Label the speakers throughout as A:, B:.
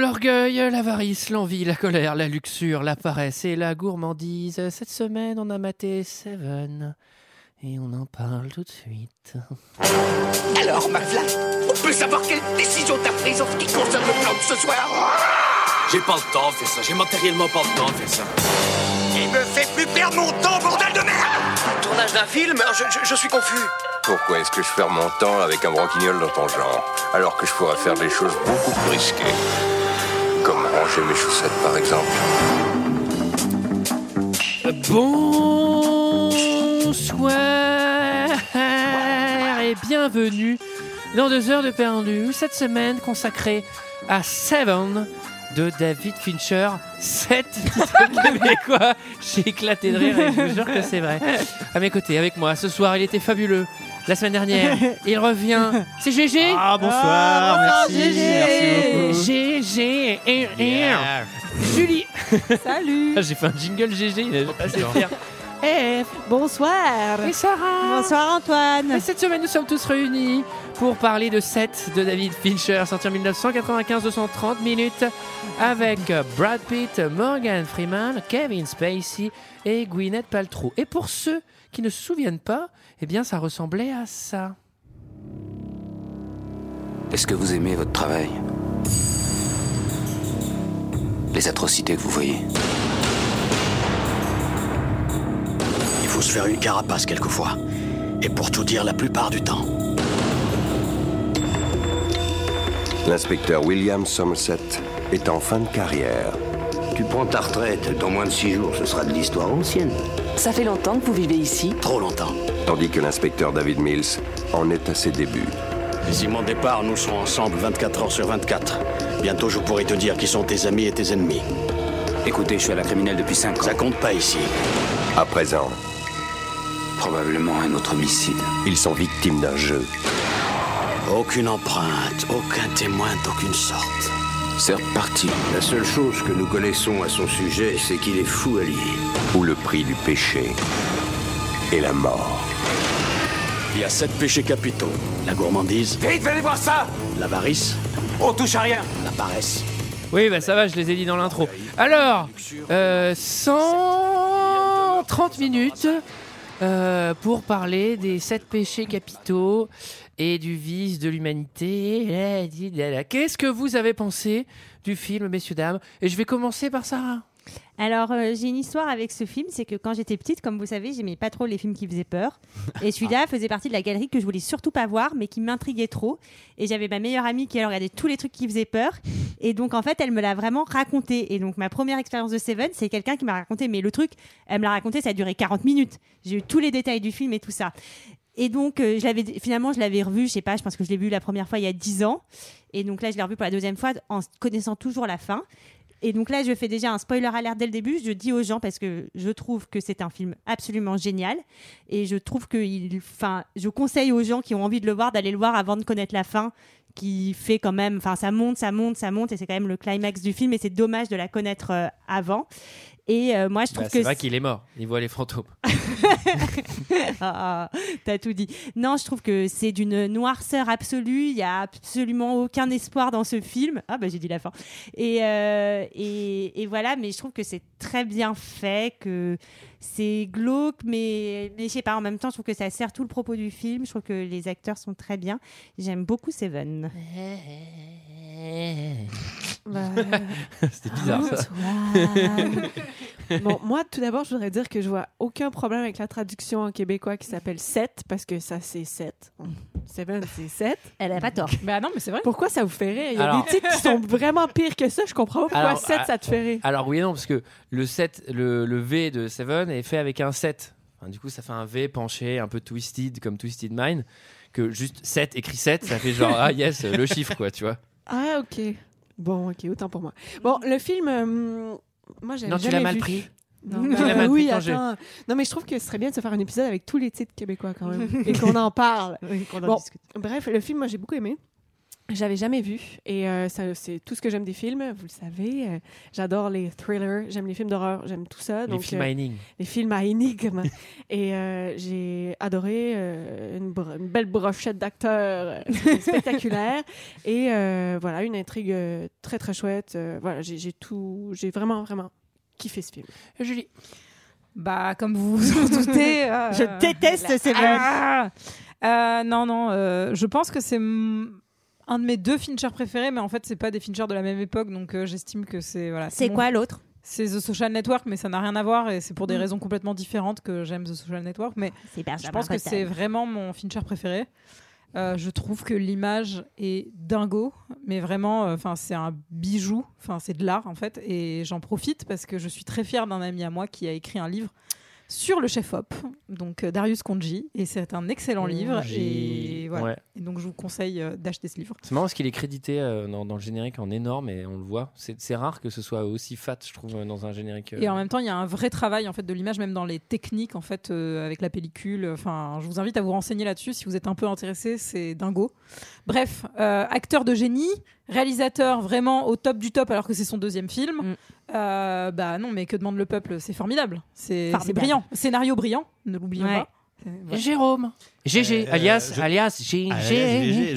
A: L'orgueil, l'avarice, l'envie, la colère, la luxure, la paresse et la gourmandise. Cette semaine, on a maté Seven. Et on en parle tout de suite.
B: Alors, McFly, on peut savoir quelle décision t'as prise en ce qui concerne le plan de ce soir
C: J'ai pas le temps de faire ça, j'ai matériellement pas le temps de faire ça.
B: Il me fait plus perdre mon temps, bordel de merde
D: Tournage d'un film Euh, je, je- je suis confus.
E: Pourquoi est-ce que je perds mon temps avec un broquignol dans ton genre Alors que je pourrais faire des choses beaucoup plus risquées. Comme ranger mes chaussettes par exemple.
A: Bonsoir et bienvenue dans deux heures de perdu. Cette semaine consacrée à Seven de David Fincher. 7 québécois. J'ai éclaté de rire et je vous jure que c'est vrai. À mes côtés, avec moi, ce soir, il était fabuleux. La semaine dernière, il revient. C'est GG
F: Ah bonsoir,
A: Ah,
F: merci. merci beaucoup.
A: GG et- et- Julie
G: Salut
A: Ah, J'ai fait un jingle GG, il est assez fier. Eh,
G: Bonsoir
A: et Sarah
G: Bonsoir
A: Et
G: Antoine
A: cette semaine, nous sommes tous réunis pour parler de 7 de David Fincher, sorti en 1995, 230 minutes, avec euh, Brad Pitt, Morgan Freeman, Kevin Spacey et Gwyneth Paltrow. Et pour ceux qui ne se souviennent pas, eh bien, ça ressemblait à ça.
H: Est-ce que vous aimez votre travail Les atrocités que vous voyez
D: Il faut se faire une carapace quelquefois. Et pour tout dire, la plupart du temps.
E: L'inspecteur William Somerset est en fin de carrière.
D: Tu prends ta retraite, dans moins de six jours, ce sera de l'histoire ancienne.
I: Ça fait longtemps que vous vivez ici
D: Trop longtemps.
E: Tandis que l'inspecteur David Mills en est à ses débuts.
D: Et si mon départ, nous serons ensemble 24 heures sur 24. Bientôt, je pourrai te dire qui sont tes amis et tes ennemis.
H: Écoutez, je suis à la criminelle depuis 5 ans.
D: Ça compte pas ici.
E: À présent,
H: Probablement un autre homicide.
E: ils sont victimes d'un jeu.
D: Aucune empreinte, aucun témoin d'aucune sorte.
H: C'est reparti.
D: La seule chose que nous connaissons à son sujet, c'est qu'il est fou allié.
E: Où le prix du péché est la mort.
D: Il y a sept péchés capitaux. La gourmandise,
C: Vite, venez voir ça
D: l'avarice,
C: On touche à rien
D: la paresse.
A: Oui, bah ça va, je les ai dit dans l'intro. Alors, euh, 130 minutes euh, pour parler des sept péchés capitaux et du vice de l'humanité. Qu'est-ce que vous avez pensé du film, messieurs, dames Et je vais commencer par Sarah.
G: Alors, euh, j'ai une histoire avec ce film, c'est que quand j'étais petite, comme vous savez, j'aimais pas trop les films qui faisaient peur. Et celui-là faisait partie de la galerie que je voulais surtout pas voir, mais qui m'intriguait trop. Et j'avais ma meilleure amie qui elle regardait tous les trucs qui faisaient peur. Et donc, en fait, elle me l'a vraiment raconté. Et donc, ma première expérience de Seven, c'est quelqu'un qui m'a raconté. Mais le truc, elle me l'a raconté, ça a duré 40 minutes. J'ai eu tous les détails du film et tout ça. Et donc, euh, je l'avais finalement, je l'avais revu, je sais pas, je pense que je l'ai vu la première fois il y a 10 ans. Et donc là, je l'ai revu pour la deuxième fois en connaissant toujours la fin. Et donc là, je fais déjà un spoiler alert dès le début. Je dis aux gens parce que je trouve que c'est un film absolument génial et je trouve que il, enfin, je conseille aux gens qui ont envie de le voir d'aller le voir avant de connaître la fin, qui fait quand même, enfin, ça monte, ça monte, ça monte et c'est quand même le climax du film et c'est dommage de la connaître euh, avant. Et euh, moi, je trouve
A: Bah,
G: que
A: c'est vrai qu'il est mort, il voit les fantômes.
G: Ah, ah, T'as tout dit. Non, je trouve que c'est d'une noirceur absolue. Il y a absolument aucun espoir dans ce film. Ah bah j'ai dit la fin. Et, euh, et, et voilà, mais je trouve que c'est très bien fait, que c'est glauque, mais, mais je sais pas, en même temps, je trouve que ça sert tout le propos du film. Je trouve que les acteurs sont très bien. J'aime beaucoup Seven.
A: Bah, C'était bizarre ça.
I: bon, moi, tout d'abord, je voudrais dire que je vois aucun problème avec la traduction en québécois qui s'appelle 7, parce que ça, c'est 7. 7, c'est 7.
G: Elle a pas tort.
J: Bah non, mais c'est vrai.
I: Pourquoi ça vous fait rire? Il y a
A: Alors-
I: des titres qui sont vraiment pires que ça. Je comprends pas pourquoi
A: Alors, euh,
I: 7,
A: à-
I: ça te fait rire.
A: Alors oui et non, parce que le, 7, le, le V de Seven est fait avec un 7. Enfin, du coup, ça fait un V penché, un peu twisted, comme Twisted Mind. Que juste 7 écrit 7, ça fait genre, ah yes, le chiffre, quoi, tu vois.
I: Ah, ok. Mm. Bon, ok, autant pour moi. Bon, le film, euh, moi, j'avais
A: Non, tu
I: jamais
A: l'as mal
I: vu.
A: pris.
I: Non,
A: Tu l'as mal
I: oui,
A: pris quand j'ai-
I: attends. Non, mais je trouve que ce serait bien de se faire un épisode avec tous les titres québécois quand même et qu'on en parle.
G: Oui, qu'on en
I: Bon.
G: discute.
I: Bref, le film, moi, j'ai beaucoup aimé. J'avais jamais vu et euh, ça, c'est tout ce que j'aime des films, vous le savez. euh, J'adore les thrillers, j'aime les films d'horreur, j'aime tout ça.
A: Les
I: donc,
A: films
I: euh,
A: à énigmes.
I: les films à énigmes. Et euh, j'ai adoré euh, une, bro- une belle brochette d'acteurs euh, spectaculaire. Et euh, voilà, une intrigue euh, très très chouette. Euh, voilà, j'ai j'ai tout, j'ai vraiment vraiment kiffé ce film.
A: Julie.
K: Bah, comme vous vous en doutez. euh,
G: Je déteste
K: la-
G: ces
K: Ah Euh, Non, non, euh, je pense que c'est mm, un de mes deux Fincher préférés, mais en fait, c'est pas des Fincher de la même époque, donc euh, j'estime que c'est. Voilà,
G: C'est
K: mon-
G: quoi Mm. l'autre
K: C'est The Social Network, mais ça n'a rien à voir et c'est pour des raisons complètement différentes que j'aime The Social Network. Mais
G: C'est Benjamin
K: je pense que
G: Button.
K: c'est vraiment mon Fincher préféré. Euh, je trouve que l'image est dingo, mais vraiment, euh, enfin, c'est un bijou. Enfin, c'est de l'art en fait, et j'en profite parce que je suis très fière d'un ami à moi qui a écrit un livre sur le chef op, donc euh, Darius Conji, et c'est un excellent livre. Et voilà.
A: Mmh, Ouais.
K: Et donc, je vous conseille euh, d'acheter ce livre.
A: C'est marrant parce qu'il est crédité euh, dans, dans le générique en énorme et on le voit. C'est c'est rare que ce soit aussi fat, je trouve, euh, dans un générique. euh.
K: Et en même temps, il y a un vrai travail en fait de l'image, même dans les techniques en fait euh, avec la pellicule. Enfin, je vous invite à vous renseigner là-dessus si vous êtes un peu intéressé. C'est dingo. Bref, euh, acteur de génie, réalisateur vraiment au top du top, alors que c'est son deuxième film.
G: Mm.
K: Euh, bah non, mais que demande le peuple C'est formidable. C'est
G: Formidable.
K: c'est brillant. Scénario brillant. Ne l'oublions
G: Ouais.
K: pas. C'est- voilà.
A: Jérôme. GG,
D: Euh,
A: alias,
D: je-
A: alias, GG.
D: Ah, la SVG,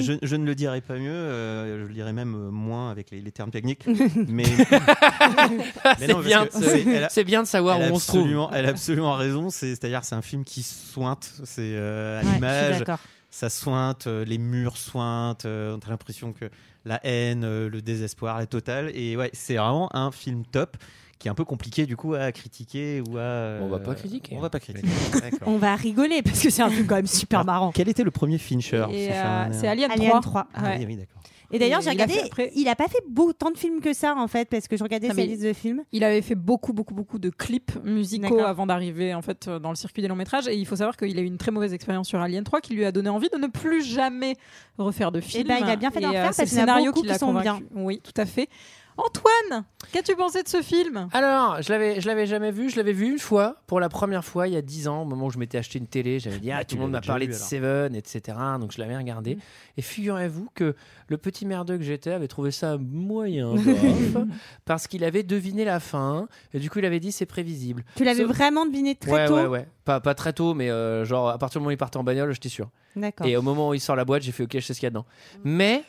D: je, je ne le dirai pas mieux, euh, je le dirai même euh, moins avec les, les termes techniques. mais, Mais
A: Ah, c'est
D: non, parce
A: bien,
D: que
A: de-
D: c'est- elle a-
A: c'est bien de savoir où
D: elle, a
A: on se trouve.
D: absolument, elle a absolument raison, c'est- c'est-à-dire c'est un film qui sointe, c'est euh, à
G: Ouais, je suis
D: l'image,
G: d'accord.
D: ça sointe, euh, les murs sointent, euh, on a l'impression que la haine, euh, le désespoir, la totale. Et ouais, c'est vraiment un film top qui est un peu compliqué du coup à critiquer ou à. euh,
A: On va pas critiquer.
D: On va pas critiquer. D'accord.
G: On va rigoler parce que c'est un film quand même super
D: Alors,
G: marrant.
D: Quel était le premier Fincher
K: Et,
D: sans faire
K: euh,
D: un-
K: c'est Alien,
G: Alien
K: 3.
G: 3.
D: Ah
K: Ouais.
D: oui, oui, d'accord.
G: Et d'ailleurs,
K: Et
G: j'ai
K: il a
G: regardé,
K: fait après-
G: il a pas fait beau, tant de films que ça en fait, parce que je regardais
K: Non,
G: sa
K: mais-
G: liste de films.
K: Il avait fait beaucoup, beaucoup, beaucoup de clips musicaux
G: D'accord.
K: avant d'arriver en fait euh, dans le circuit des longs métrages. Et il faut savoir qu'il a eu une très mauvaise expérience sur Alien 3 qui lui a donné envie de ne plus jamais refaire de film.
G: ben, il a bien fait d'en
K: Et, euh,
G: refaire
K: c'est
G: parce
K: le
G: qu'il y en a
K: scénario
G: beaucoup
K: qui
G: qui
K: l'a
G: sont
K: convaincu. Oui, tout à fait. Antoine, qu'as-tu pensé de ce film
A: Alors, je l'avais, je l'avais jamais vu. Je l'avais vu une fois, pour la première fois, il y a 10 ans, au moment où je m'étais acheté une télé. J'avais dit, ah,
D: Ah,
A: tout
D: tu
A: le monde
D: l'avais
A: m'a
D: déjà
A: parlé
D: vu,
A: de
D: alors.
A: Seven,
D: Mm.
A: etc. Donc, je l'avais regardé. Et figurez-vous que le petit merdeux que j'étais avait trouvé ça moyen, bof, parce qu'il avait deviné la fin. Et du coup, il avait dit, c'est prévisible.
G: Tu l'avais
A: Sauf-
G: vraiment deviné très
A: ouais,
G: tôt.
A: ouais, ouais. Pas, pas très tôt, mais euh, genre, à partir du moment où il partait en bagnole, j'étais sûr.
G: D'accord.
A: Et au moment où il sort la boîte, j'ai fait, ok, je sais ce qu'il y a dedans. Mais,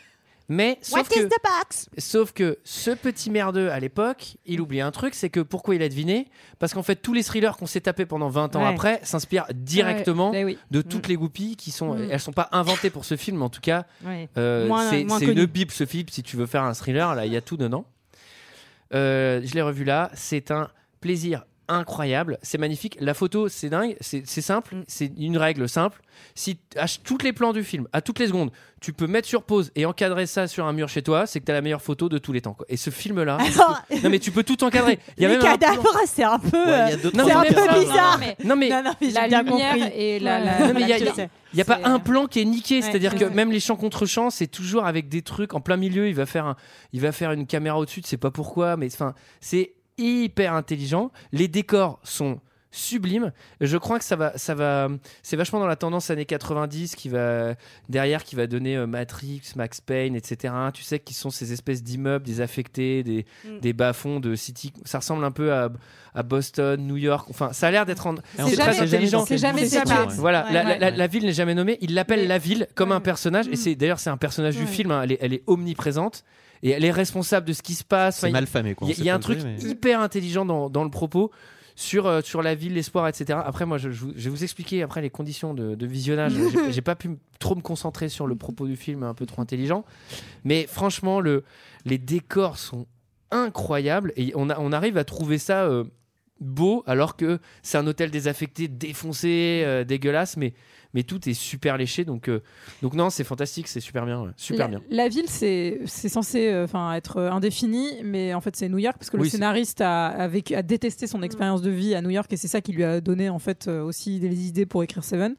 A: mais,
G: Mm. What
A: sauf
G: is
A: que.
G: the box
A: Sauf que ce petit merdeux à l'époque, il oublie un truc, c'est que pourquoi il a deviné Parce qu'en fait, tous les thrillers qu'on s'est tapés pendant 20 ans
G: Ouais.
A: après s'inspirent directement
K: Eh oui.
A: de toutes les goupilles qui sont.
G: Mm.
A: Elles sont pas inventées pour ce film, mais en tout cas, euh,
G: Moins-
A: c'est
G: moins
A: c'est
G: connu.
A: une bible ce film. Si tu veux faire un thriller, là, il y a tout dedans. Euh, je l'ai revu là, c'est un plaisir incroyable, c'est magnifique. La photo, c'est dingue, c'est c'est simple,
G: Mm.
A: c'est une règle simple. Si t- à ch- toutes les plans du film, à toutes les secondes, tu peux mettre sur pause et encadrer ça sur un mur chez toi, c'est que t'as la meilleure photo de tous les temps. quoi. Et ce film-là,
G: Alors,
A: non mais tu peux tout encadrer. Il y a
G: les
A: même un plan-
G: cadavres, c'est un peu.
D: Ouais,
G: euh,
D: il y a deux,
A: Non,
G: c'est
D: trois
G: un
A: mais
D: personnes.
G: peu
K: non,
G: bizarre.
K: mais-
A: Non mais
G: Non, non, mais
K: La
G: j'ai bien
K: lumière
G: compris.
K: et la.
G: Ouais.
K: la-
G: Non,
K: la-
A: mais il y a-
K: la-
A: il y a- Il n'y a pas
K: C'est- euh,
A: un plan qui est niqué, c'est-à-dire
K: ouais,
A: que
K: ouais.
A: même les champs contre champs, c'est toujours avec des trucs en plein milieu. Il va faire, un- il va faire une caméra au-dessus, c'est pas pourquoi, mais enfin, c'est hyper intelligent. Les décors sont sublimes. Je crois que ça va, ça va, c'est vachement dans la tendance années 90 qui va derrière, qui va donner euh, Matrix, Max Payne, etc. Tu sais qui sont ces espèces d'immeubles désaffectés, des,
G: Mm.
A: des bas-fonds de city. Ça ressemble un peu à, à Boston, New York. Enfin, ça a l'air d'être en-
D: Et on sait
K: C'est jamais-
D: pas, dans
A: intelligent.
D: quel
K: c'est jamais
D: but
K: séparé.
D: tiré.
K: Ouais.
A: Voilà, la,
K: ouais.
A: la- la ville n'est jamais nommée. Il l'appelle
K: Mais-
A: la ville comme
K: ouais. Mm.
A: un personnage. Et c'est d'ailleurs c'est un personnage du film. hein. Elle, est, elle est omniprésente et elle est responsable de ce qui se passe.
D: C'est
A: Enfin,
D: mal famé quoi.
A: il y, a- il y a un truc hyper intelligent dans, dans le propos sur, euh, sur la ville, l'espoir, etc. Après, moi, je, je vous- je vais vous expliquer après les conditions de, de visionnage. J'ai- J'ai pas pu m- trop me concentrer sur le propos du film, un peu trop intelligent. Mais franchement, le, les décors sont incroyables et on, a- on arrive à trouver ça euh, beau alors que c'est un hôtel désaffecté, défoncé, euh, dégueulasse, mais, mais tout est super léché. Donc, euh, donc non, c'est fantastique, c'est super bien. ouais, Super
K: la,
A: bien.
K: la ville, c'est c'est censé euh, 'fin, être euh, indéfini, mais en fait, c'est New York, parce que
A: Oui,
K: le
A: c'est-
K: scénariste a, a vécu, a détesté son expérience de vie à New York, et c'est ça qui lui a donné en fait euh, aussi des idées pour écrire Seven.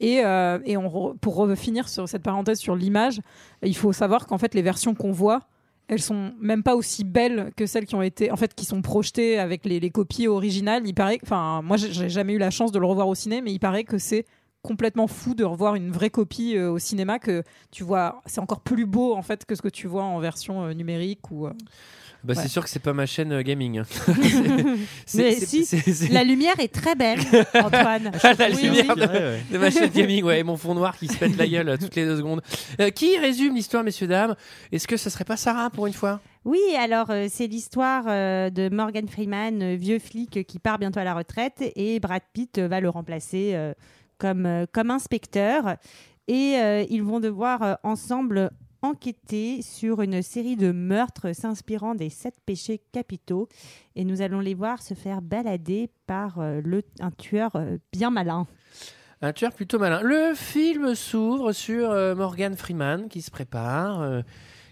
K: Et, euh, et on re- pour refinir sur cette parenthèse sur l'image, il faut savoir qu'en fait, les versions qu'on voit, elles sont même pas aussi belles que celles qui ont été, en fait, qui sont projetées avec les, les copies originales. Il paraît, enfin, moi, j'ai j'ai jamais eu la chance de le revoir au ciné, mais il paraît que c'est complètement fou de revoir une vraie copie euh, au cinéma que tu vois, c'est encore plus beau en fait que ce que tu vois en version euh, numérique ou euh,
A: Bah,
K: Ouais.
A: C'est sûr que c'est pas ma chaîne euh, gaming. hein. C'est-
G: Mais
A: c'est-
G: si,
A: c'est- c'est-
G: La lumière est très belle, Antoine.
A: la
G: Oui,
A: lumière
G: oui.
A: de- de ma chaîne gaming, ouais, et mon fond noir qui se pète la gueule euh, toutes les deux secondes. Euh, qui résume l'histoire, messieurs, dames Est-ce que ce serait pas Sarah pour une fois
G: Oui, alors euh, c'est l'histoire euh, de Morgan Freeman, euh, vieux flic euh, qui part bientôt à la retraite, et Brad Pitt euh, va le remplacer euh, comme, euh, comme inspecteur. Et euh, ils vont devoir euh, ensemble enquêter sur une série de meurtres s'inspirant des sept péchés capitaux. Et nous allons les voir se faire balader par euh, le, un tueur euh, bien malin.
A: Un tueur plutôt malin. Le film s'ouvre sur euh, Morgan Freeman qui se prépare, euh,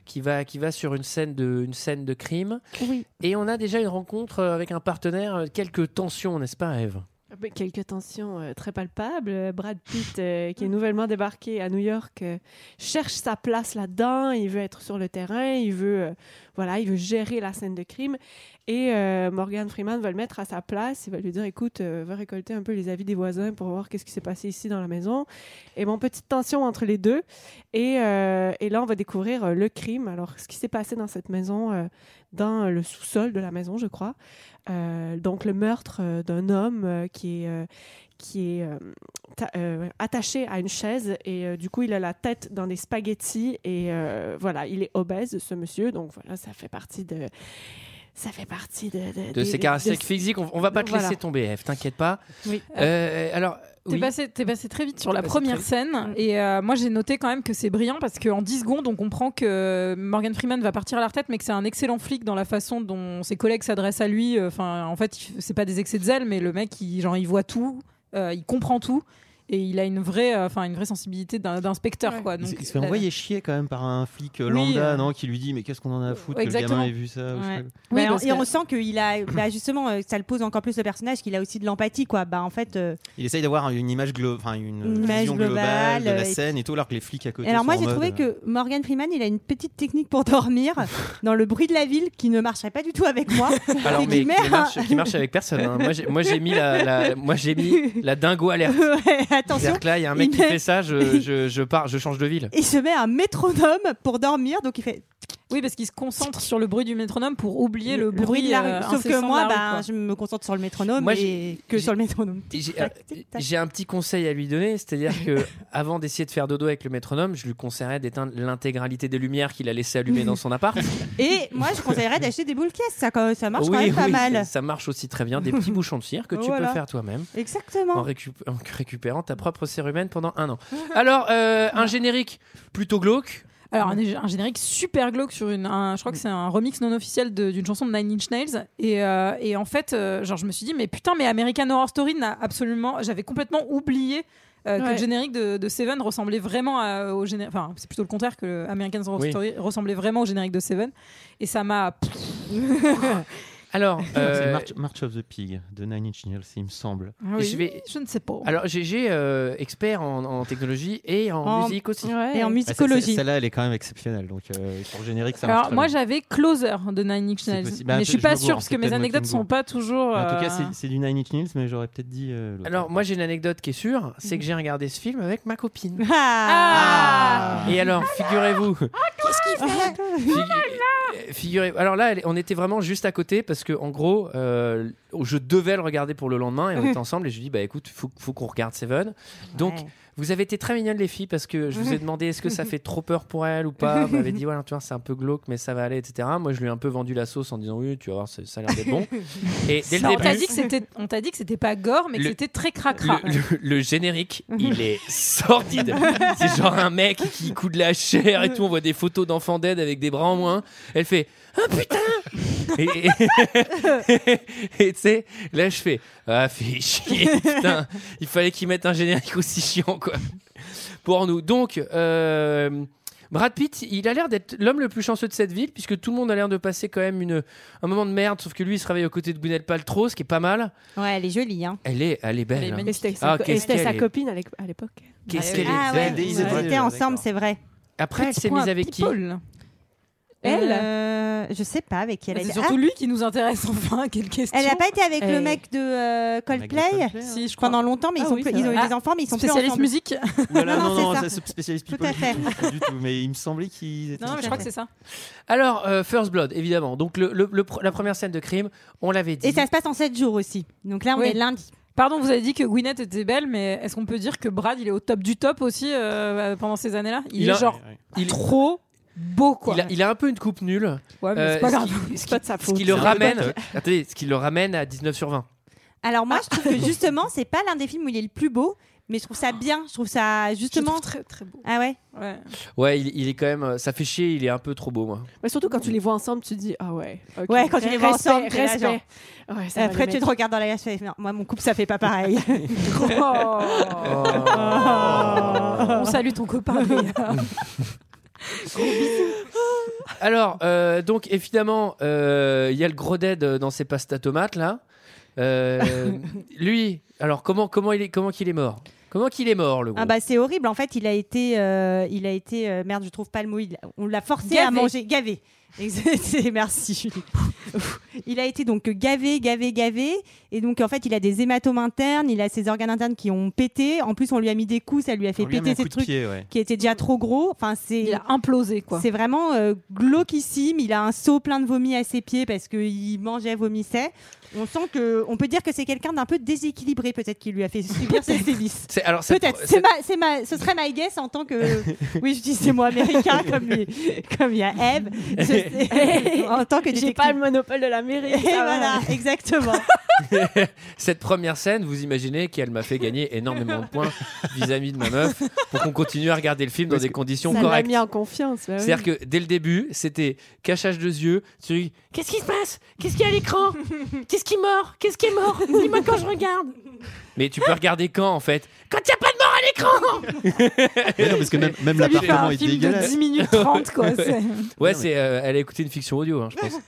A: qui, va, qui va sur une scène de, une scène de crime.
G: Oui.
A: Et on a déjà une rencontre euh, avec un partenaire, euh, quelques tensions, n'est-ce pas, Eve
I: Mais Ah Quelques tensions euh, très palpables. Euh, Brad Pitt, euh, qui est nouvellement débarqué à New York, euh, cherche sa place là-dedans. Il veut être sur le terrain. Il veut, euh, voilà, il veut gérer la scène de crime. Et euh, Morgan Freeman va le mettre à sa place. Il va lui dire, écoute, euh, va récolter un peu les avis des voisins pour voir qu'est-ce qui s'est passé ici dans la maison. Et bon, petite tension entre les deux. Et, euh, et là, on va découvrir euh, le crime. Alors, ce qui s'est passé dans cette maison, euh, dans le sous-sol de la maison, je crois. Euh, donc le meurtre euh, d'un homme euh, qui est, euh, qui est euh, ta- euh, attaché à une chaise et euh, du coup il a la tête dans des spaghettis et euh, voilà il est obèse ce monsieur donc voilà ça fait partie de ça fait partie de de-
A: De
I: des-
A: ses caractéristiques
I: de-
A: physiques, on, on va pas te
I: Voilà. Ah.
A: laisser tomber, Eve, t'inquiète pas.
I: Oui.
A: Euh, alors,
K: T'es
A: oui.
K: passé, t'es passé très vite sur la
A: Passé
K: première
A: très
K: scène et euh, moi j'ai noté quand même que c'est brillant parce qu'en 10 secondes on comprend que Morgan Freeman va partir à la retraite mais que c'est un excellent flic dans la façon dont ses collègues s'adressent à lui. euh, Enfin en fait il- c'est pas des excès de zèle mais le mec il, genre, il voit tout, euh, il comprend tout et il a une vraie, euh, enfin une vraie sensibilité d'un- d'inspecteur
I: Ouais.
K: quoi.
D: Il
K: Donc,
D: se- il se fait
K: la-
D: envoyer chier quand même par un flic euh,
K: Oui,
D: lambda
K: euh,
D: non, qui lui dit Mais qu'est-ce qu'on en a à foutre que le
K: exactement.
D: gamin ait vu ça ou je sais pas.
K: Ouais. Oui,
G: Ouais,
K: Bah, parce
G: et
K: que-
G: on sent qu'il a, bah, justement, euh, ça le pose encore plus le personnage, qu'il a aussi de l'empathie, quoi. Bah, en fait. euh,
D: Il essaye d'avoir une image, glo- enfin, une
G: Une image
D: vision globale, de
G: globale,
D: la
G: euh, et
D: scène et tout, alors que les flics à côté.
G: Alors
D: sont
G: moi
D: en
G: j'ai
D: mode,
G: trouvé
D: euh,
G: que Morgan Freeman il a une petite technique pour dormir dans le bruit de la ville qui ne marcherait pas du tout avec moi.
A: Alors,
G: Et
A: mais
G: qui
A: qui
G: met un-
A: marche, qui marche avec personne. hein. Moi, j'ai- Moi, j'ai mis la, la- moi, j'ai mis la dingo alerte.
G: Ouais, attention,
A: C'est-à-dire que là, il y a un mec
G: il
A: qui
G: met-
A: fait ça, je, je, je pars, je change de ville.
G: il se met un métronome pour dormir donc il fait
K: Oui, parce qu'il se concentre sur le bruit du métronome pour oublier le,
G: le bruit de la
K: euh,
G: rue. Sauf que
K: incessant de
G: moi
K: la rue,
G: bah,
K: quoi.
G: je me concentre sur le métronome
A: Moi,
G: et
A: j'ai-
G: que
A: j'ai-
G: sur le métronome.
A: J'ai
G: Tic-tac, tic-tac.
A: j'ai un petit conseil à lui donner, c'est-à-dire que avant d'essayer de faire dodo avec le métronome, je lui conseillerais d'éteindre l'intégralité des lumières qu'il a laissé allumer dans son appart.
G: Et moi je conseillerais d'acheter des boules caisses, ça, quand- ça marche
A: Oui,
G: quand même pas
A: oui,
G: mal.
A: Ça, ça marche aussi très bien, des petits bouchons de cire que tu
G: Voilà. Oh.
A: peux faire toi-même en,
G: Exactement.
A: récup- en récupérant ta propre cérumen pendant un an. Alors, euh, un générique plutôt glauque.
K: Alors, un, un générique super glauque sur une. un- je crois que
D: Mm.
K: c'est un remix non officiel de- d'une chanson de Nine Inch Nails. Et, euh, et en fait, euh, genre, je me suis dit, mais putain, mais American Horror Story n'a absolument. J'avais complètement oublié. euh, que
I: Ouais.
K: le générique de, de Seven ressemblait vraiment à- au générique. Enfin, c'est plutôt le contraire que le American Horror
A: Oui.
K: Story ressemblait vraiment au générique de Seven. Et ça m'a.
A: Alors,
D: C'est
A: euh,
D: March, March of the Pig de Nine Inch Nails, il me semble.
K: Oui,
A: je vais-
K: je ne sais pas.
A: alors GG, euh, expert en, en technologie et en,
G: En-
A: musique aussi.
I: Ouais.
G: Et en
D: Ah, c'est-
G: musicologie.
D: c'est- Celle-là, elle est quand même exceptionnelle. Donc, euh, pour le générique, ça marche.
K: Alors
D: très
K: moi
D: bien.
K: j'avais Closer de Nine Inch
D: C'est
K: Nails,
D: possible. Bah,
K: mais
D: peut-être
K: je suis
D: je me
K: pas
D: gourre,
K: sûre parce
D: c'est
K: que mes
D: peut-être moi qui
K: anecdotes
D: me
K: sont
D: gourre.
K: pas toujours.
D: En tout cas,
K: euh,
D: c'est- c'est du Nine Inch Nails, mais j'aurais peut-être dit. euh, l'autre.
A: Alors moi j'ai une anecdote qui est sûre, c'est que j'ai regardé ce film avec ma copine.
G: Ah.
A: Et alors figurez-vous,
G: Ah.
A: Figu- euh, figurez alors là elle- on était vraiment juste à côté parce que en gros euh, je devais le regarder pour le lendemain et on était ensemble et je lui dis bah écoute faut, faut qu'on regarde Seven. Donc
G: Ouais.
A: vous avez été très mignonnes les filles parce que je vous ai demandé est-ce que ça fait trop peur pour elle ou pas. Vous m'avez dit ouais tu vois c'est un peu glauque mais ça va aller etc. Moi je lui ai un peu vendu la sauce en disant oui tu vas voir ça ça a l'air d'être bon. Et dès le
K: on
A: début
K: t'a dit que c'était, on t'a dit que c'était pas gore, mais que
A: Le-
K: c'était très cracra.
A: le, le- le générique, il est sordide. C'est genre un mec qui coud de la chair et tout. On voit des photos d'enfants dead avec des bras en moins. Elle fait Ah putain Et et- et tu sais, là je fais Ah fais chier, putain. Il fallait qu'ils mettent un générique aussi chiant, quoi. Pour nous. Donc, euh, Brad Pitt, il a l'air d'être l'homme le plus chanceux de cette ville, puisque tout le monde a l'air de passer quand même une, un moment de merde, sauf que lui, il se réveille aux côtés de Gwyneth Paltrow, ce qui est pas mal.
G: Ouais, elle est jolie hein.
A: Elle est, elle est belle.
K: Elle est
A: hein.
I: Et c'était
A: Ah,
I: sa, co- et
A: qu'est-ce
I: c'était
A: qu'elle
I: sa
A: est-
I: copine à l'époque. à l'époque.
A: Qu'est-ce
K: Ah
A: qu'elle
G: Ah
A: est
G: ouais,
A: belle.
D: des
G: ils
D: idées,
G: étaient
D: d'accord.
G: ensemble, c'est vrai.
A: Après, elle
K: Petit
A: s'est
K: point,
A: mise avec
K: petit
A: qui
K: Paul. Elle Bah,
G: Euh, Je sais pas avec qui elle a
K: C'est
G: été.
K: surtout lui qui nous intéresse enfin. Quelle question
G: Ah, elle n'a pas été avec
I: Eh.
G: le mec de euh,
D: Avec le
G: Coldplay
D: Coldplay, hein.
K: Si, je crois.
G: pendant longtemps, mais
K: Ah
G: ils, sont
K: oui,
G: plus-
K: c'est
G: ils ont eu
K: vrai.
G: des enfants, mais ils sont plus
K: Spécialiste
G: ensemble.
K: musique
D: Ouh là là,
G: Non,
D: non,
G: c'est
D: non,
G: ça.
D: ça, ce spécialiste
G: Tout
D: people,
G: à fait.
D: je comprends pas du tout, mais il me semblait qu'ils étaient.
K: Non, mais je crois que c'est ça.
A: Alors, euh, First Blood, évidemment. Donc, le- le- le pr- la première scène de crime, on l'avait dit.
G: Et ça se passe en 7 jours aussi. Donc là, on
K: Oui.
G: est lundi.
K: Pardon, vous avez dit que Gwyneth était belle, mais est-ce qu'on peut dire que Brad, il est au top du top aussi euh, pendant ces années-là Il,
A: Il
K: est
A: a-
K: genre
D: Ouais, ouais.
A: il,
K: trop beau, quoi.
A: il a, il a un peu une coupe nulle.
K: Ouais, mais
A: Euh,
K: c'est pas
A: ce
K: grave.
A: qui- ce
I: C'est pas de sa
A: Ce
I: faute.
A: qui le
D: C'est un
A: ramène,
D: peu
A: attendez, ce qui le ramène à 19 sur 20.
G: Alors
K: Ah.
G: moi, je trouve que justement, c'est pas l'un des films où il est le plus beau, mais je trouve ça bien. Je trouve ça
I: Je le
G: justement.
I: trouve très, très beau.
G: Ah ouais.
K: Ouais.
A: Ouais, il, il est quand même, euh, ça fait chier, il est un peu trop beau, moi.
I: Mais surtout quand tu les vois ensemble, tu te dis Ah ouais. ok.
G: Ouais, quand tu les vois
I: Respect,
G: ensemble, t'es là, Eh,
I: respect. Ouais, ça
G: Après, tu te regardes dans la glace. tu fais, Non, moi, mon couple, ça fait pas pareil.
K: Oh.
I: trop.
A: Oh.
K: On salue ton copain. Léa.
A: Alors, euh, donc évidemment, euh, il y a le gros dead euh, dans ses pastas tomates là. Euh, lui, alors comment comment il est comment qu'il est mort Comment qu'il est mort le gros
G: ah bah c'est horrible. En fait, il a été, euh, il a été euh, merde. Je trouve pas le mot. Il- on l'a forcé à
K: Gavé.
G: manger. Gavé. Ex- c'est- Merci. Julie. Ouf. il a été donc gavé, gavé, gavé. Et donc en fait, il a des hématomes internes. Il a ses organes internes qui ont pété. En plus, on lui a mis des coups. Ça lui a fait
D: On lui a mis
G: péter
D: un
G: ses
D: coup de
G: trucs
D: pied, ouais.
G: qui étaient déjà trop gros. Enfin, c'est
K: il a implosé, quoi.
G: C'est vraiment euh, glauquissime. Il a un seau plein de vomi à ses pieds parce qu'il mangeait, vomissait. On sent que, on peut dire que c'est quelqu'un d'un peu déséquilibré, peut-être qui lui a fait subir ses sévices.
A: C'est- alors cette-
G: Peut-être. C'est
A: cette-
G: ma, c'est ma, ce serait ma guess en tant que. Oui, je dis c'est moi américain comme les- comme il y a Eve. Je sais- en tant que
I: J'ai
G: détective.
I: pas le monopole de l'Amérique.
G: Et voilà, exactement.
A: cette première scène, vous imaginez qu'elle m'a fait gagner énormément de points vis-à-vis de ma meuf pour qu'on continue à regarder le film dans
D: Parce
A: des
D: que
A: conditions
I: Ça m'a
A: correctes.
I: mis en confiance. bah oui.
A: C'est-à-dire que dès le début, c'était cachage de yeux. Tu dis Qu'est-ce qui se passe Qu'est-ce qu'il y a à l'écran Qu'est-ce qui est mort Qu'est-ce qui est mort Dis-moi quand je regarde. Mais tu peux regarder quand en fait Quand il n'y a pas de mort à l'écran
D: Ouais, non, parce que même, même
K: Ça lui fait
D: l'appartement
K: un
D: est
K: film de
D: dégueulasse.
K: 10 minutes 30, quoi. c'est-
A: Ouais,
D: Non, mais-
A: c'est, euh, elle a écouté une fiction audio, hein, je pense.
D: Non,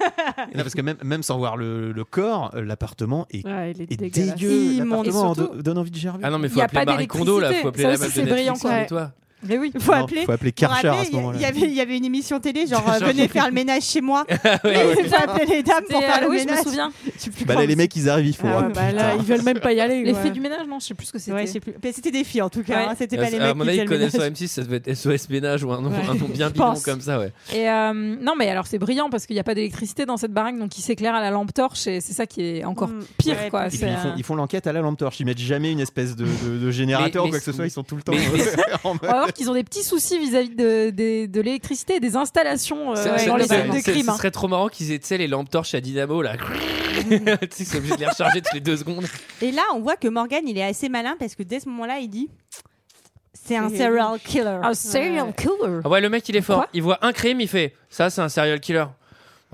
D: parce que même, même sans voir le, le corps, euh, l'appartement est,
I: Ouais, il est,
D: est
I: dégueulasse.
D: dégueu.
K: Immonde.
D: L'appartement en
K: Et surtout-
D: do- donne envie de gerber.
A: Ah non, mais
K: Y
A: faut
K: a
A: appeler
K: pas
A: Marie Kondo là, faut
K: d'électricité.
A: appeler
K: Ça
A: la
K: aussi,
A: meuf de
K: c'est brillant,
A: Netflix,
K: quoi.
A: calme-toi.
K: Mais oui.
G: Faut
D: Non,
G: appeler.
D: faut appeler
G: Vous vous
D: Karcher à
G: rappelez,
D: ce
G: il y a-
D: moment-là.
G: Il y, avait, il y avait une émission télé, genre euh,
A: Genre-
G: venez faire le ménage chez moi.
A: Ouais, ouais.
G: Il faut appeler les dames
K: C'est,
G: pour faire
K: euh,
G: le
K: oui, je
G: ménage.
K: me souviens.
D: Ah Bah là, les mecs, ils arrivent, il faut.
I: Ah ouais,
D: Ah,
I: bah là,
D: putain.
I: ils veulent même pas y aller.
K: Les
I: ouais.
K: faits du ménage, non, je sais plus ce que c'était.
G: Ouais, je sais plus. Mais c'était des filles en tout cas,
K: Ouais.
G: hein,
D: Euh,
G: c'était pas les
A: à
G: mecs.
A: mon
G: qui
A: avis,
G: faisaient
A: ils
G: le
A: connaissent sur
G: ménage.
A: M6, ça devait être SOS Ménage ou un nom,
G: Ouais,
A: un nom bien
G: je
A: bidon
G: pense.
A: comme ça, ouais.
K: Et euh, non, mais alors c'est brillant parce qu'il n'y a pas d'électricité dans cette baraque, donc il s'éclaire à la lampe torche et c'est ça qui est encore
G: Mm.
K: pire,
G: Ouais,
K: quoi.
D: Et puis,
K: C'est,
D: ils font,
K: euh,
D: ils font l'enquête à la lampe torche. Ils mettent jamais une espèce de, de- de générateur
A: Mais-
D: ou
A: mais-
D: quoi que ce soit. Ils sont tout le temps
A: mais-
D: en
K: On
D: mode.
K: va voir qu'ils ont des petits soucis vis-à-vis de, des- de l'électricité et des installations euh,
A: Ça- ça-
K: dans les
A: ça-
K: scènes de
A: ça-
K: crime.
A: Ce
K: hein.
A: serait trop marrant qu'ils aient, tu sais, les lampes torches à dynamo là. tu sais, c'est obligé de les recharger toutes les deux secondes.
G: Et là, on voit que Morgan, il est assez malin parce que dès ce moment-là, il dit c'est un
I: C'est-
G: serial killer.
K: Un serial killer.
A: Ah ouais, le mec, il est fort.
K: Quoi
A: il voit un crime, il fait ça, c'est un serial killer.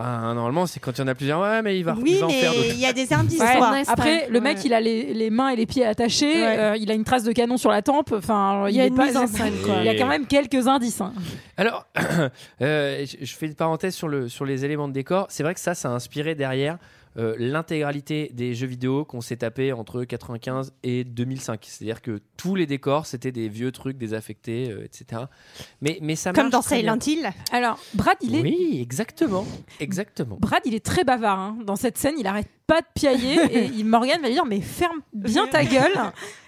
A: Ah, normalement, c'est quand il y en a plusieurs. Ouais, mais il va, il
G: Oui,
A: va en faire
G: mais
A: d'autres.
G: il y a des indices.
K: Ouais.
G: quoi.
K: Après, le mec,
I: Ouais.
K: il a les, les mains et les pieds attachés,
G: Ouais.
K: euh, il a une trace de canon sur la tempe. Enfin,
I: Il y a
K: est
I: une
K: pas-
I: mise en scène,
K: Il
I: quoi.
K: y a quand même quelques indices. hein.
A: Alors, euh, je je fais une parenthèse sur, le, sur les éléments de décor. C'est vrai que ça, ça a inspiré derrière euh, l'intégralité des jeux vidéo qu'on s'est tapé entre 95 et 2005. C'est-à-dire que tous les décors, c'était des vieux trucs désaffectés, euh, etc. Mais, mais ça
G: Comme
A: marche
G: dans
A: très
G: Silent
A: bien.
G: Hill.
K: Alors, Brad, il est
A: Oui, exactement. Exactement.
K: Brad, il est très bavard. hein. Dans cette scène, il arrête pas de piailler et il- Morgane va lui dire Mais ferme bien ta gueule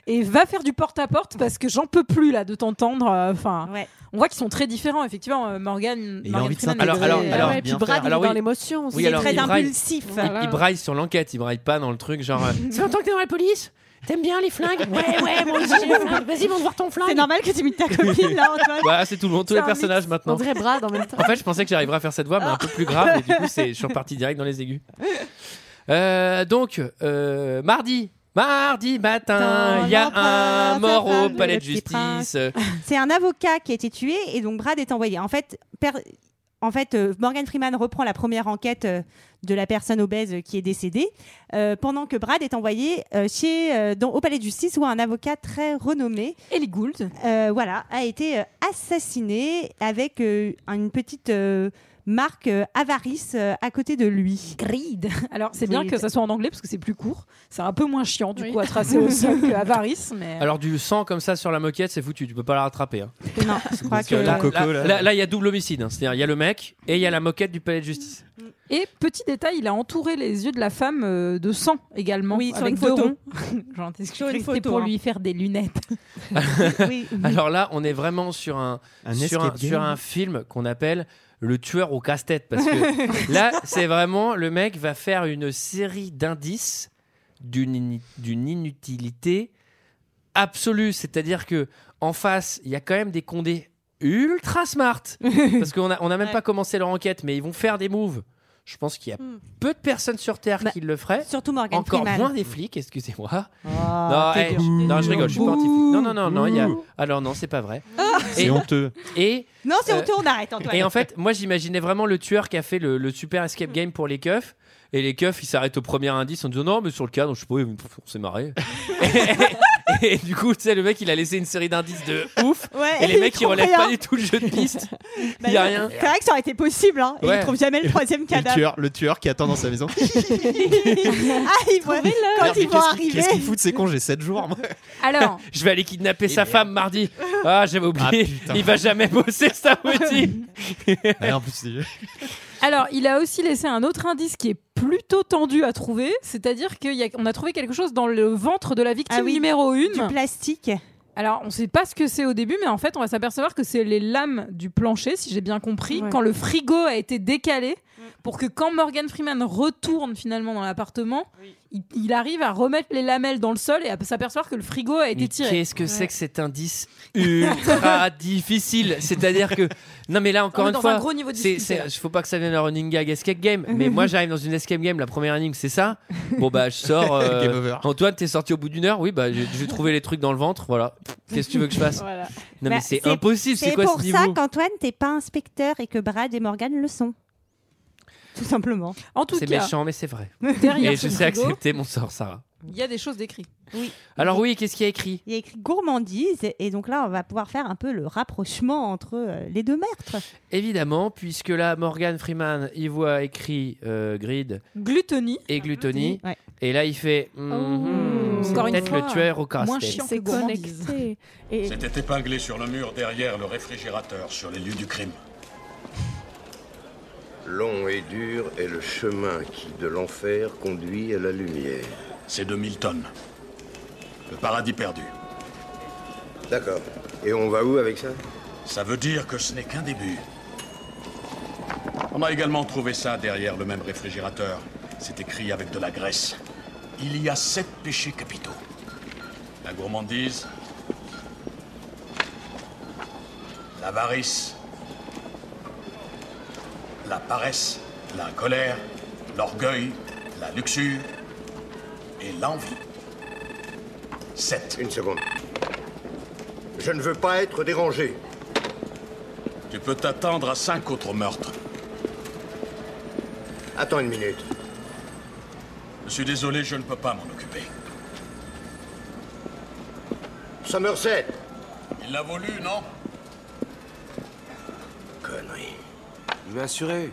K: et va faire du porte-à-porte parce que j'en peux plus là de t'entendre. euh, Enfin,
G: Ouais.
K: on voit qu'ils sont très différents. Effectivement, euh, Morgane.
D: Et il a
K: Morgan
D: envie de
K: Freeman
A: s'intégrer.
K: est
A: Alors,
K: très- euh,
I: Ah
A: alors,
I: ouais, puis
D: bien
I: Brad,
A: faire.
I: il est
A: Alors,
I: dans
A: oui.
I: l'émotion.
A: Oui,
I: c'est
A: alors,
I: très
G: Très
A: il braille.
G: impulsif.
A: Il, il braille sur l'enquête, il braille pas dans le truc genre. euh, Ça fait longtemps que t'es dans la police T'aimes bien les flingues Ouais, ouais, moi aussi j'ai des flingues. Vas-y, montre voir ton
G: C'est
A: flingue.
G: normal que tu imites ta copine là, Antoine.
A: Voilà, Bah, c'est tout le monde, tous
K: C'est
A: les
K: un
A: personnages
I: On
A: maintenant.
I: dirait Brad en même temps.
A: En fait, je pensais que j'arriverais à faire cette voix, mais un peu plus grave, et du coup, c'est- je suis reparti direct dans les aigus. Euh, donc, euh, mardi. Mardi matin,
G: Dans
A: il y a
G: l'empreinte
A: un mort au
G: affable,
A: palais
G: le
A: de
G: petit prince.
A: justice.
G: C'est un avocat qui a été tué et donc Brad est envoyé. En fait, per- en fait euh, Morgan Freeman reprend la première enquête euh, de la personne obèse euh, qui est décédée euh, pendant que Brad est envoyé euh, chez, euh, dans- au palais de justice où un avocat très renommé
K: Ellie Gould.
G: euh, voilà, a été euh, assassiné avec euh, une petite euh, marque euh, Avarice euh, à côté de lui.
K: Greed. Alors, c'est bien
G: Greed.
K: que ça soit en anglais parce que c'est plus court. C'est un peu moins chiant, du
I: Oui.
K: coup, à tracer au sol que Avarice. Mais... euh,
A: Alors du sang comme ça sur la moquette, c'est foutu, tu peux pas la rattraper. hein.
G: Non, je crois
A: Parce
G: que.
A: que là,
D: Coco,
A: là-
D: là.
A: là- là, il y a double homicide. hein. C'est-à-dire, il y a le mec et il y a la moquette du palais de justice.
K: Et petit détail, il a entouré les yeux de la femme euh, de sang également.
G: Oui, sur
K: avec
G: une
K: deux
G: photo.
K: ronds. Genre, t'es-
G: Sur une
K: c'était
G: photo,
K: pour
G: hein.
K: lui faire des lunettes.
G: Oui.
A: Alors là, on est vraiment sur un,
D: Un
A: sur, un
D: escape game.
A: sur un film qu'on appelle le tueur au casse-tête parce que là, c'est vraiment le mec va faire une série d'indices d'une ini- d'une inutilité absolue. C'est-à-dire que en face, il y a quand même des condés ultra smart parce qu'on a on a même
I: Ouais.
A: pas commencé leur enquête, mais ils vont faire des moves. Je pense qu'il y a
I: Hmm.
A: peu de personnes sur Terre
G: Bah,
A: qui le feraient.
G: Surtout Morgan
A: Encore
G: Freeman.
A: moins des flics, excusez-moi.
G: Ah,
A: Non,
G: t'es
A: hey,
G: dur.
A: je- non, je rigole, je suis pas anti-flic. Non, non, non, non, il y a-
D: Ouh.
A: alors non, c'est pas vrai.
D: C'est
A: Et-
D: honteux.
A: Et,
G: Non, c'est
A: Euh,
G: honteux, on arrête, Antoine.
A: et en fait, moi j'imaginais vraiment le tueur qui a fait le, le super escape game pour les keufs. Et les keufs, ils s'arrêtent au premier indice en disant non, mais sur le cadre, je sais pas, on s'est marré. et, et du coup, tu sais, le mec, il a laissé une série d'indices de ouf.
G: Ouais,
A: Et les mecs, ils
G: trouvent
A: relèvent
G: rien.
A: pas du tout le jeu de piste.
G: Bah,
A: y a rien.
G: C'est vrai que ça aurait été possible, hein. Et
A: Ouais. euh,
G: ils trouvent jamais le troisième
D: Et le
G: cadavre.
D: tueur, le tueur qui attend dans sa maison.
G: ah, ils vont, quand
D: Merde, mais
G: ils vont
D: qu'est-ce qu'il-
G: arriver.
D: Qu'est-ce qu'il fout de ses congés 7 jours moi
K: Alors,
A: Je vais aller kidnapper sa femme mardi. Ah, j'avais oublié.
D: Ah, putain.
A: il va jamais bosser, ça outil.
D: Ouais, en plus, c'est-
K: alors, il a aussi laissé un autre indice qui est plutôt tendu à trouver. C'est-à-dire qu'on a trouvé quelque chose dans le ventre de la victime
G: Ah oui,
K: numéro 1.
G: Du plastique.
K: Alors, on ne sait pas ce que c'est au début, mais en fait, on va s'apercevoir que c'est les lames du plancher, si j'ai bien compris,
I: Ouais.
K: quand le frigo a été décalé, pour que quand Morgan Freeman retourne finalement dans l'appartement, il, il arrive à remettre les lamelles dans le sol et à s'apercevoir que le frigo a été
A: Mais
K: tiré.
A: Qu'est-ce que c'est que cet indice ultra difficile C'est-à-dire que non, mais là encore
K: On est
A: une
K: dans un
A: fois,
K: gros niveau de
A: c'est,
K: difficulté, là.
A: c'est- faut pas que ça devienne un running gag escape game. Mais moi, j'arrive dans une escape game, la première énigme, c'est ça. Bon bah, je sors. euh,
D: Game over.
A: Antoine, t'es sorti au bout d'une heure. Oui, bah, j'ai, j'ai trouvé les trucs dans le ventre. Voilà. Qu'est-ce que tu veux que je fasse
I: Voilà.
A: Non,
G: Bah,
A: mais c'est,
G: c'est-
A: impossible. C'est,
G: C'est
A: quoi
G: pour
A: ce
G: ça
A: niveau
G: qu'Antoine, t'es pas inspecteur et que Brad et Morgan le sont. Tout simplement.
K: En tout Bah,
A: C'est
K: cas,
A: méchant, mais c'est vrai.
K: derrière
A: Et
K: ce
A: je sais
K: frigo,
A: accepter mon sort, Sarah.
K: il y a des choses décrites.
A: Alors oui, qu'est-ce qu'il y a écrit
G: Il y a écrit gourmandise, et donc là, on va pouvoir faire un peu le rapprochement entre euh, les deux meurtres.
A: Évidemment, puisque là, Morgan Freeman, il voit écrit euh, grid
K: Gluttony,
A: et gluttony.
G: Ouais.
A: Et là, il fait. Mhm,
I: Oh.
A: c'est
K: Encore une
A: peut-être
K: fois,
A: le tueur au casse
K: moins chiant que
I: C'est
K: gourmandise.
I: connecté. Et
B: C'était épinglé sur le mur derrière le réfrigérateur, sur les lieux du crime.
L: Long et dur est le chemin qui, de l'enfer, conduit à la lumière.
B: C'est 2000 tonnes. Le paradis perdu.
L: D'accord. Et on va où avec ça
B: Ça veut dire que ce n'est qu'un début. On a également trouvé ça derrière le même réfrigérateur. C'est écrit avec de la graisse. Il y a sept péchés capitaux. La gourmandise, l'avarice, la paresse, la colère, l'orgueil, la luxure et l'envie. Sept.
L: Une seconde. Je ne veux pas être dérangé.
B: Tu peux t'attendre à cinq autres meurtres.
L: Attends une minute.
B: Je suis désolé, je ne peux pas m'en occuper.
L: Somerset
B: Il l'a voulu, non
L: Connerie.
C: Je vais assurer.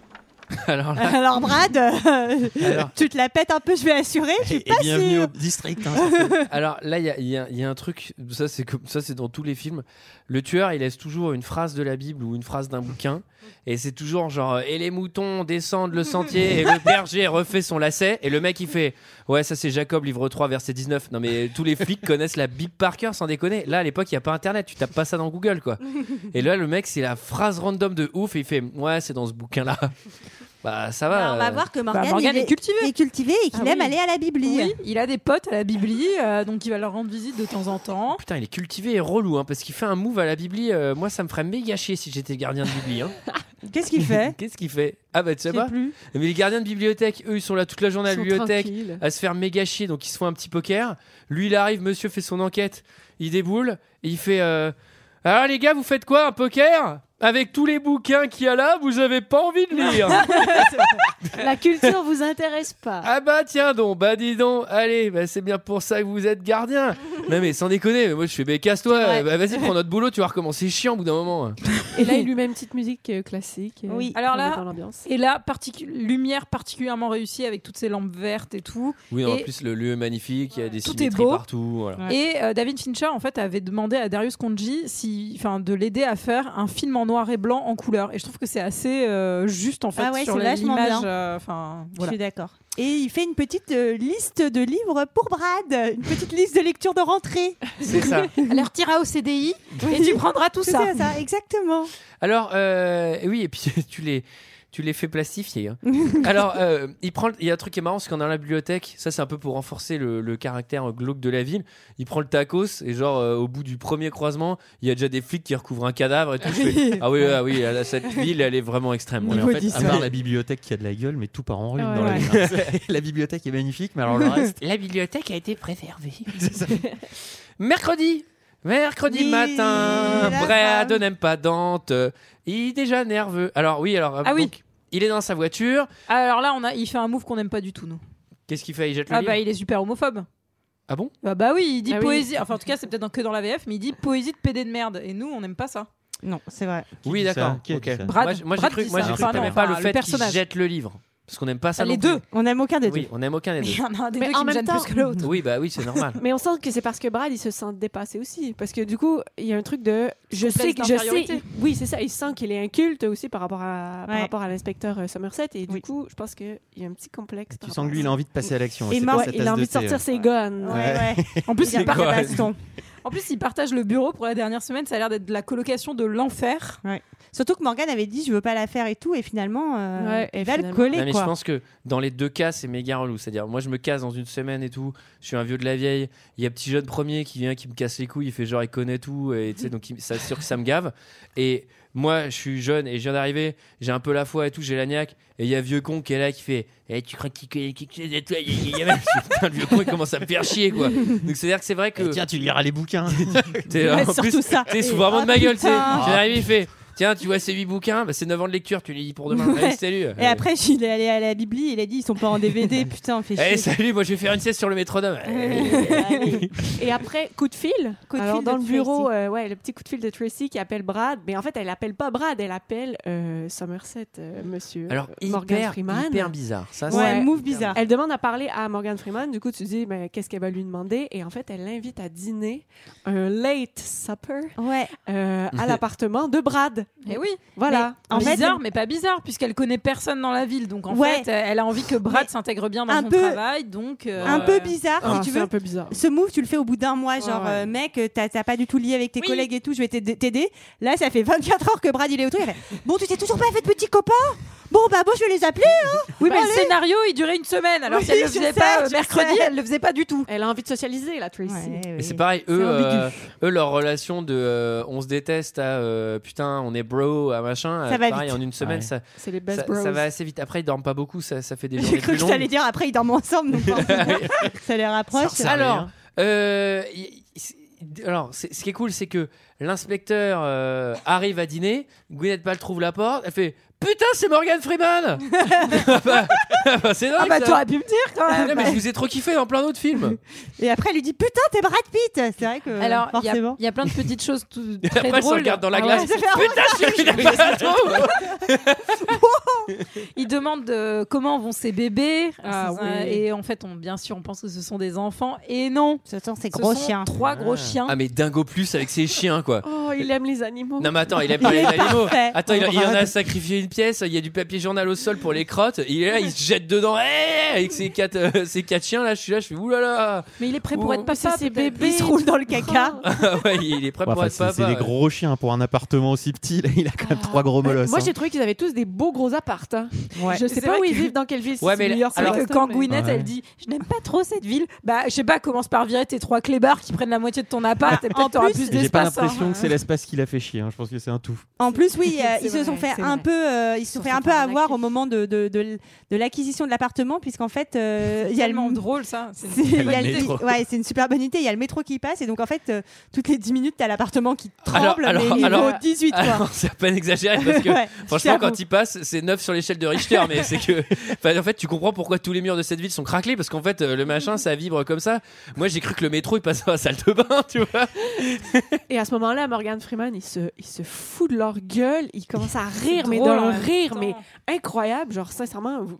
A: Alors là,
G: Alors, Brad, euh, tu te la pètes un peu, je vais assurer, je suis
D: Et,
G: pas
D: bienvenue
G: sûre.
D: au district. hein.
A: alors là, il y a, il y a- il y a un truc. Ça, c'est comme ça, c'est dans tous les films. Le tueur, il laisse toujours une phrase de la Bible ou une phrase d'un bouquin, et c'est toujours genre euh, et les moutons descendent le sentier et le berger refait son lacet, et le mec il fait ouais ça c'est Jacob livre 3 verset 19. Non mais tous les flics connaissent la Bible par cœur sans déconner. Là à l'époque il y a pas internet, tu tapes pas ça dans Google quoi. Et là le mec c'est la phrase random de ouf et il fait ouais c'est dans ce bouquin là. Bah ça va.
G: Alors, on va
A: euh,
G: voir que Morgan,
K: Morgan
G: il
K: est cultivé.
G: est cultivé et qu'il
K: Ah
G: aime
K: oui.
G: aller à la Bibli.
K: Oui, il a des potes à la Bibli, euh, donc il va leur rendre visite de temps en temps.
A: Putain, il est cultivé et relou, hein, parce qu'il fait un move à la Bibli. euh, moi, ça me ferait méga chier si j'étais le gardien de Bibli. hein.
G: Qu'est-ce qu'il fait
A: Qu'est-ce qu'il fait Ah bah tu sais
G: Je sais
A: pas.
G: plus.
A: Mais les gardiens de bibliothèque, eux, ils sont là toute la journée à
I: ils
A: la
I: sont
A: bibliothèque
I: tranquilles.
A: à se faire méga chier, donc ils se font un petit poker. Lui, il arrive, monsieur Ah, fait son enquête, il déboule, et il fait euh, Alors les gars, vous faites quoi Un poker Avec tous les bouquins qu'il y a là, vous avez pas envie de lire.
I: La culture vous intéresse pas.
A: ah bah tiens donc, bah dis donc, allez, bah c'est bien pour ça que vous êtes gardien. Non mais sans déconner, mais moi je fais, mais casse-toi,
I: Ouais.
A: bah, vas-y, prends notre boulot, tu vas recommencer c'est chiant au bout d'un moment.
I: Et là, il lui met une petite musique euh, classique. euh,
G: Oui.
I: pour
K: Alors là-
I: mettre dans l'ambiance.
K: Et là, particu- lumière particulièrement réussie avec toutes ces lampes vertes et tout.
A: Oui, non, en
K: Et-
A: plus le lieu est magnifique, il y a des
K: Tout est
A: symétries
K: beau.
A: partout. voilà.
K: Ouais. Et euh, David Fincher, en fait, avait demandé à Darius Konji si, enfin, de l'aider à faire un film en noir et blanc en couleur. Et je trouve que c'est assez euh, juste, en fait,
G: Ah ouais,
K: sur
G: c'est
K: la-
G: vachement
K: l'image.
G: bien.
K: euh, Enfin,
G: Je
K: voilà.
G: suis d'accord. Et il fait une petite euh, liste de livres pour Brad, une petite liste de lecture de rentrée.
A: C'est ça.
K: Alors, t'iras au CDI et tu prendras tout
G: C'est
K: ça.
G: ça, ça, exactement.
A: Alors, euh, oui, et puis tu les, tu les fais plastifier. hein. Alors, euh, il, prend, il y a un truc qui est marrant, c'est qu'on est dans la bibliothèque, ça c'est un peu pour renforcer le, le caractère glauque de la ville. Il prend le tacos et genre euh, au bout du premier croisement, il y a déjà des flics qui recouvrent un cadavre et tout. Je fais, ah oui, ah oui, là, cette ville, elle est vraiment extrême.
D: Mais
A: Ouais, en
D: en
A: fait,
D: fait, à part la bibliothèque qui a de la gueule, mais tout part en ruine
I: Ouais,
D: dans la
I: ouais.
D: ville. la bibliothèque est magnifique, mais alors le reste.
A: La bibliothèque a été préservée. Mercredi Mercredi
G: Oui,
A: matin,
G: la
A: Brad
G: femme.
A: n'aime pas Dante. Il est déjà nerveux. Alors oui, alors
K: Ah oui.
A: donc, il est dans sa voiture.
K: Alors là, on a, il fait un move qu'on n'aime pas du tout, nous.
A: Qu'est-ce qu'il fait Il jette le
K: Ah
A: livre
K: bah, il est super homophobe.
A: Ah bon
K: Bah, bah oui, il dit
I: Ah oui.
K: poésie. Enfin, en tout cas, c'est peut-être dans- que dans la VF, mais il dit poésie de pédé de merde. Et nous, on n'aime pas ça.
G: Non, c'est vrai.
D: Qui
A: Oui,
D: dit ça
A: d'accord.
D: Qui a
A: ok.
D: dit ça
K: Brad-
A: moi, j- moi, j'ai
K: Brad
A: cru,
K: dit
A: moi,
K: ça.
A: j'ai cru
K: Enfin,
A: que
K: non,
A: t'aimais pas le
K: enfin, le
A: fait qu'il
K: personnage. Ah,
A: jette le livre. Parce qu'on n'aime pas ça
K: les
A: non plus.
K: deux.
G: On n'aime aucun des
A: Oui, on aime aucun des
K: Mais il
A: deux.
K: y en a un des
I: Mais
K: deux
I: en
K: qui me
I: même
K: gêne
I: temps-
K: plus que l'autre.
A: Oui, bah oui, c'est normal.
I: Mais on sent que c'est parce que Brad, il se sent dépassé aussi. Parce que du coup, il y a un truc de. Je
K: Complexe
I: sais que je sais.
K: d'infériorité.
I: Oui, c'est ça. Il sent qu'il est inculte aussi par rapport à, par
G: Ouais.
I: rapport à l'inspecteur euh, Somerset. Et du
G: Oui.
I: coup, je pense qu'il y a un petit complexe. par
D: Tu
I: rapport
D: sens que
I: à
D: lui, il a envie de passer à l'action.
G: Et
D: c'est
I: ça.
G: Marc,
D: pas
I: Ouais,
D: sa
I: il
D: tasse
I: a envie de sortir ses guns.
G: Ouais,
D: euh. Ouais.
G: ouais.
K: En plus,
G: Il a
K: il
G: pas de
K: part-
G: baston.
K: en plus, il partage le bureau pour la dernière semaine. Ça a l'air d'être de la colocation de l'enfer.
G: Surtout que Morgane avait dit je veux pas la faire et tout, et finalement, euh,
I: Ouais, et
G: il va le
I: finalement.
A: Non, mais
G: coller
A: je
G: quoi.
A: pense que dans les deux cas, c'est méga relou. C'est-à-dire, moi, je me casse dans une semaine et tout. Je suis un vieux de la vieille. Il y a petit jeune premier qui vient, qui me casse les couilles. Il fait genre, il connaît tout. Et tu sais, donc, il- ça, c'est sûr que ça me gave. Et moi, je suis jeune et je viens d'arriver. J'ai un peu la foi et tout. J'ai la niaque. Et il y a vieux con qui est là, qui fait Eh, Tu crois qu'il connaît quelque chose et toi il y a- il y a même- Putain, le vieux con, il commence à me faire chier, quoi. Donc, c'est-à-dire que c'est vrai que.
D: Eh, Tiens, tu liras les bouquins.
A: t'es là,
G: Ouais,
A: Ah, en plus,
G: surtout ça.
A: T'es sous vraiment
G: Ah,
A: de ma gueule, tu sais.
G: putain.
A: J'ai arrivé, il fait Tiens, tu vois ces 8 bouquins, bah, c'est 9 ans de lecture, tu les lis pour demain.
G: Ouais.
A: Allez, salut. Euh,
G: Et après, il est allé à la Bibli, il a dit ils sont pas en DVD, putain, on fait
A: Eh,
G: chier.
A: salut, moi je vais faire une sieste sur le métronome. Eh.
I: Et après, coup de fil.
G: Coup de
I: Alors,
G: fil
I: dans
G: de
I: le bureau,
G: Tracy.
I: euh, ouais, le petit coup de fil de Tracy qui appelle Brad. Mais en fait, elle appelle pas Brad, elle appelle euh, Somerset, euh, monsieur
A: Alors,
I: euh, Morgan
A: hyper,
I: Freeman.
A: hyper bizarre. Ça,
G: Ouais,
A: c'est-
I: Ouais.
G: move bizarre.
I: Elle demande à parler à Morgan Freeman. Du coup, tu dis, mais qu'est-ce qu'elle va lui demander Et en fait, elle l'invite à dîner un late supper
G: Ouais.
I: euh, à l'appartement de Brad.
A: Ah.
K: Et Eh oui.
I: Voilà.
G: Mais- Ah. En fait,
K: bizarre,
G: elle-
K: mais pas bizarre, puisqu'elle connaît personne dans la ville. Donc, en
G: Ouais.
K: fait, elle a envie que Brad
G: Mais
K: s'intègre bien dans
G: un
K: son
G: peu-
K: travail. Donc, euh,
G: Un peu bizarre,
I: Ah,
G: si tu
I: c'est
G: veux.
I: un peu bizarre.
G: Ce move, tu le fais au bout d'un mois, genre
I: ouais.
G: euh, mec, euh, t'as t'as pas du tout lié avec tes
K: Oui.
G: collègues et tout, je vais t'aider- t'aider. Là, ça fait 24 heures que Brad il est autour. Il fait Bon, tu t'es toujours pas fait de petits copains Bon, bah, bon, je vais les appeler. hein.
K: Oui, mais le scénario, il durait une semaine. Alors,
G: Oui,
K: si elle le
G: je sais,
K: faisait pas euh,
G: je
K: mercredi,
G: sais.
K: elle le faisait pas du tout.
I: Elle a envie de socialiser, la Tracy.
A: Mais c'est pareil, eux, euh, eux, leur relation de euh, on se déteste à euh, putain, on est bro, à machin,
G: Ça
A: euh,
G: va
A: pareil,
G: vite.
A: en une semaine,
D: Ouais.
A: ça,
I: C'est les best
A: ça,
I: bros.
A: ça va assez vite. Après, ils dorment pas beaucoup, ça, ça fait des
G: J'ai
A: journées
G: cru
A: plus
G: que t'allais
A: longues.
G: dire après ils dorment ensemble, donc ça les rapproche.
D: Ça ressemble à
A: Alors,
D: rien.
A: euh, y- y- alors c'est- ce qui est cool, c'est que l'inspecteur euh, arrive à dîner, Gwyneth Paltrow trouve la porte, elle fait Putain, c'est Morgan Freeman Ah bah, ah bah, C'est dingue
K: Ah, bah,
A: ça.
K: t'aurais pu me dire quand
A: Ah,
K: même.
A: non, mais je vous ai trop kiffé dans plein d'autres films.
G: Et après, elle lui dit Putain, t'es Brad Pitt C'est vrai que
K: Alors, il y a-
G: forcément.
K: il y, a plein de petites choses tout,
A: Et
K: très
A: après, elle se
K: drôles.
A: regarde dans la
K: Ah ouais.
A: glace.
G: c'est vrai.
A: Putain, je suis Gwyneth Paltrow
K: Il demande euh, comment vont ses bébés.
I: Ah,
K: C'est ça.
I: oui.
K: Et en fait, on, bien sûr, on pense que ce sont des enfants. Et non.
G: Ce sont ces
K: Ce
G: gros
K: sont
G: chiens.
K: Trois gros chiens.
A: Ah mais dingo plus avec ses chiens quoi.
I: Oh, il aime les animaux.
A: Non mais attends, il a pas les animaux.
G: parfait.
A: Attends, il, il en a sacrifié une pièce, il y a du papier journal au sol pour les crottes, il est là, il se jette dedans. Hey avec ses quatre euh, ses quatre chiens là, je suis là, je fais oulala.
K: Mais il est prêt
A: Ouh.
K: pour être
I: Mais ça,
K: papa.
I: c'est
K: peut-être.
I: bébé.
G: Ils se roulent dans le caca.
K: Oh,
A: Ah ouais, il est prêt pour
D: Ouais, enfin,
A: être
D: c'est
A: papa.
D: c'est des gros chiens pour un appartement aussi petit. là, il a quand même trois gros molosses.
I: Moi,
D: hein.
I: j'ai trouvé qu'ils avaient tous des beaux gros appartes. hein.
G: Ouais.
I: Je sais
K: C'est
I: pas
K: vrai
I: où ils
K: que-
I: vivent, dans quelle ville. si
A: Ouais,
I: c'est
A: mais
I: New York,
K: Alors
I: c'est
K: que
I: Boston,
K: quand
I: mais-
K: Gwyneth,
D: Ouais.
K: elle dit Je n'aime pas trop cette ville, bah je sais pas, commence par virer tes trois clébards qui prennent la moitié de ton appart et
G: en
K: peut-être t'auras
G: plus,
K: Ah, plus
D: Et J'ai pas
K: d'espace.
D: l'impression
K: hein.
D: que c'est l'espace qui l'a fait chier. hein. Je pense que c'est un tout.
G: En plus, oui, euh,
K: C'est
G: ils se
K: vrai,
G: sont fait
K: c'est
G: un
K: vrai.
G: peu, euh, ils se sont
K: sont
G: fait
K: fait
G: un peu
K: arnaquer.
G: avoir au moment de, de, de, l- de l'acquisition de l'appartement, qu'en fait, euh, il y a le
K: tellement drôle ça. C'est-
G: c'est- il y a
D: Le
G: le-
D: métro.
G: ouais, c'est une super bonne idée. Il y a le métro qui passe et donc en fait, euh, toutes les 10 minutes, t'as l'appartement qui tremble.
A: Alors- alors-
G: mais niveau
A: alors-
G: 18 quoi.
A: Alors, Ah, c'est à peine exagéré parce que
G: Ouais,
A: franchement,
G: j'avoue.
A: quand il passe, c'est 9 sur l'échelle de Richter, mais c'est que. enfin, en fait, tu comprends pourquoi tous les murs de cette ville sont craquelés parce qu'en fait, euh, le machin, ça vibre comme ça. Moi, j'ai cru que le métro, il passait à la salle de bain, tu vois.
I: Et à ce moment-là, Morgan Freeman, il se, il se fout de leur gueule, il commence à
K: C'est
I: rire, mais
K: drôle en
I: d'un
K: même
I: rire,
K: temps.
I: mais incroyable, genre sincèrement. vous-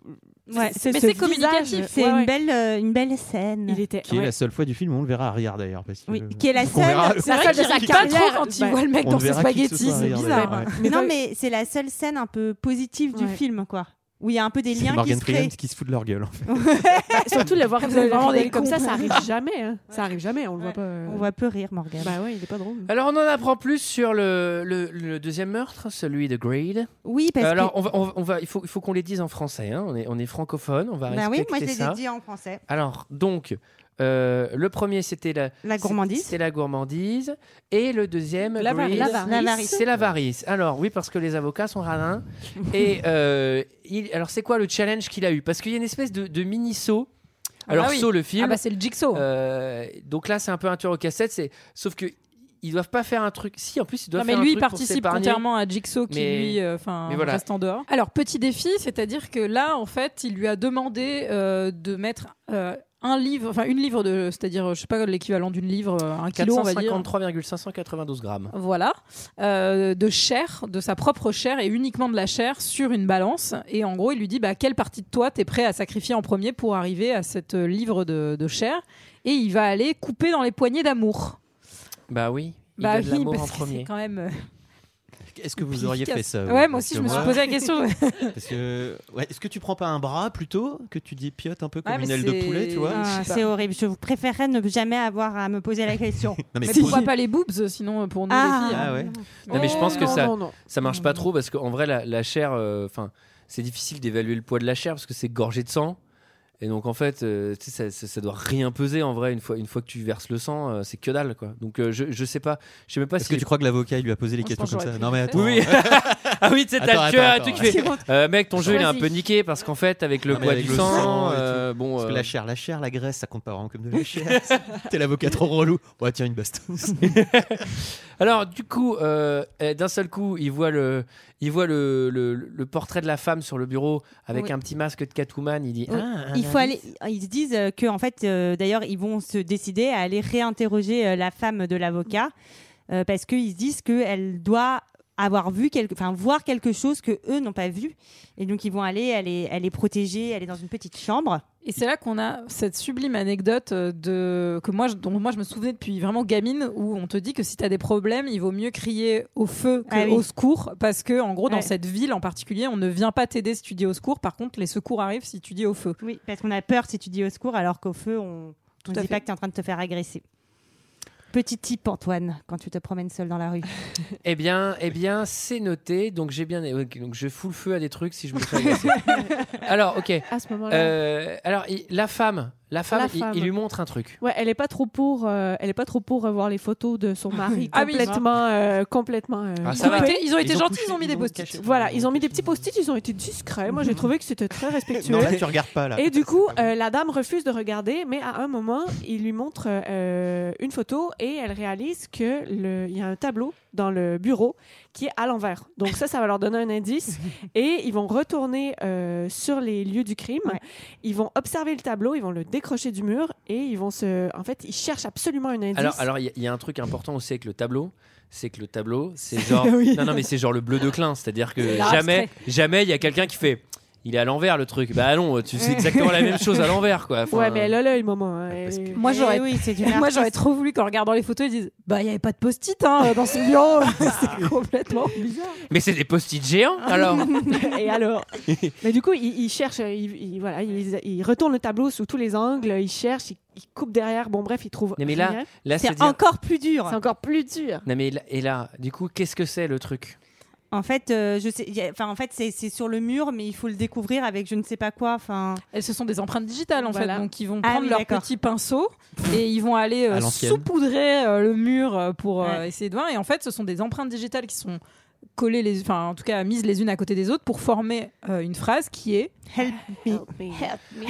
G: Ouais,
I: c'est-
K: mais
I: ce
K: c'est
I: visage,
K: communicatif,
G: C'est
I: ouais,
G: une,
I: ouais.
G: Belle, euh, une belle scène.
I: Il était.
D: Qui est
I: ouais.
D: la seule fois du film où on le verra à rire d'ailleurs. parce que-
G: Oui, qui est la
D: qu'on verra-
G: seule.
I: C'est vrai
K: C'est vrai
I: qu'il rit
K: qu'il rit
I: pas
K: pas
I: trop
K: quand
I: quand il
K: il voit le mec
D: On
K: dans
D: le
K: ses
D: verra qui que
K: spaghettis,
D: ce soit
K: c'est
D: rire,
K: bizarre.
D: d'ailleurs, ouais.
G: Non,
I: toi-
G: mais c'est la seule scène un peu positive du
I: Ouais.
G: film, quoi. Où il y a un peu des
D: C'est
G: liens qui
D: Morgan
G: se créent.
D: Freeman qui se fout de leur gueule. en fait.
I: Bah, surtout le voir
K: Vous allez
I: vraiment
K: rire
I: des-
K: des
I: comme ça,
K: cons.
I: ça arrive jamais. hein. Ça arrive jamais, on le voit
K: Ouais.
I: pas. euh,
G: On voit peu rire, Morgan.
I: Bah ouais, il est pas drôle.
A: Alors, on en apprend plus sur le, le- le deuxième meurtre, celui de Grade.
G: oui, parce
A: Alors, on va, on va- on va- il faut, il faut qu'on les dise en français. hein. On est, on est francophone, on va
G: que. Bah oui,
A: respecter
G: moi je l'ai
A: ça.
G: dit en français.
A: Alors, donc, euh, le premier, c'était la,
G: La gourmandise.
A: C'est la gourmandise. Et le deuxième,
I: L'avarice.
A: Grease,
G: L'avarice. L'avarice.
A: c'est l'avarice. Alors oui, parce que les avocats sont radins. et euh, il- alors c'est quoi le challenge qu'il a eu Parce qu'il y a une espèce de, de mini saut.
K: Ah
A: Alors
K: bah oui.
A: saut le film.
K: Ah bah c'est le jigsaw.
A: Euh, donc là, c'est un peu un tueur aux cassettes. C'est sauf que ils doivent pas faire un truc. Si en plus ils doivent
K: Non, mais
A: faire un
K: lui, il
A: truc pour
K: participe
A: s'épargner.
K: contrairement à Jigsaw qui,
A: Mais-
K: lui, euh, enfin,
A: mais voilà.
K: reste en dehors. Alors, petit défi, c'est-à-dire que là, en fait, il lui a demandé euh, de mettre euh, un livre, enfin, une livre de, c'est-à-dire, euh, je sais pas, l'équivalent d'une livre, euh, un kilo, on va dire.
A: 453,592 grammes.
K: Voilà, euh, de chair, de sa propre chair et uniquement de la chair sur une balance. Et en gros, il lui dit bah, quelle partie de toi t'es prêt à sacrifier en premier pour arriver à cette euh, livre de, de chair. Et il va aller couper dans les poignées d'amour.
A: Bah oui. Il
K: bah
A: donne l'amour en
K: parce que c'est
A: premier.
K: quand même. euh,
D: Est-ce que vous auriez fait
K: efficace.
D: ça
K: Ouais,
D: vous
K: moi
D: Parce
K: aussi, je
D: que
K: me suis
D: moi-
K: posé la question.
D: Parce que, ouais, est-ce que tu prends pas un bras plutôt que tu dis piote un peu comme
K: Ouais, mais
D: une aile de
K: c'est-
D: poulet, tu vois
G: Ah,
K: je sais
G: c'est horrible. Je vous préférerais ne jamais avoir à me poser la question.
D: Non
K: Mais
D: pose-
K: pourquoi pas les boobs euh, sinon pour nous
G: Ah.
K: les filles hein. Oh,
D: Ah ouais.
A: Non, mais je pense que
I: non,
A: ça-
I: Non, non.
A: Ça marche
K: Mmh.
A: pas trop parce qu'en vrai, la, la chair, euh, enfin, c'est difficile d'évaluer le poids de la chair parce que c'est gorgé de sang. Et donc en fait, euh, tu sais, ça, ça, ça doit rien peser en vrai. Une fois, une fois que tu verses le sang, euh, c'est que dalle quoi. Donc euh, je, je sais pas, je sais même pas
D: Est-ce
A: si.
D: que tu crois que l'avocat il lui a posé les
K: Moi, je
D: questions
K: pense
D: comme ça
K: que j'aurais
D: Non mais
K: pu
D: attends.
A: Oui, oui. ah oui, c'est
D: Attends,
A: ta tueur
D: attends,
A: et tout
D: attends.
A: qui fait. Euh, mec, ton jeu il est un
G: Choisis.
A: peu niqué parce qu'en fait, avec le
D: Non, mais
A: poids
D: avec
A: du
D: le sang
A: sang,
D: et tout.
A: euh, bon.
D: Parce que
A: euh,
D: la chair, la chair, la graisse, ça compte pas vraiment comme de la chair. T'es l'avocat trop relou. Ouais, tiens, une bastos.
A: Alors du coup, euh, eh, d'un seul coup, il voit le, il voit le, le, le portrait de la femme sur le bureau avec
G: Oui.
A: un petit masque de Catwoman. Il dit.
G: Oui.
A: Ah,
G: Il
A: un
G: faut aller. Ils se disent euh, que en fait, euh, d'ailleurs, ils vont se décider à aller réinterroger euh, la femme de l'avocat euh, parce qu'ils se disent qu'elle doit avoir vu quelque, enfin voir quelque chose que eux n'ont pas vu et donc ils vont aller, elle est, elle est protégée, elle est dans une petite chambre.
K: Et c'est là qu'on a cette sublime anecdote euh, de que moi je, dont moi je me souvenais depuis vraiment gamine où on te dit que si tu as des problèmes, il vaut mieux crier au feu
G: Ah oui.
K: qu'au secours parce que en gros dans
G: Ouais.
K: cette ville en particulier, on ne vient pas t'aider si tu dis au secours, par contre les secours arrivent si tu dis au feu.
G: Oui, parce qu'on a peur si tu dis au secours alors qu'au feu on, on
K: Tout
G: dit
K: à fait.
G: pas que tu es en train de te faire agresser. Petit tip Antoine quand tu te promènes seul dans la rue.
A: Eh bien, eh bien, c'est noté. Donc j'ai bien, eh, ok, donc je fous le feu à des trucs si je me fais agresser. alors, ok.
I: À ce moment-là.
A: Euh, alors il- la femme, la femme,
I: La
A: il,
I: femme.
A: il lui montre un truc.
I: Ouais, elle est pas trop pour, euh, elle est pas trop pour revoir les photos de son mari
K: Ah oui.
I: complètement, euh, complètement. euh,
A: Ah,
K: Ils
A: Ça
K: ont
A: va.
K: été, ils ont été
D: Ils ont
K: gentils,
D: couché,
K: ils ont mis
D: ils
K: des
D: ont
K: post-it.
D: caché.
I: Voilà, ils ont mis des petits post-it, ils ont été discrets. Moi, j'ai trouvé que c'était très respectueux.
D: non, là, tu regardes pas là.
I: Et du coup, euh, la dame refuse de regarder, mais à un moment, il lui montre euh, une photo et elle réalise que le- il y a un tableau dans le bureau qui est à l'envers. Donc ça, ça va leur donner un indice et ils vont retourner euh, sur les lieux du crime.
G: Ouais.
I: Ils vont observer le tableau, ils vont le décrocher du mur et ils vont se, en fait, ils cherchent absolument un indice.
A: Alors, alors il y, a- il y a un truc important aussi avec le tableau, c'est que le tableau, c'est genre, non, non, mais c'est genre le bleu de Klein, c'est-à-dire que
K: l'art
A: jamais, jamais il y a quelqu'un qui fait. Il est à l'envers le truc. Bah non, tu sais exactement la même chose à l'envers quoi. Enfin,
I: ouais, mais elle a l'œil, maman. hein,
A: parce
I: elle-
A: que-
K: Moi
G: Eh
K: j'aurais
G: oui, c'est du
K: Moi j'aurais trop voulu qu'en regardant les photos ils disent bah il y avait pas de post-it hein, dans son bureau
G: Ah.
K: c'est complètement
A: Mais c'est des post-it géants alors.
I: Et alors Mais du coup, ils ils cherchent, ils ils- voilà, ils ils retournent le tableau sous tous les angles, ils cherchent, ils ils coupent derrière. Bon, bref, ils trouvent.
A: Mais- mais là,
I: rien.
A: Là c'est.
G: c'est
A: dire-
G: encore plus dur.
I: c'est encore plus dur.
A: Non mais là- et là, du coup, qu'est-ce que c'est le truc
G: En fait, euh, je sais. y a- Enfin, en fait, c'est c'est sur le mur, mais il faut le découvrir avec je ne sais pas quoi. Enfin,
K: Elles, ce sont des empreintes digitales en
I: Voilà.
K: fait, donc ils vont
G: Ah
K: prendre
G: oui,
K: leur
G: d'accord.
K: petit pinceau et ils vont aller euh,
D: À l'ancienne.
K: saupoudrer euh, le mur euh, pour euh,
G: Ouais.
K: essayer de voir. Et en fait, ce sont des empreintes digitales qui sont collées les, enfin en tout cas mises les unes à côté des autres pour former euh, une phrase qui est
G: Help me.
I: Oh,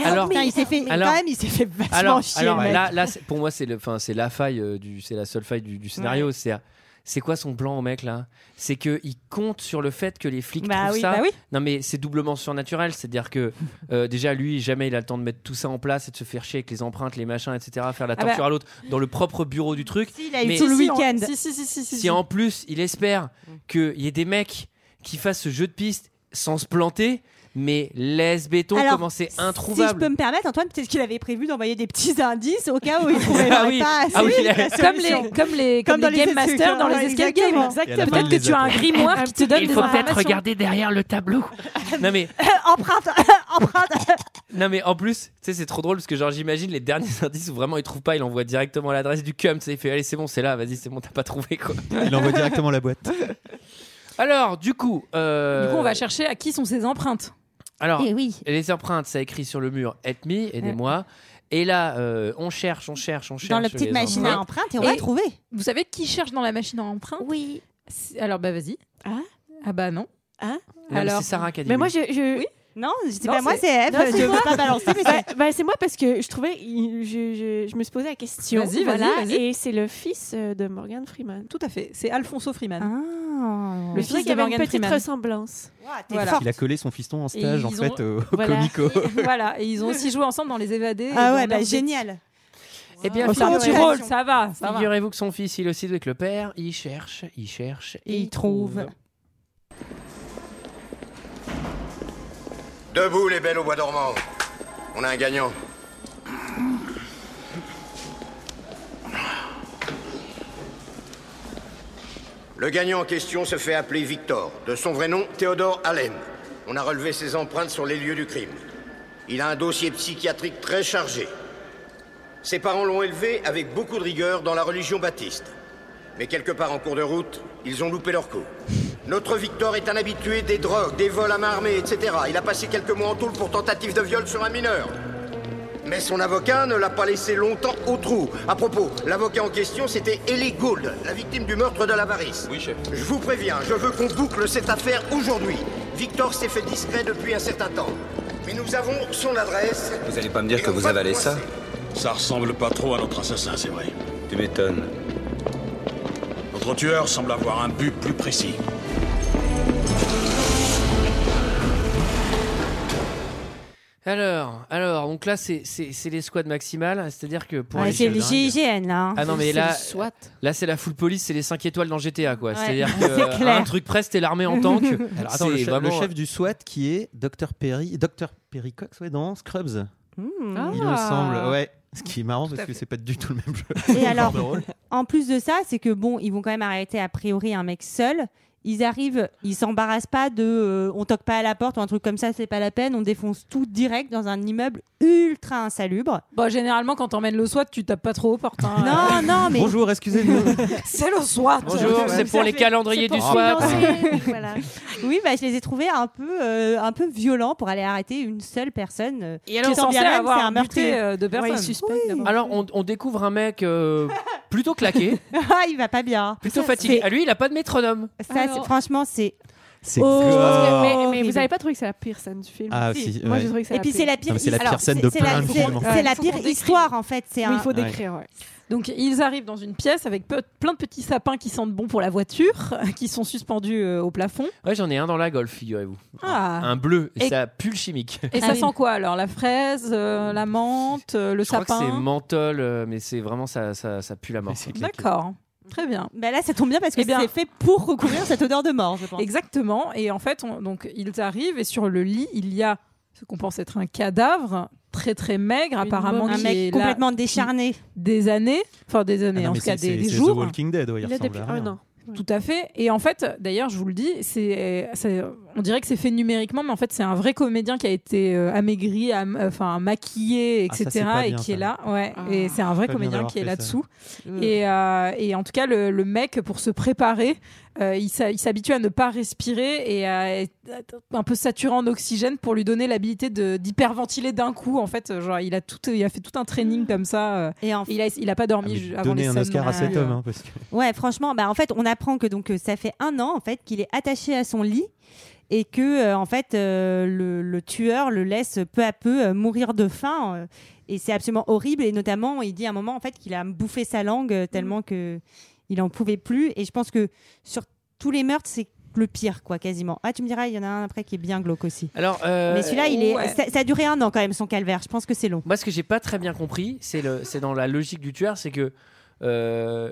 A: Alors-
G: Putain, il s'est fait.
A: Alors-
G: quand même, il s'est fait vachement
A: alors,
G: chier.
A: alors
G: le mec.
A: là, là c'est- pour moi, c'est le, enfin, c'est la faille euh, du, c'est la seule faille du, du scénario. C'est, c'est quoi son plan au mec là C'est que il compte sur le fait que les flics
G: Bah
A: trouvent
G: oui,
A: ça.
K: bah oui.
A: Non mais c'est doublement surnaturel, c'est-à-dire que euh, déjà lui, jamais il a le temps de mettre tout ça en place et de se faire chier avec les empreintes, les machins, etc. Faire la
K: Ah bah-
A: torture à l'autre dans le propre bureau du truc.
G: Si, il a eu
A: mais-
G: tout le
K: Si, si,
G: week-end.
K: on- Si si si si si.
A: Si
K: si. Mm.
A: en plus il espère qu'il y ait des mecs qui fassent ce jeu de piste sans se planter, mais laisse béton
G: Alors,
A: comment c'est
G: Si je peux
A: introuvable.
G: me permettre, Antoine, peut-être qu'il avait prévu d'envoyer des petits indices au cas où il pourrait
A: Ah oui,
G: pas assez
A: ah oui,
G: vite
A: il a-
G: la
K: Comme les,
G: solution.
K: comme les, comme
G: Comme dans
K: les
G: les
K: game
G: escape
K: masters dans les
G: games,
K: escape games.
G: exactement.
D: Et à la fin,
K: Peut-être
D: il
K: que
D: les
K: tu as un
D: appelle.
K: grimoire qui te donne
A: il
K: des
A: faut peut-être
K: informations.
A: regarder derrière le tableau. non mais
G: empreinte, empreinte.
A: Non mais en plus, tu sais c'est trop drôle parce que genre j'imagine les derniers indices où vraiment il trouve pas, il envoie directement l'adresse du cum, tu sais, il fait allez c'est bon, c'est là, vas-y, c'est bon, t'as pas trouvé quoi.
D: Il envoie directement la boîte.
A: Alors, du coup, euh,
K: Du coup, on va chercher à qui sont ces empreintes.
A: Alors,
G: Et Eh oui.
A: les empreintes, ça écrit sur le mur "Help me", aidez-moi. Et là, euh, on cherche, on cherche, on cherche
G: Dans la
A: les
G: petite machine à
A: empreintes.
G: empreinte et on
K: Et-
G: va trouver.
K: Vous savez qui cherche dans la machine à empreintes
G: Oui.
K: C'est- Alors bah vas-y.
I: Ah.
K: Ah bah non.
I: Ah.
A: Non, mais
K: Alors-
A: c'est Sarah qui a dit.
I: Mais
A: oui.
I: moi, je. je-
K: Oui.
G: Non, c'est
K: Non,
G: pas moi,
K: c'est-
G: c'est F.
I: Non, c'est
G: Je
I: moi.
G: veux pas balancer, mais
I: Bah,
G: c'est.
I: bah, c'est moi parce que je trouvais, il- je, je- je me suis posé la question.
K: Vas-y, vas-y,
I: voilà,
K: vas-y.
I: Et c'est le fils euh, de Morgan Freeman.
K: Tout à fait. C'est Alfonso Freeman.
G: Ah.
K: Le
I: Je trouvais
K: fils
I: qu'il y
K: de
I: avait une
K: Morgan
I: petite
K: Freeman.
I: ressemblance.
G: Ouah, Ah, t'es
K: Voilà.
G: forte.
D: Il a collé son fiston en
K: Et
D: stage en
K: ils
D: fait au, au
I: Voilà.
D: Comico.
K: voilà. Et ils ont aussi joué ensemble dans Les Évadés. et
G: Ah
K: dans
G: ouais, bah
K: Lord
G: génial.
A: Eh bien,
K: Dexter.
A: figurez-
G: Wow.
K: Ça
G: Sorti
K: tu
G: du
K: rôles, ça va, ça va.
A: figurez-vous que son fils, il aussi avec le père, il cherche, il cherche et il trouve.
E: Debout, les belles au bois dormant. On a un gagnant. Le gagnant en question se fait appeler Victor, de son vrai nom Théodore Allen. On a relevé ses empreintes sur les lieux du crime. Il a un dossier psychiatrique très chargé. Ses parents l'ont élevé avec beaucoup de rigueur dans la religion baptiste. Mais quelque part en cours de route, ils ont loupé leur coup. Notre Victor est un habitué des drogues, des vols à main armée, etc. Il a passé quelques mois en tôle pour tentative de viol sur un mineur. Mais son avocat ne l'a pas laissé longtemps au trou. À propos, l'avocat en question, c'était Ellie Gould, la victime du meurtre de l'avarice.
L: Oui, chef.
E: Je vous préviens, je veux qu'on boucle cette affaire aujourd'hui. Victor s'est fait discret depuis un certain temps. Mais nous avons son adresse.
L: Vous allez pas me dire
E: et
L: que
E: on
L: vous
E: va
L: avalez
E: le
L: ça
E: coincer.
B: Ça ressemble pas trop à notre assassin, c'est vrai.
L: Tu m'étonnes.
B: Notre tueur semble avoir un but plus précis.
A: Alors, alors, donc là, c'est c'est- c'est l'escouade maximale, c'est-à-dire que pour
G: Ouais,
A: les
G: C'est le
A: dingues-
G: GIGN là. hein.
A: Ah non, mais là,
K: Soit.
A: Là, c'est la full police, c'est les 5 étoiles dans GTA, quoi.
G: Ouais.
A: C'est-à-dire que
G: C'est
A: euh,
G: clair.
A: un truc presque, t'es l'armée en tank.
D: Alors attends, le
A: C'est
D: chef,
A: vraiment-
D: le chef du SWAT qui est Dr Perry, Dr Perry Cox, ouais, dans Scrubs,
G: Hmm.
D: il me semble. Ouais. Ce qui est marrant parce que c'est pas du tout le même jeu.
G: Et alors,
D: De rôle.
G: en plus de ça, c'est que bon, ils vont quand même arrêter a priori un mec seul. Ils arrivent, ils s'embarrassent pas de euh, on toque pas à la porte ou un truc comme ça, c'est pas la peine, on défonce tout direct dans un immeuble ultra insalubre.
K: Bon, généralement, quand t'emmènes le SWAT, tu tapes pas trop aux portes. hein.
G: Non, non, mais
D: Bonjour, excusez-nous.
K: C'est le SWAT.
A: Bonjour, c'est pour les calendriers du
D: pour
A: soir.
I: voilà.
G: oui, bah, je les ai trouvés un peu, euh, un peu violents pour aller arrêter une seule personne. euh,
K: Et
G: alors, Qui
K: alors,
G: est censé
K: censé
G: bien même, avoir c'est
K: avoir
G: un
K: un
G: buté, meurtrier.
K: de personnes.
A: Alors, on, on découvre un mec euh, plutôt claqué,
G: Ah, il va pas bien.
A: plutôt fatigué.
G: c'est-
A: Ah, lui, il a pas de métronome.
G: Ça,
I: Alors-
G: c'est- franchement, c'est.
D: C'est
G: Oh.
D: gore.
I: Mais, mais
G: Horrible.
I: vous avez pas trouvé que c'est la pire scène du film
D: Ah, si,
I: Moi,
D: ouais.
I: j'ai trouvé que c'est
G: Et
I: la
G: puis,
I: pire.
G: c'est la pire.
D: Non, mais c'est la
G: alors,
D: pire scène de
G: c'est
D: plein
G: la-
D: de
G: c'est-
D: films, en
G: C'est
K: fait.
G: la
K: Faut qu'on
G: pire
K: décrive.
G: histoire, en fait. C'est
I: Oui,
G: un.
I: il faut
D: Ouais.
I: décrire, ouais.
K: Donc ils arrivent dans une pièce avec peu- plein de petits sapins qui sentent bon pour la voiture, qui sont suspendus euh, au plafond.
A: Ouais, j'en ai un dans la golf, figurez-vous.
K: Ah.
A: Un bleu, et
K: Et-
A: ça pue le chimique.
K: Et
G: Ah
K: ça
G: oui.
K: sent quoi alors La fraise, euh, la menthe, euh, le
A: Je crois que c'est
K: sapin
A: menthol, euh, mais c'est vraiment ça, ça, ça pue la mort.
D: C'est claqué.
K: D'accord, très bien.
G: Bah là, ça tombe bien parce que
K: Eh bien-
G: c'est fait pour recouvrir cette odeur de mort, je pense.
K: Exactement. Et en fait, on- donc ils arrivent et sur le lit, il y a ce qu'on pense être un cadavre très très maigre,
I: Une
K: apparemment
I: momie.
G: Un
K: qui est
G: mec
K: là
G: complètement décharné.
K: des années, enfin des
D: Ah
K: années,
D: non,
K: en
D: mais
K: tout cas
D: c'est-
K: des,
D: c'est-
K: des
D: c'est The
K: jours.
D: Walking Dead, ouais, il
I: Il a oh
D: ressemble
I: depuis
D: à
I: un
D: rien.
I: an.
K: Tout à fait. Et en fait, d'ailleurs, je vous le dis, c'est c'est- on dirait que c'est fait numériquement, mais en fait, c'est un vrai comédien qui a été euh, amaigri, am- enfin maquillé,
D: Ah, ça,
K: etc.,
D: c'est pas
K: et
D: bien,
K: qui
D: ça.
K: est là. Ouais.
I: Ah,
K: et c'est un vrai
D: pas bien
K: comédien
D: d'avoir
K: qui est
D: fait ça.
K: là-dessous. Et, euh, et en tout cas, le, le mec, pour se préparer, euh, il s'a- il s'habitue à ne pas respirer et à être un peu saturant d'oxygène pour lui donner l'habilité de- d'hyperventiler d'un coup. En fait, genre, il a, tout, il a fait tout un training comme ça. euh,
G: Et en
K: et il, a, il a pas dormi ju- avant
D: Donner
K: les
D: Ah, un
K: scènes
D: Oscar
K: non
D: à
K: plus,
D: cet
K: euh.
D: homme, hein, parce que
G: Ouais, franchement, bah en fait, on apprend que donc euh, ça fait un an en fait qu'il est attaché à son lit et que euh, en fait euh, le, le tueur le laisse peu à peu euh, mourir de faim euh, et c'est absolument horrible et notamment il dit à un moment en fait qu'il a bouffé sa langue euh, tellement que il en pouvait plus et je pense que sur tous les meurtres c'est le pire quoi quasiment. Ah tu me diras il y en a un après qui est bien glauque aussi.
A: Alors, euh,
G: Mais celui-là il est
K: ouais.
G: ça, ça a duré un an quand même son calvaire. Je pense que c'est long.
A: Moi, ce que j'ai pas très bien compris, c'est le, c'est dans la logique du tueur, c'est que euh,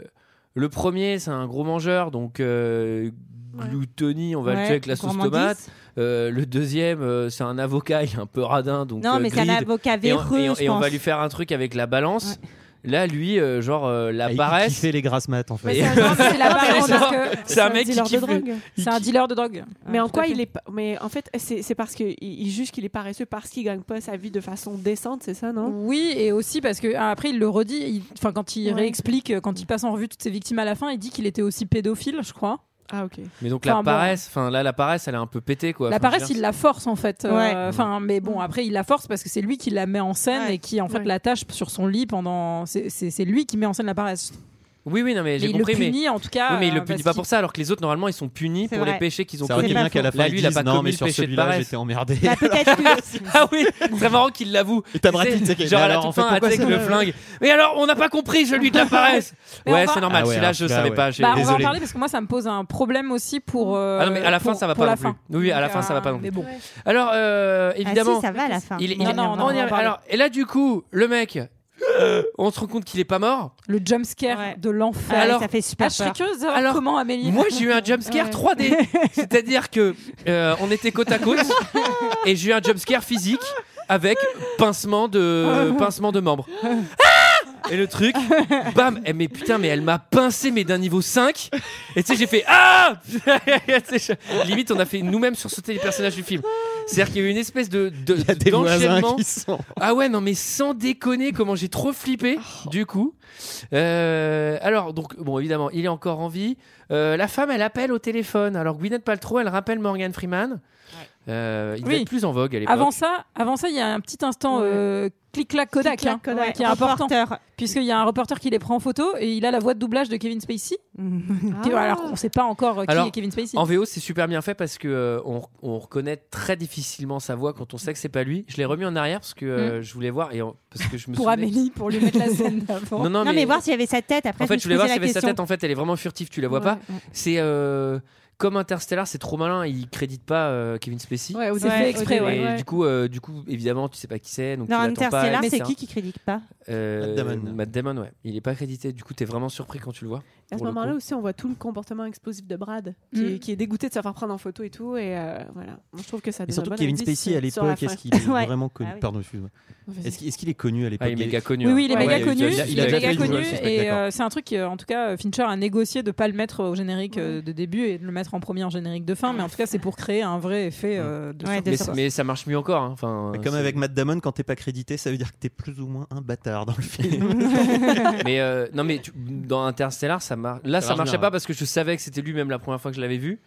A: le premier, c'est un gros mangeur, donc euh, gloutonie, on va le tuer avec la sauce
G: gourmandise.
A: tomate. Euh, le deuxième, euh, c'est un avocat, il est un peu radin, donc
G: Non
A: euh,
G: mais c'est un
A: greed.
G: avocat
A: Et on-
G: véreux
A: et on,
G: je
A: et on va
G: pense.
A: lui faire un truc avec la balance. Là, lui, euh, genre euh, la
D: Ah, il- il
A: paresse.
D: fait les grasses maths en
A: Mais
D: fait.
K: C'est un genre- c'est la barre,
A: c'est un-
K: parce que
A: c'est un mec qui
I: dealer de
A: kiffe le-
I: drogue.
K: C'est un dealer de drogue.
I: Mais
K: Ouais,
I: en
K: tout
I: quoi
K: à fait.
I: il est pas- Mais en fait, c'est c'est parce qu'il il juge qu'il est paresseux parce qu'il gagne pas sa vie de façon décente, c'est ça, non
K: Oui, et aussi parce que ah, après il le redit, il- enfin quand il
I: Ouais.
K: réexplique, euh, quand il passe en revue toutes ses victimes à la fin, il dit qu'il était aussi pédophile, je crois.
I: Ah, ok.
A: Mais donc
K: Enfin,
A: la
K: bon.
A: paresse, enfin là, la paresse, elle est un peu pétée quoi.
K: la
A: Enfin, je veux
K: paresse,
A: dire,
K: il la force en fait. Euh,
G: Ouais.
K: Enfin, mais bon, après il la force parce que c'est lui qui la met en scène
G: Ouais.
K: et qui en fait
I: Ouais.
K: l'attache sur son lit pendant. C'est- C'est c'est lui qui met en scène la paresse.
A: Oui, oui, non, mais
K: Mais
A: j'ai
K: il le
A: compris, mais.
K: punit en tout cas.
A: Oui, mais il
K: euh,
A: le punit pas
K: parce
A: pour ça, alors que les autres, normalement, ils sont punis
G: C'est
A: pour les
G: vrai.
A: péchés qu'ils ont
D: Ça
G: aurait
A: commis.
D: aurait
G: pas
D: bien qu'à la
A: faux.
D: fin,
A: Là,
D: ils
A: lui, il a
D: disent,
A: pas
D: non,
A: commis
D: mais
A: le
D: sur
A: péché de
D: celui-là,
A: paresse.
D: j'étais emmerdé.
G: Bah, peut-être que
A: Ah oui, très marrant qu'il l'avoue.
D: Et t'as Brad
A: Tu sais,
D: Pitt, c'est qui-
A: Genre
D: mais
A: à la
D: alors,
A: toute
D: on fait
A: fin,
D: pourquoi
A: avec
D: ça
A: le flingue. Mais alors, on n'a pas compris celui de la paresse.
K: Mais
A: ouais,
K: on va-
A: c'est normal,
D: Ah ouais,
A: celui-là,
D: alors
A: je
D: celui-là,
A: savais
D: ouais.
A: pas. j'ai-
K: Bah, on va en
D: Désolé.
K: parler parce que moi ça me pose un problème aussi pour. euh,
A: Ah non, mais à la fin,
K: pour-
A: ça va pas
K: pour la
A: non plus.
K: fin.
A: Oui, oui, à la
K: Donc, euh,
A: fin, ça va pas non
K: Mais
A: plus.
K: bon.
A: Alors, euh, évidemment.
G: Ah, si, ça va à la fin.
A: Il, il-
K: Non,
A: il-
K: non, non,
A: on y
K: on en
A: arrive.
K: parle.
A: Alors, et là, du coup, le mec, on se rend compte qu'il est pas mort.
K: Le jump scare
G: Ouais.
K: de l'enfer.
G: Ah,
A: Alors-
G: ça fait
K: Ah,
G: super
K: je serais
G: peur.
K: curieuse de savoir
A: Alors,
K: comment Amélie.
A: Moi, j'ai eu un jump scare 3D. C'est-à-dire que euh, on était côte à côte et j'ai eu un jump scare physique avec pincement de pincement de membres. Ah et le truc, bam, Eh, mais putain, mais elle m'a pincé, mais d'un niveau 5. Et tu sais, j'ai fait Ah Tu sais, je- Limite, on a fait nous-mêmes sursauter les personnages du film. C'est-à-dire qu'il y a eu une espèce de, de
D: Il y a des voisins
A: d'enchaînement.
D: qui sont.
A: Ah ouais, non, mais sans déconner, comment j'ai trop flippé, du coup. Euh, alors, donc, bon, évidemment, il est encore en vie. Euh, la femme, elle appelle au téléphone. Alors, Gwyneth Paltrow, elle rappelle Morgan Freeman. Euh, il
K: Oui.
A: était plus en vogue à l'époque.
K: Avant ça, avant ça, il y a un petit instant
I: Ouais.
K: euh, clic-clac Kodak,
I: Clic-clac
K: hein,
I: Kodak.
K: qui est important,
G: Reporter.
K: puisqu'il y a un reporter qui les prend en photo et il a la voix de doublage de Kevin Spacey.
I: Ah.
K: Qui- Alors, on ne sait pas encore euh, qui
A: Alors,
K: est Kevin Spacey.
A: En VO, c'est super bien fait parce que euh, on, on reconnaît très difficilement sa voix quand on sait que c'est pas lui. Je l'ai remis en arrière parce que euh, je voulais voir et en- parce que je me
K: Pour
A: souvenais-
K: Amélie, pour lui mettre la scène d'avant.
A: Non, non,
G: Non, mais, voir s'il y avait sa tête après.
A: En fait, je voulais
G: me
A: voir
G: suis
A: s'il y
G: posé
A: avait
G: la
A: sa tête. En fait, elle est vraiment furtive. Tu la vois pas. C'est euh, comme Interstellar, c'est trop malin. Il crédite pas euh, Kevin Spacey.
I: Ouais, au
K: C'est
I: début,
K: fait
I: au
K: exprès,
A: Et
I: début,
K: ouais.
A: du coup, euh, du coup, évidemment, tu sais pas qui c'est, donc
G: Non,
A: tu l'attends pas.
G: Interstellar, c'est
A: etc.
G: qui qui critique pas
A: hein. Euh,
D: Matt Damon.
A: Matt Damon, ouais. Il est pas crédité. Du coup, t'es vraiment surpris quand tu le vois.
I: À ce
A: pour le
I: moment-là
A: coup.
I: aussi, on voit tout le comportement explosif de Brad, qui, est,
K: Mm.
I: qui est dégoûté de se faire prendre en photo et tout. Et euh, voilà, Moi, je trouve que ça
D: Et
I: donne
D: surtout
I: un bon
D: Kevin
I: indice
D: Spacey à
I: sur la
D: l'époque, est-ce
I: fin.
D: qu'il est
G: Ouais.
D: vraiment connu
G: Ah oui.
D: Pardon, excuse-moi.
I: Vas-y.
D: Est-ce qu'il- est-ce qu'il est connu à l'époque
A: Ah, il est méga connu.
K: Oui,
A: hein.
K: oui, il est
I: Ouais,
K: méga
I: ouais,
K: connu.
D: il a-
K: Il,
D: il a
K: est
D: déjà
K: méga
D: fait
K: connu.
D: jouer ce
K: Et
D: spectacle.
K: euh, c'est un truc, euh, en tout cas, euh, Fincher a négocié de pas le mettre au générique euh, de début et de le mettre en premier en générique de fin. Mais en tout cas, c'est pour créer un vrai effet euh, de
G: Ouais,
K: surprise,
A: Mais,
K: quoi.
A: mais ça marche mieux encore. hein. Enfin,
D: Comme
A: c'est-
D: avec Matt Damon, quand t'es pas crédité, ça veut dire que t'es plus ou moins un bâtard dans le film.
A: Mais euh, non, mais tu- dans Interstellar, ça marche. Là,
D: Ça
A: ça
D: marche
A: marchait
D: bien,
A: pas
D: ouais.
A: parce que je savais que c'était lui même la première fois que je l'avais vu.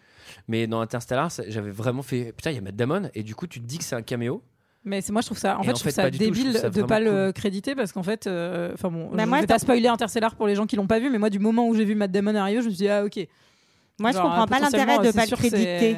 A: Mais dans Interstellar, ça- j'avais vraiment fait putain, il y a Matt Damon et du coup, tu te dis que c'est un caméo.
K: Mais c'est- moi je trouve ça, en
A: Et
K: fait,
A: en
K: je
A: fait,
K: trouve ça
A: pas du tout, je
K: débile
A: trouve ça
K: de
A: vraiment
K: pas le créditer parce qu'en fait, euh, enfin bon,
G: Bah,
K: je
G: moi,
K: vais pas
G: attends.
K: spoiler Interstellar pour les gens qui l'ont pas vu, mais moi du moment où j'ai vu Matt Damon arriver, je me suis dit ah ok.
G: Moi, je
K: Genre,
G: comprends
K: euh,
G: pas l'intérêt
K: potentiellement,
G: de
K: c'est
G: pas le
K: sûr que c'est-
G: créditer.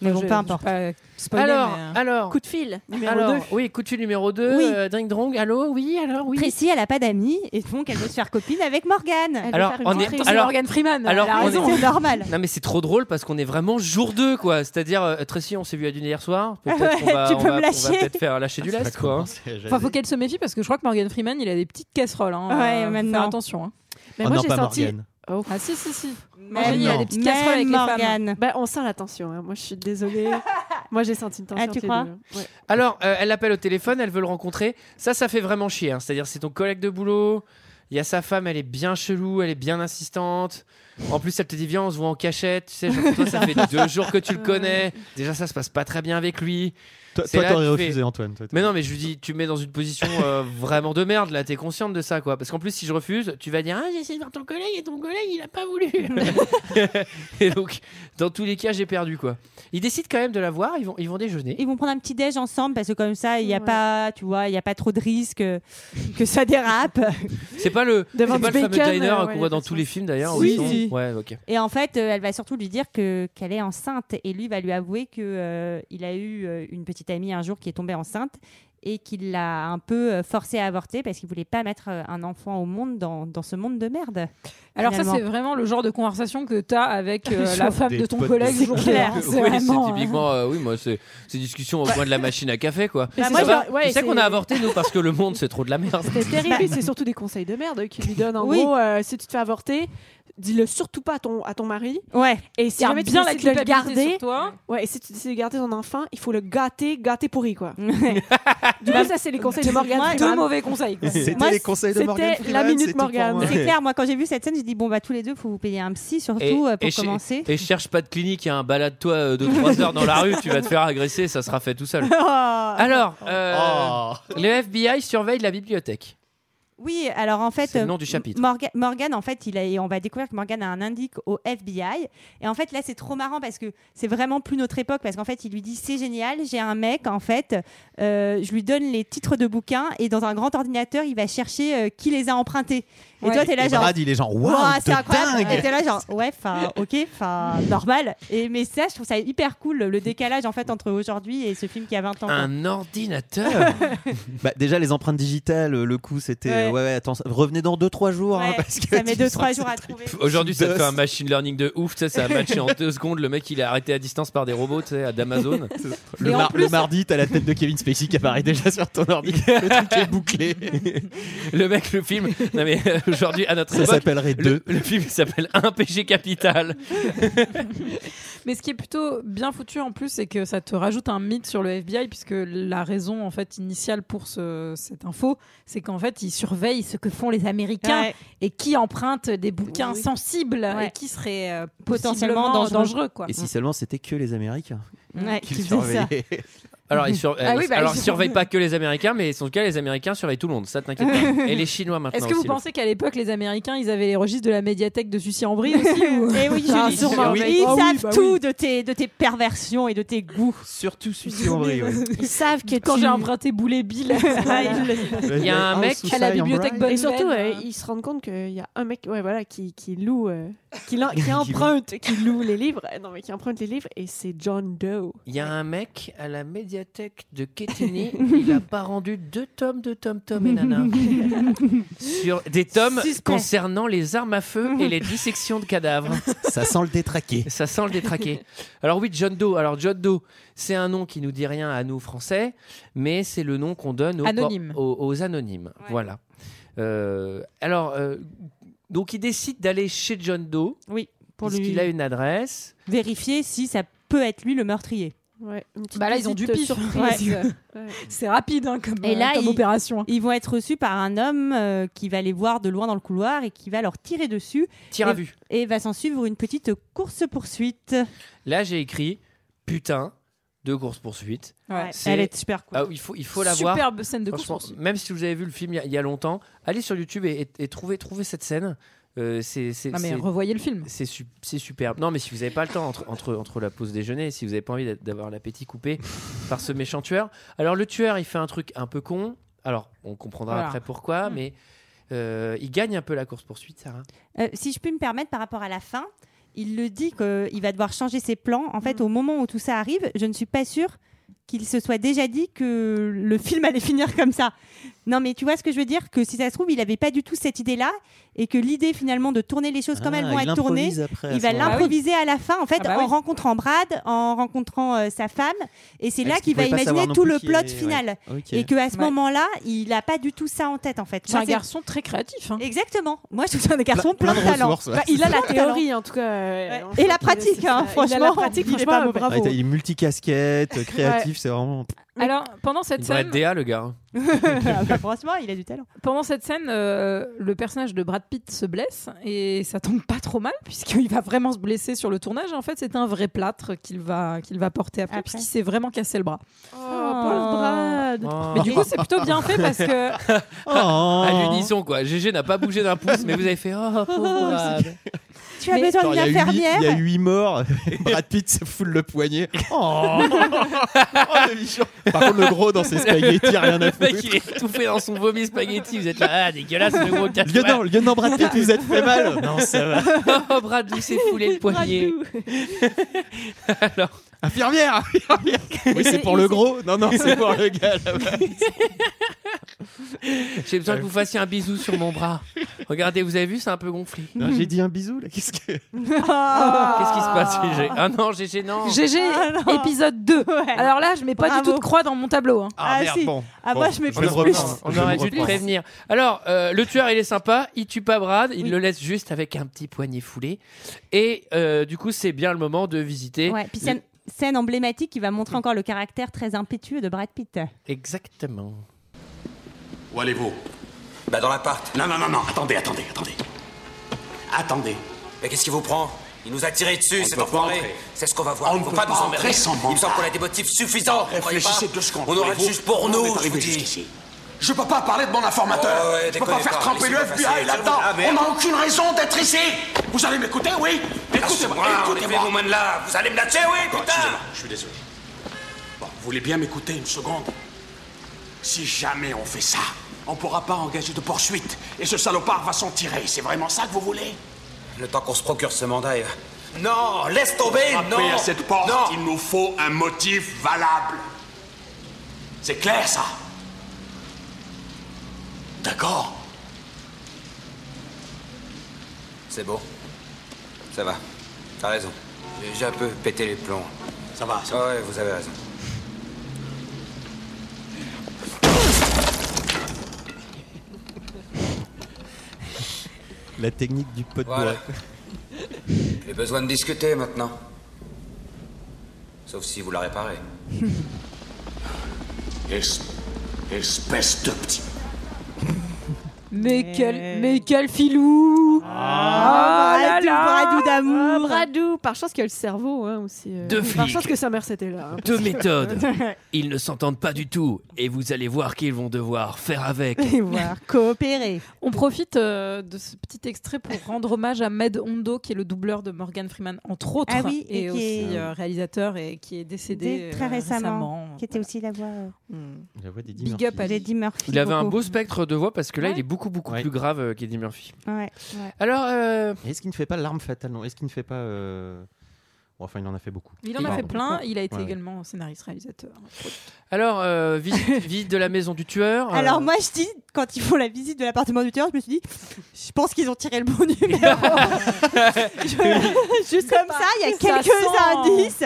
G: Mais
K: Enfin,
G: bon,
K: je-
G: peu importe.
K: Je vais pas spoiler,
A: Alors,
K: mais, euh,
A: alors,
I: Coup de fil, numéro
A: alors,
I: 2.
A: oui, coup de fil numéro 2
G: Oui.
A: Dring Drong, allô, oui, alors, oui.
G: Tracy, elle a pas d'amis et donc elle veut se faire copine avec Morgane. Ah,
A: Alors, on est-
K: attends, c'est
A: alors-
K: Morgan Freeman.
A: alors,
K: elle a
A: on est-
K: raison.
G: C'est normal.
A: Non mais c'est trop drôle parce qu'on est vraiment jour 2 quoi. C'est-à-dire euh, Tracy, on s'est vu à dîner hier soir. Peut-être
G: Ah Ouais,
A: qu'on va,
G: tu
A: on
G: peux
A: va-
G: me
A: on va
G: lâcher. Ah,
A: peut-être faire lâcher du lest quoi. hein.
K: Enfin, faut qu'elle se méfie parce que je crois que Morgan Freeman, il a des petites casseroles. Hein,
G: Ouais,
K: Faut
G: maintenant.
K: Faire attention. hein.
I: Mais
D: Oh
I: moi,
D: non,
I: j'ai
D: pas
I: senti.
D: Morgane.
K: Ah si si si.
G: Même,
K: il y a
D: non.
K: des petites casseroles avec les femmes. hein.
G: Morgane.
I: Bah, on sent la tension. hein. Moi, je suis désolée. moi, j'ai senti une tension.
G: Ah, tu
I: entre les
G: crois
I: deux. Ouais.
A: Alors euh, elle appelle au téléphone, elle veut le rencontrer. Ça ça fait vraiment chier. hein. C'est-à-dire c'est ton collègue de boulot. Il y a sa femme, elle est bien chelou, elle est bien insistante. En plus, elle te dit, viens, on se voit en cachette. Tu sais, genre, toi, ça fait deux jours que tu le connais. Déjà, ça se passe pas très bien avec lui.
D: Toi,
A: C'est
D: toi,
A: là
D: t'aurais
A: que tu fais-
D: refusé, Antoine. toi, t'aurais-
A: Mais non, mais je lui dis, tu me mets dans une position euh, vraiment de merde, là, t'es consciente de ça, quoi. Parce qu'en plus, si je refuse, tu vas dire, ah, j'ai essayé de voir ton collègue et ton collègue, il a pas voulu. et donc, dans tous les cas, j'ai perdu, quoi. Ils décident quand même de la voir, ils vont, ils vont déjeuner.
G: Ils vont prendre un petit déj ensemble parce que comme ça, il n'y a
I: Ouais.
G: pas, tu vois, il y a pas trop de risques euh, que ça dérape.
A: C'est pas le, c'est
I: Devant
A: pas le
I: du
A: fameux
I: bacon,
A: diner
I: euh,
A: qu'on
I: ouais,
A: voit dans
I: parce
A: tous
I: que-
A: les films, d'ailleurs. où
K: Si,
A: ils sont-
K: si.
A: Ouais, ok.
G: Et en fait, euh, elle va surtout lui dire que qu'elle est enceinte et lui va lui avouer que euh, il a eu euh, une petite amie un jour qui est tombée enceinte et qu'il l'a un peu euh, forcée à avorter parce qu'il voulait pas mettre euh, un enfant au monde dans, dans ce monde de merde.
K: Alors ça,
G: Finalement.
K: c'est vraiment le genre de conversation que t'as avec euh,
I: Sur
K: la femme
D: des
K: de ton
D: potes de-
K: collègue.
G: C'est
K: jour de-
G: clair.
K: hein,
A: Oui,
K: vraiment,
A: c'est typiquement, euh, oui, moi, c'est c'est discussion au coin de la machine à café, quoi.
I: Mais
G: Bah,
I: c'est
G: moi,
A: Ça
I: sûr-
A: va
I: ouais,
A: tu sais
I: c'est-
A: qu'on a avorté, nous, parce que le monde, c'est trop de la merde.
I: C'est terrible, et c'est surtout des conseils de merde qu'il lui donne. En
G: Oui.
I: gros, euh, si tu te fais avorter, dis-le surtout pas à ton, à ton mari.
G: Ouais.
I: Et si
K: Garde
I: jamais tu
K: bien la
I: décides de le
K: culpabilité
I: garder,
K: sur toi.
I: ouais, et si tu décides de garder ton enfant, il faut le gâter, gâter pourri, quoi. Du coup, ça, c'est les conseils de Morgan
G: Moi,
K: Deux
I: Freeman.
K: mauvais conseils. quoi.
D: C'était
G: Moi,
D: les conseils de
I: c'était
D: Morgan
I: la
D: Freeman.
I: minute
D: c'est tout pour
I: Morgan.
D: moi.
G: C'est clair. Moi, quand j'ai vu cette scène, j'ai dit bon bah tous les deux, faut vous payer un psy surtout euh, pour
A: je-
G: commencer.
A: et je cherche pas de clinique, un balade-toi euh, deux trois heures dans la rue, tu vas te faire agresser, ça sera fait tout seul. Alors, euh,
D: Oh.
A: le FBI surveille la bibliothèque.
G: Oui, alors en fait,
A: C'est le
G: euh,
A: nom du chapitre.
G: Morgan, Morgan, en fait, il a, et on va découvrir que Morgan a un indique au FBI. Et en fait, là, c'est trop marrant parce que c'est vraiment plus notre époque. Parce qu'en fait, il lui dit C'est génial, j'ai un mec, en fait, euh, je lui donne les titres de bouquins et dans un grand ordinateur, il va chercher euh, qui les a empruntés. Et
K: Ouais.
G: toi, t'es là,
D: Et
G: genre.
D: Brad, il est genre, waouh,
G: Ouah,
D: de
G: c'est incroyable! Et
D: dingue
G: t'es là, genre, ouais, enfin, ok, enfin, normal. Et, mais ça, je trouve ça hyper cool, le décalage en fait entre aujourd'hui et ce film qui a 20 ans. quoi.
A: Un ordinateur
D: Bah, déjà, les empreintes digitales, le coup, c'était.
G: Ouais.
D: Ouais, ouais, attends, revenez dans 2-3 jours. hein,
G: Ouais,
D: parce que
G: ça met
D: tu
G: 2-3
D: sens
G: jours
D: que
G: à
D: c'est-
G: trouver.
A: Aujourd'hui, ça te
D: Dust.
A: fait un machine learning de ouf, tu sais, ça a matché en deux secondes. Le mec, il est arrêté à distance par des robots, tu sais, à d'Amazon.
D: Le,
G: Et en
D: mar-
G: plus-
D: le mardi, t'as la tête de Kevin Spacey qui apparaît déjà sur ton ordi. Le truc est bouclé.
A: Le mec, le film. Non mais euh, aujourd'hui, à notre
D: Ça
A: époque,
D: s'appellerait
A: le,
D: 2.
A: le film il s'appelle Un péché capital.
K: Mais ce qui est plutôt bien foutu en plus, c'est que ça te rajoute un mythe sur le FBI, puisque la raison en fait initiale pour ce- cette info, c'est qu'en fait ils surveillent ce que font les Américains
G: Ouais.
K: et qui empruntent des bouquins
G: Oui.
K: sensibles
G: Ouais.
K: et qui seraient euh,
G: Potentiellement
K: possiblement
G: dangereux.
K: dangereux. quoi.
D: Et si seulement c'était que les Américains
G: Ouais,
D: qui
G: qui
D: le
G: faisait ça.
D: surveillaient.
A: Alors, ils, sur...
K: Ah oui, bah,
A: Alors, ils
K: ils sur-
A: surveillent pas que les Américains, mais en tout cas, les Américains surveillent tout le monde. Ça, t'inquiète pas. Et les Chinois maintenant.
K: Est-ce que vous
A: aussi, le-
K: pensez qu'à l'époque les Américains ils avaient les registres de la médiathèque de Sucy-en-Brie aussi ou-
G: Eh oui, Julie,
K: Ah,
G: sûrement.
D: oui.
G: Ils
K: Ah oui,
G: savent
K: bah
G: tout
K: oui.
G: de, tes, de tes perversions et de tes goûts.
D: Surtout celui en vrai, ouais.
G: Ils savent que
K: Quand j'ai emprunté Boulet Bill
A: Il y a un
G: Oh,
D: House
A: mec-
D: sous
K: à la
D: Siam
K: bibliothèque
D: Bride.
K: Bonne
I: Et surtout,
K: Nouvelle,
I: euh,
K: hein.
I: ils se rendent compte qu'il y a un mec ouais, voilà, qui, qui loue, euh, qui, l'en- qui emprunte, qui loue les livres. Euh, Non, mais qui emprunte les livres, et c'est John Doe.
A: Il y a un mec à la médiathèque de Quetigny, il a pas rendu deux tomes de Tom Tom et Nana sur des tomes
G: Suspect.
A: concernant les armes à feu et les dissections de cadavres.
D: Ça sent le détraqué.
A: Ça sent le détraqué. Alors oui, John Doe. Alors John Doe, c'est un nom qui nous dit rien à nous français, mais c'est le nom qu'on donne aux,
K: Anonyme.
A: aux- aux anonymes.
G: Ouais.
A: Voilà. Euh, alors euh, donc il décide d'aller chez John Doe
G: Oui, pour
A: pour
G: lui
A: puisqu'il a une adresse.
G: vérifier si ça peut être lui le meurtrier.
I: Ouais, une petite
K: Bah là ils ont du
I: visite
K: pif.
I: sur-
K: surprise.
I: Ouais.
K: C'est rapide hein, comme,
G: Et là,
K: comme
G: ils-
K: opération.
G: Ils vont être reçus par un homme euh, qui va les voir de loin dans le couloir et qui va leur tirer dessus
A: Tire à
G: Et-
A: vue.
G: et va s'en suivre une petite course-poursuite.
A: Là, j'ai écrit putain de course poursuite.
K: Ouais.
A: C'est-
G: Elle est super cool.
A: il faut, il faut la voir.
K: Superbe scène de course
A: Franchement, même si vous avez vu le film il y a- il y, a longtemps, allez sur YouTube et, et- et trouvez, trouvez cette scène. Euh, c'est c'est-
K: Non mais
A: c'est-
K: revoyez le film.
A: c'est su- c'est superbe. Non, mais si vous n'avez pas le temps entre, entre, entre la pause déjeuner, si vous n'avez pas envie d'être- d'avoir l'appétit coupé par ce méchant tueur. Alors, le tueur, il fait un truc un peu con. Alors, on comprendra
K: Voilà.
A: après pourquoi,
K: Mm.
A: mais euh, il gagne un peu la course poursuite, Sarah.
G: Euh, si je puis me permettre par rapport à la fin, il le dit qu'il va devoir changer ses plans. En
K: Mm.
G: fait, au moment où tout ça arrive, je ne suis pas sûre qu'il se soit déjà dit que le film allait finir comme ça. Non, mais tu vois ce que je veux dire Que si ça se trouve, il n'avait pas du tout cette idée-là et que l'idée finalement de tourner les choses comme
D: Ah,
G: elles vont
D: il
G: être tournées,
D: improvise après, à
G: il
D: ce
G: va
D: moment-là.
G: l'improviser à la fin, en fait,
K: Ah bah
G: en
K: oui.
G: rencontrant Brad, en rencontrant euh, sa femme, et c'est
D: Ah,
G: là
D: parce
G: qu'il va
D: pouvait pas
G: imaginer
D: savoir non
G: tout
D: plus
G: le
D: qui
G: plot
D: est-
G: final.
D: ouais. Ah Ok.
G: Et que à ce
K: Ouais.
G: moment-là, il n'a pas du tout ça en tête, en fait.
K: C'est un
G: Moi, c'est-
K: garçon très créatif. hein.
G: Exactement. Moi, je trouve un garçon
D: plein
G: plein,
D: de
G: de talent.
D: ressources, ouais.
G: Bah, il a la théorie.
I: Théorie, en tout cas. euh,
G: Ouais.
I: on
G: Et
I: sait
G: la
I: qu'il-
G: pratique,
I: c'est
G: hein,
I: ça. Il a la
G: franchement,
I: pratique,
G: il est
I: franchement,
D: Ah,
G: pas mauvais.
I: bravo.
D: Ouais, t'as- il est multicasquette, créatif, vif, c'est vraiment.
K: Alors, pendant cette
A: Il devrait
K: scène,
A: être DA, le gars. hein.
G: Bah, franchement, il a du talent.
K: pendant cette scène euh, le personnage de Brad Pitt se blesse et ça tombe pas trop mal puisqu'il va vraiment se blesser sur le tournage. En fait, c'est un vrai plâtre qu'il va, qu'il va porter après,
G: Après.
K: puisqu'il s'est vraiment cassé le bras.
I: Oh,
G: Oh.
I: Brad
K: Mais du coup, c'est plutôt bien fait parce que
G: Oh.
D: Oh.
A: à l'unisson, quoi. GG n'a pas bougé d'un pouce, mais vous avez fait. Oh, pauvre Brad.
G: Tu as
K: Mais-
G: besoin
D: Genre,
G: d'une
D: il y a huit-
G: infirmière
D: Il y a 8 morts. et Brad Pitt se foule le poignet. Oh, Oh, le bichon. Par contre, le gros dans ses spaghettis, rien
A: Le
D: à
A: mec,
D: foutre.
A: il est étouffé dans son vomi spaghetti. Vous êtes là, ah, dégueulasse, le gros casse
D: Lieutenant, lieutenant Brad Pitt, vous êtes fait mal. Non, ça va.
A: Oh, Brad, s'est foulé le poignet. Alors.
D: Infirmière, infirmière. Oui, c'est pour le gros. Non, non, c'est pour le gars là-bas.
A: J'ai besoin que vous fassiez un bisou sur mon bras. Regardez, vous avez vu, c'est un peu gonflé.
D: Non, J'ai dit un bisou là. Qu'est-ce que.
G: Oh.
A: Qu'est-ce qui se passe, GG Ah non, GG, non.
K: GG
G: non.
K: épisode 2. Alors là, je mets pas
G: Bravo.
K: du tout de croix dans mon tableau. hein.
G: Ah, si.
D: bon.
G: Ah,
D: Bon,
G: moi, je mets
D: je
G: plus
D: me reprends.
G: plus.
A: On
D: Je
A: aurait
D: me
A: dû te
D: reprends.
A: prévenir. Alors, euh, le tueur, il est sympa. Il tue pas Brad. Il le laisse juste avec un petit poignet foulé. Et euh, du coup, c'est bien le moment de visiter.
G: Ouais, puis c'est une scène emblématique qui va montrer encore le caractère très impétueux de Brad Pitt.
A: Exactement.
B: Où allez-vous
C: Bah, dans l'appart.
B: Non, non, non, non, attendez, attendez, attendez. Attendez.
C: Mais qu'est-ce qui vous prend Il nous a tiré dessus,
B: On
C: c'est
B: ne peut pas
C: enfoiré.
B: entrer.
C: C'est ce qu'on va voir.
B: On
C: ne
B: ne
C: faut
B: peut
C: pas,
B: pas
C: nous
B: entrer
C: emmerder.
B: sans
C: Il me
B: mandat.
C: semble qu'on a des motifs suffisants. vous croyez
B: Réfléchissez
C: pas
B: deux secondes.
C: On aura le
B: voyez-vous.
C: juge pour
B: On est
C: nous, je vous
B: arrivé
C: dis.
B: jusqu'ici. Je peux pas parler de mon informateur.
C: Ouais, ouais,
B: je peux
C: déconnez
B: pas faire
C: pas,
B: tremper le
C: laissez-moi
B: FBI
C: passer,
B: là-dedans.
C: ah,
B: on
C: merde.
B: n'a aucune raison d'être ici. Vous allez m'écouter, oui Écoutez-moi,
C: Écoutez-moi,
B: écoutez-moi.
C: enlevez vos mains de là. Vous allez me la tuer, oui,
B: Bon, excusez-moi,
C: putain
B: je suis désolé. Bon, vous voulez bien m'écouter une seconde Si jamais on fait ça, on pourra pas engager de poursuite. Et ce salopard va s'en tirer. C'est vraiment ça que vous voulez
C: Le temps qu'on se procure ce mandat, il va- Non, Oh, laisse tomber,
B: Frapper
C: non
B: à cette porte,
C: Non
B: il nous faut un motif valable. C'est clair, ça D'accord
C: C'est bon. Ça va. T'as raison. J'ai- J'ai un peu pété les plombs.
B: Ça va, ça va.
C: Ah ouais, vous avez raison.
D: La technique du pot de
C: Voilà.
D: bois.
C: J'ai besoin de discuter maintenant. Sauf si vous la réparez.
B: Es- espèce de petit...
K: Mais quel, mais quel filou Ah, là,
G: Bradou,
K: là.
G: Bradou
I: Ah,
G: d'amour
I: Bradou Par chance qu'il y a le cerveau hein, aussi. euh.
A: Deux
I: Par
A: flics.
I: chance que sa mère c'était là. hein.
A: Deux méthodes. Ils ne s'entendent pas du tout. Et vous allez voir qu'ils vont devoir faire avec.
G: Et voir coopérer.
K: On profite euh, de ce petit extrait pour rendre hommage à Med Hondo, qui est le doubleur de Morgan Freeman, entre autres,
G: Ah oui, et
K: et,
G: qui
K: aussi
G: est-
K: euh, réalisateur et qui est décédé
G: Dès très
K: euh,
G: récemment,
K: récemment.
G: Qui était aussi la voix euh,
K: Mm.
D: La voix des
K: Big up à
G: d'Eddie Murphy.
A: Il avait un
G: beaucoup.
A: beau spectre de voix parce que là,
K: Ouais.
A: il est beaucoup, beaucoup
D: Ouais.
A: plus grave euh, qu'Eddie Murphy.
G: Ouais.
A: Alors, euh,
D: Est-ce qu'il ne fait pas l'arme fatale Non, est-ce qu'il ne fait pas. euh, bon, enfin, il en a fait beaucoup.
K: Il en a
A: Ah,
K: fait plein. Il a été
D: Ouais, ouais.
K: également scénariste réalisateur.
A: alors euh, visite, visite de la maison du
D: Oh
A: tueur. euh,
G: Alors moi je dis, quand ils font la visite de l'appartement du tueur, je me suis dit, je pense qu'ils ont tiré le bon numéro. Je- Juste comme ça, il y a
K: Ça
G: quelques
K: sent.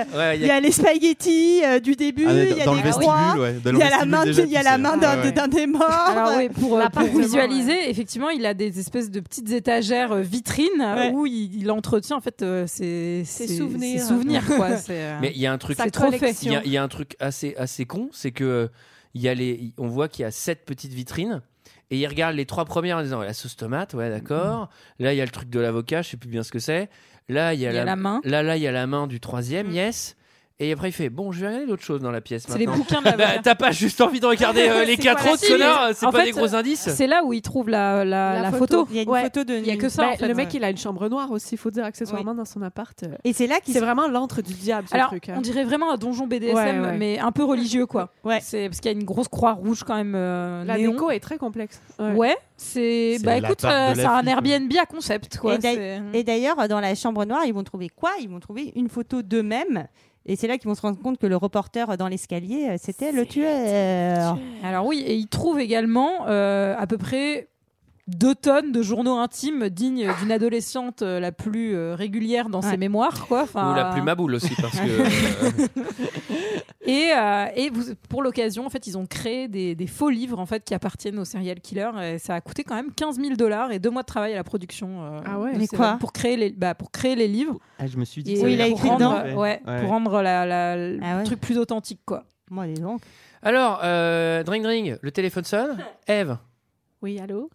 G: indices.
A: ouais, il
G: Il
A: y a
G: y a les spaghettis euh, du début,
D: Ah,
G: il y a
D: dans
G: des
D: le vestibule,
G: croix,
D: ouais. dans
G: il
D: le
G: y a la
D: vestibule,
G: main, de-
D: déjà,
G: il y a
D: tu
G: la
D: sais.
G: main d'un
D: Ah, ouais.
G: d'un des morts.
K: Alors oui, pour, euh, pour
I: L'appartement,
K: visualiser, effectivement, il a des espèces de petites étagères euh, vitrines
G: Ouais.
K: où il, il entretient en fait euh, ses,
I: Ses
K: ses-
I: souvenirs.
K: ses souvenirs, quoi. C'est, euh,
A: Mais il y a un truc,
I: Sa
K: Sa C'est trop
A: il
K: fait.
A: y
I: collection.
A: a, hein. il y a un truc assez, assez con, c'est que euh, il y a les, il- on voit qu'il y a sept petites vitrines. Et il regarde les trois premières en disant la sauce tomate, ouais d'accord. Là il y a le truc de l'avocat, je sais plus bien ce que c'est. Là il y
K: il
A: a,
K: y a la main.
A: là là il y a la main du troisième,
K: Mm.
A: yes. Et après il fait bon, je vais regarder d'autres choses dans la pièce
K: C'est les
A: maintenant.
K: bouquins de la
A: Bah, T'as pas juste envie de regarder euh, les
I: Ah C'est
A: quatre
I: quoi la
A: autres
I: suite euh,
A: connards, c'est
K: En
A: pas
K: fait,
A: des gros indices.
K: C'est là où il trouve la, la,
I: La
K: la
I: photo.
K: photo.
G: Il y a une
I: Ouais.
G: photo de
K: Il y a
G: nuit.
K: que ça.
I: Bah,
K: en fait.
I: le mec, il a une chambre noire aussi, il faut dire, accessoirement, dans son appart. euh.
G: Et c'est là qu'ils
I: C'est vraiment l'antre du diable, ce
K: Alors,
I: truc. hein.
K: on dirait vraiment un donjon BDSM,
I: Ouais, ouais.
K: mais un peu religieux, quoi.
G: Ouais.
K: C'est parce qu'il y a une grosse croix rouge quand même. euh,
I: La
K: néon.
I: déco est très complexe. Ouais.
K: Ouais, c'est
D: C'est
K: bah
D: la
K: écoute,
D: part de
K: euh,
D: la
K: c'est un
D: fille, quoi.
K: Airbnb à concept, quoi.
G: Et d'ail-
K: C'est- hein.
G: Et d'ailleurs, dans la chambre noire, ils vont trouver quoi Ils vont trouver une photo d'eux-mêmes. Et c'est là qu'ils vont se rendre compte que le reporter dans l'escalier, euh, c'était le tueur.
K: Alors oui, et il trouve également euh, à peu près deux tonnes de journaux intimes dignes d'une adolescente euh, la plus euh, régulière dans
G: Ouais.
K: ses mémoires, quoi. Enfin,
A: Ou la plume à boule aussi parce que euh,
K: Et, euh, et vous- pour l'occasion, en fait, ils ont créé des, des faux livres en fait qui appartiennent aux serial killers. Et ça a coûté quand même 15 000 dollars et deux mois de travail à la production. euh,
I: Ah ouais.
K: de
G: Mais
K: ces-
G: quoi
K: pour créer les bah, pour créer les livres.
D: Ah, je me suis dit.
K: Et
D: que ça
G: Oui, il
D: allait
G: a
D: être
K: pour
G: écrit
D: compliqué.
K: rendre, ouais, pour rendre la- la- le
G: Ah ouais.
K: truc plus authentique quoi.
G: Moi, dis donc.
A: Alors, euh, Dring Dring, le téléphone sonne. Eve.
I: Oui, allô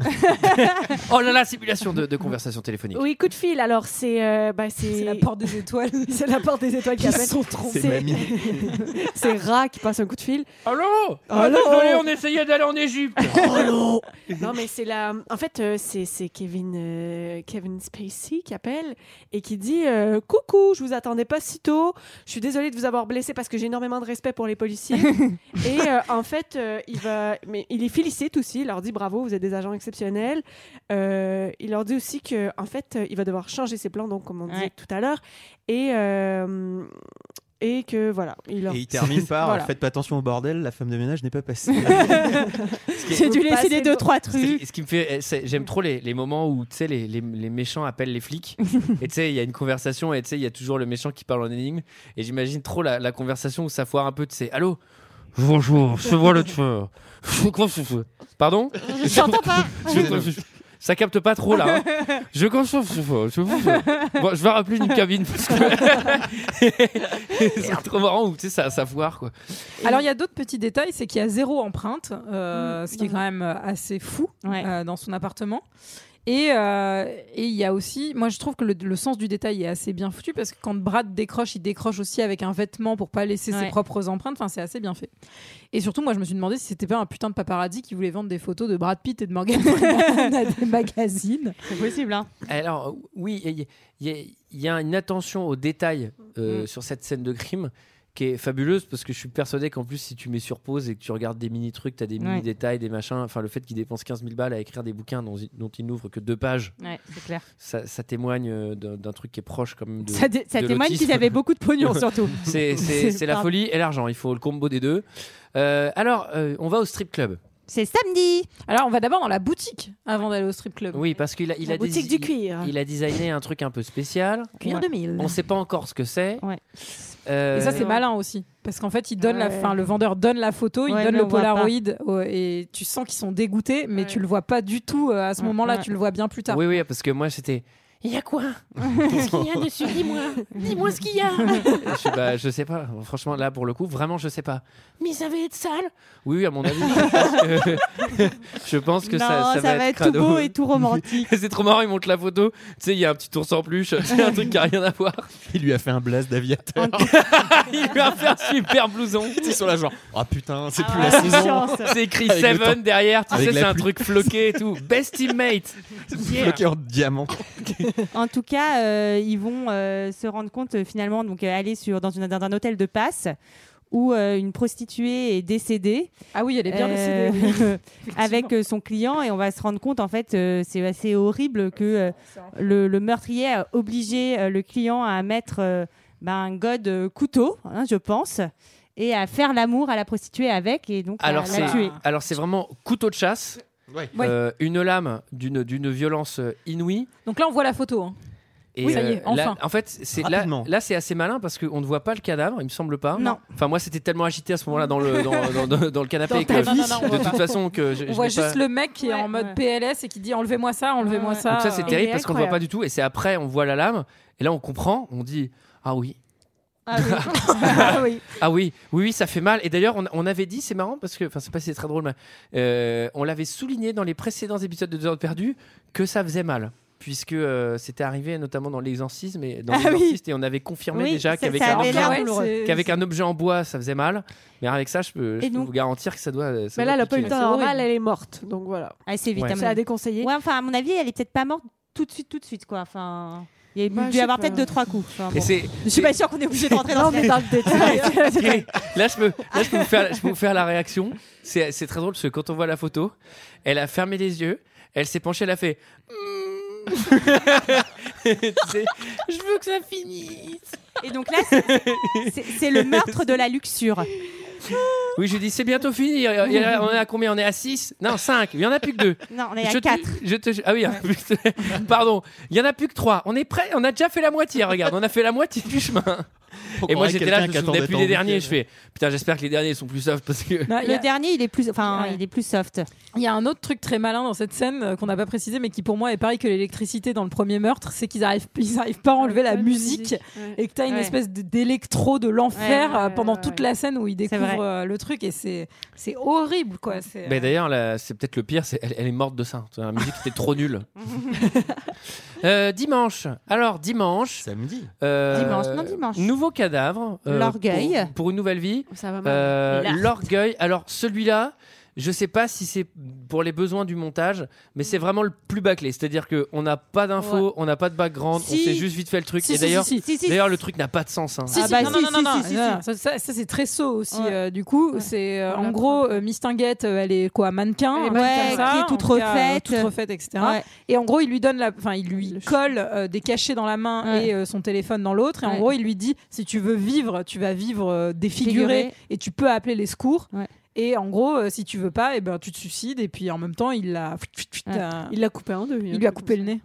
A: Oh là là, simulation de, de conversation téléphonique.
I: Ah, Oui, coup de fil. Alors, c'est. euh, bah,
K: C'est la porte des étoiles.
I: C'est la porte des étoiles qui appelle.
D: C'est mamie.
I: C'est Ra qui passe un coup de fil.
A: Allô
I: Oh
A: Ah,
I: Allô
A: désolé, on essayait d'aller en Égypte.
I: Non, mais c'est la. En fait, euh, c'est c'est Kevin, euh, Kevin Spacey qui appelle et qui dit euh, Coucou, je vous attendais pas si tôt. Je suis désolée de vous avoir blessé parce que j'ai énormément de respect pour les policiers. et euh, en fait, euh, il va. Mais il les félicite aussi. Il leur dit Bravo, vous êtes des agents exceptionnels. Euh, il leur dit aussi que en fait, euh, il va devoir changer ses plans, donc comme on disait
G: Ouais.
I: tout à l'heure. Et. euh, et que voilà. Il leur-
D: Et il termine par
I: Voilà.
D: Faites pas attention au bordel, la femme de ménage n'est pas passée.
G: J'ai dû laisser les
I: Passez
G: deux,
I: le-
G: trois
A: Ce
G: trucs.
A: qui, ce qui me fait, c'est- j'aime trop les, les moments où tu sais les, les- les méchants appellent les flics et tu sais il y a une conversation et tu sais il y a toujours le méchant qui parle en énigme et j'imagine trop la, la conversation où ça foire un peu tu sais allô bonjour c'est moi le tueur Je confie- pardon
G: Je t'entends pas.
A: Ah, Je- ça capte pas trop là hein. je confie- je confie- Bon, je vais rappeler une cabine parce que c'est trop marrant où tu sais ça ça foire quoi
K: Alors il y a d'autres petits détails, c'est qu'il y a zéro empreinte, euh, ce qui est quand même euh, assez fou
G: Ouais.
K: euh, dans son appartement. Et euh, et il y a aussi, moi je trouve que le, le sens du détail est assez bien foutu parce que quand Brad décroche, il décroche aussi avec un vêtement pour pas laisser ses
G: Ouais.
K: propres empreintes. Enfin, c'est assez bien fait. Et surtout, moi je me suis demandé si c'était pas un putain de paparazzi qui voulait vendre des photos de Brad Pitt et de Morgan Freeman à des magazines.
G: C'est possible, hein.
A: Alors oui, il y- il y, a- il y a une attention aux détails euh, sur cette scène de crime qui est fabuleuse parce que je suis persuadé qu'en plus si tu mets sur pause et que tu regardes des mini trucs, t'as des mini
G: Ouais.
A: détails, des machins. Enfin le fait qu'il dépense 15 000 balles à écrire des bouquins dont, il- dont il n'ouvre que deux pages,
G: Ouais, c'est clair.
A: ça, ça témoigne euh, d'un d'un truc qui est proche quand même de.
G: Ça, dé- ça
A: de
G: témoigne
A: l'autisme.
G: qu'ils avaient beaucoup de pognon, surtout.
A: C'est- C'est c'est la folie et l'argent. Il faut le combo des deux. Euh, alors euh, on va au strip club.
G: C'est samedi.
K: Alors on va d'abord dans la boutique avant d'aller au strip club.
A: Oui parce qu'il a il
I: la
A: a des-
I: boutique du
A: il-
I: cuir.
A: Il a designé un truc un peu spécial.
K: Cuir
G: Ouais.
K: 2000.
A: On sait pas encore ce que c'est.
G: Ouais.
A: Euh,
K: Et ça, c'est malin aussi. Parce qu'en fait, il donne la,
I: Ouais.
K: fin, le vendeur donne la photo, il
G: Ouais,
K: donne
G: mais
K: le
G: on voit pas.
K: Polaroid, ouais, et tu sens qu'ils sont dégoûtés, mais
I: Ouais.
K: tu le vois pas du tout euh, à ce
G: Ouais,
K: moment-là,
G: ouais.
K: tu le vois bien plus tard.
A: Oui, oui, parce que moi c'était. Il y a quoi Qu'est-ce qu'il y a dessus Dis-moi Dis-moi ce qu'il y a je, sais pas, je sais pas. Franchement, là pour le coup, vraiment, je sais pas. Mais ça va être sale Oui, oui, à mon avis. je pense que, je pense que
G: non,
A: ça, ça va,
G: être, tout
A: crado.
G: beau et tout romantique.
A: C'est trop marrant, il montre la photo. Tu sais, il y a un petit ours en peluche. C'est un truc qui a rien à voir.
D: il lui a fait un blast d'aviateur.
A: Il lui a fait un super blouson.
D: Ils sont là, genre Ah putain, c'est plus
G: Ah,
D: la
G: la
D: saison.
G: chance.
A: C'est écrit
D: Avec le
A: Seven derrière. Tu
D: Avec
A: sais,
D: la
A: c'est un
D: pluie.
A: truc floqué et tout. Best teammate Yeah.
D: Bloqué en diamant.
G: En tout cas, euh, ils vont euh, se rendre compte euh, finalement, donc euh, aller sur, dans, une, dans un hôtel de passe où euh, une prostituée est décédée
K: Ah oui, elle est bien
G: euh,
K: décédée.
G: avec euh, son client et on va se rendre compte en fait, euh, c'est assez horrible que euh, le, le meurtrier a obligé euh, le client à mettre euh, ben, un god euh, couteau, hein, je pense, et à faire l'amour à la prostituée avec et donc
A: Alors
G: à
A: c'est
G: la tuer.
A: alors c'est vraiment couteau de chasse,
D: Ouais.
K: Ouais.
A: euh, une lame d'une d'une violence inouïe.
K: Donc là, on voit la photo. hein.
A: Et
K: Oui, ça y est, enfin.
A: là- en fait, c'est là,
D: Rapidement.
A: là c'est assez malin parce qu'on ne voit pas le cadavre, il me semble pas.
G: Non.
A: Enfin moi c'était tellement agité à ce moment-là dans le dans, dans- dans- dans le canapé
K: Dans
A: que
K: ta vie. Non, non, non, on
A: de
K: voit
A: toute
K: pas.
A: façon que je,
K: On
A: je
K: voit
A: n'ai pas-
K: juste le mec qui est en
G: Ouais,
K: mode
G: ouais.
K: PLS et qui dit enlevez-moi ça, enlevez-moi
G: Ouais.
K: ça.
A: Donc ça c'est
K: Euh,
A: terrible
I: est
A: parce qu'on ne voit pas
I: incroyable.
A: du tout et c'est après on voit la lame et là on comprend, on dit ah oui.
G: Ah oui. Ah oui.
A: Ah oui, oui, oui, ça fait mal. Et d'ailleurs, on, on avait dit, c'est marrant parce que, enfin, c'est pas si c'est très drôle, mais euh, on l'avait souligné dans les précédents épisodes de Deux heures de perdu que ça faisait mal, puisque euh, c'était arrivé notamment dans l'exorcisme et dans
G: Ah oui.
A: l'exorciste, et on avait confirmé
G: Oui,
A: déjà
G: ça-
A: qu'avec
G: ça
A: un,
G: avait
A: objet-
G: l'air
K: ouais,
G: douloureux.
K: c'est-
A: qu'avec un objet en bois, ça faisait mal. Mais avec ça, je peux, je
G: Et
A: peux
G: donc-
A: vous garantir que ça doit. ça
I: Mais
A: doit
I: là, elle a pas eu
A: piquer.
I: le temps
K: C'est horrible.
I: normal, elle est morte. Donc voilà.
G: Assez vite.
A: Ouais.
G: à mon
I: C'est à
G: avis.
I: déconseiller.
G: Ouais, enfin, à mon avis, elle est peut-être pas morte tout de suite, tout de suite, quoi. Enfin, il y a
I: Bah,
G: dû
I: je sais
G: avoir
I: pas.
G: peut-être deux, trois coups. Enfin,
A: Et
G: bon.
A: c'est
G: Je suis pas sûre qu'on est obligé de rentrer dans ce
I: dans le détail.
A: Et là, je peux, là, je peux vous faire, je peux vous faire la réaction. C'est, c'est très drôle parce que quand on voit la photo, elle a fermé les yeux, elle s'est penchée, elle a fait. Tu sais, je veux que ça finisse.
G: Et donc là, c'est- c'est c'est le meurtre de la luxure.
A: Oui, je lui dis, c'est bientôt fini. Et là, on est à combien On est à 6 Non, 5. Il y en a plus que 2.
G: Non, on est à 4.
A: Je te, ah oui, il y en a plus que- pardon. Il y en a plus que 3. On est prêt, on a déjà fait la moitié. Regarde, on a fait la moitié du chemin. Et moi
D: aurait
A: j'étais là, je me
D: quelqu'un qui
A: souvenais
D: attendait
A: plus des
D: tant
A: derniers.
D: que-
A: Je fais putain, j'espère que les derniers sont plus soft parce que.
K: Non, il y
G: Le
K: a-
G: dernier, Bah, il est plus, enfin,
K: Ouais.
G: il est plus soft.
K: Il y a un autre truc très malin dans cette scène euh, qu'on n'a pas précisé, mais qui pour moi est pareil que l'électricité dans le premier meurtre, c'est qu'ils arrivent, ils arrivent pas à enlever la musique et que t'as une
G: Ouais.
K: espèce de- d'électro de l'enfer
I: Ouais, ouais,
K: euh,
I: ouais,
K: pendant
I: ouais,
K: toute
I: ouais.
K: la scène où ils
G: vrai.
K: découvrent euh, le truc et c'est c'est horrible quoi. C'est euh,
A: Mais d'ailleurs, là, c'est peut-être le pire, c'est elle, elle est morte de ça. La musique était trop nulle. Euh, dimanche. Alors dimanche.
D: Samedi.
A: euh,
G: Dimanche, non, dimanche.
A: Nouveau cadavre. euh,
G: L'orgueil.
A: pour- pour une nouvelle vie.
I: Ça va mal.
A: Euh,
G: L'art.
A: L'orgueil. Alors celui-là, je sais pas si c'est pour les besoins du montage, mais c'est vraiment le plus bâclé. C'est-à-dire que on n'a pas d'infos, on n'a pas de background,
G: Si.
A: on sait juste vite fait le truc.
K: Si,
A: Et
K: si,
A: d'ailleurs,
K: si, si.
G: Si, si,
A: d'ailleurs le truc n'a pas de sens. hein.
K: Si,
G: Ah
K: si,
G: bah
K: non,
G: si,
K: non, non,
G: si,
K: non,
G: si,
K: non,
G: si, si.
K: non, ça, ça, ça, c'est très saut aussi,
G: Ouais.
K: euh, du coup.
I: Ouais.
K: C'est,
I: On
K: euh, en
I: l'apprend
K: gros,
I: pas.
K: euh, Miss Tinguette, euh, elle est quoi, mannequin
I: Elle est
K: un truc
G: mannequin,
K: comme
G: qui est
K: ça,
G: toute
K: en tout cas, euh,
G: refaite.
K: toute refaite, etc.
A: hein,
G: Ouais.
K: Et en gros, il lui donne la, enfin, il lui
I: Le chou-
K: colle euh, des cachets dans la main
G: Ouais.
K: et euh, son téléphone dans l'autre. Et en
G: Ouais.
K: gros, il lui dit si tu veux vivre, tu vas vivre euh, défiguré
G: Figuré.
K: et tu peux appeler les secours.
G: Ouais.
K: Et en gros, euh, si tu veux pas, et ben tu te suicides. Et puis en même temps, il l'a,
G: Ouais.
K: euh,
I: Il l'a coupé en deux.
K: il lui a coupé le nez.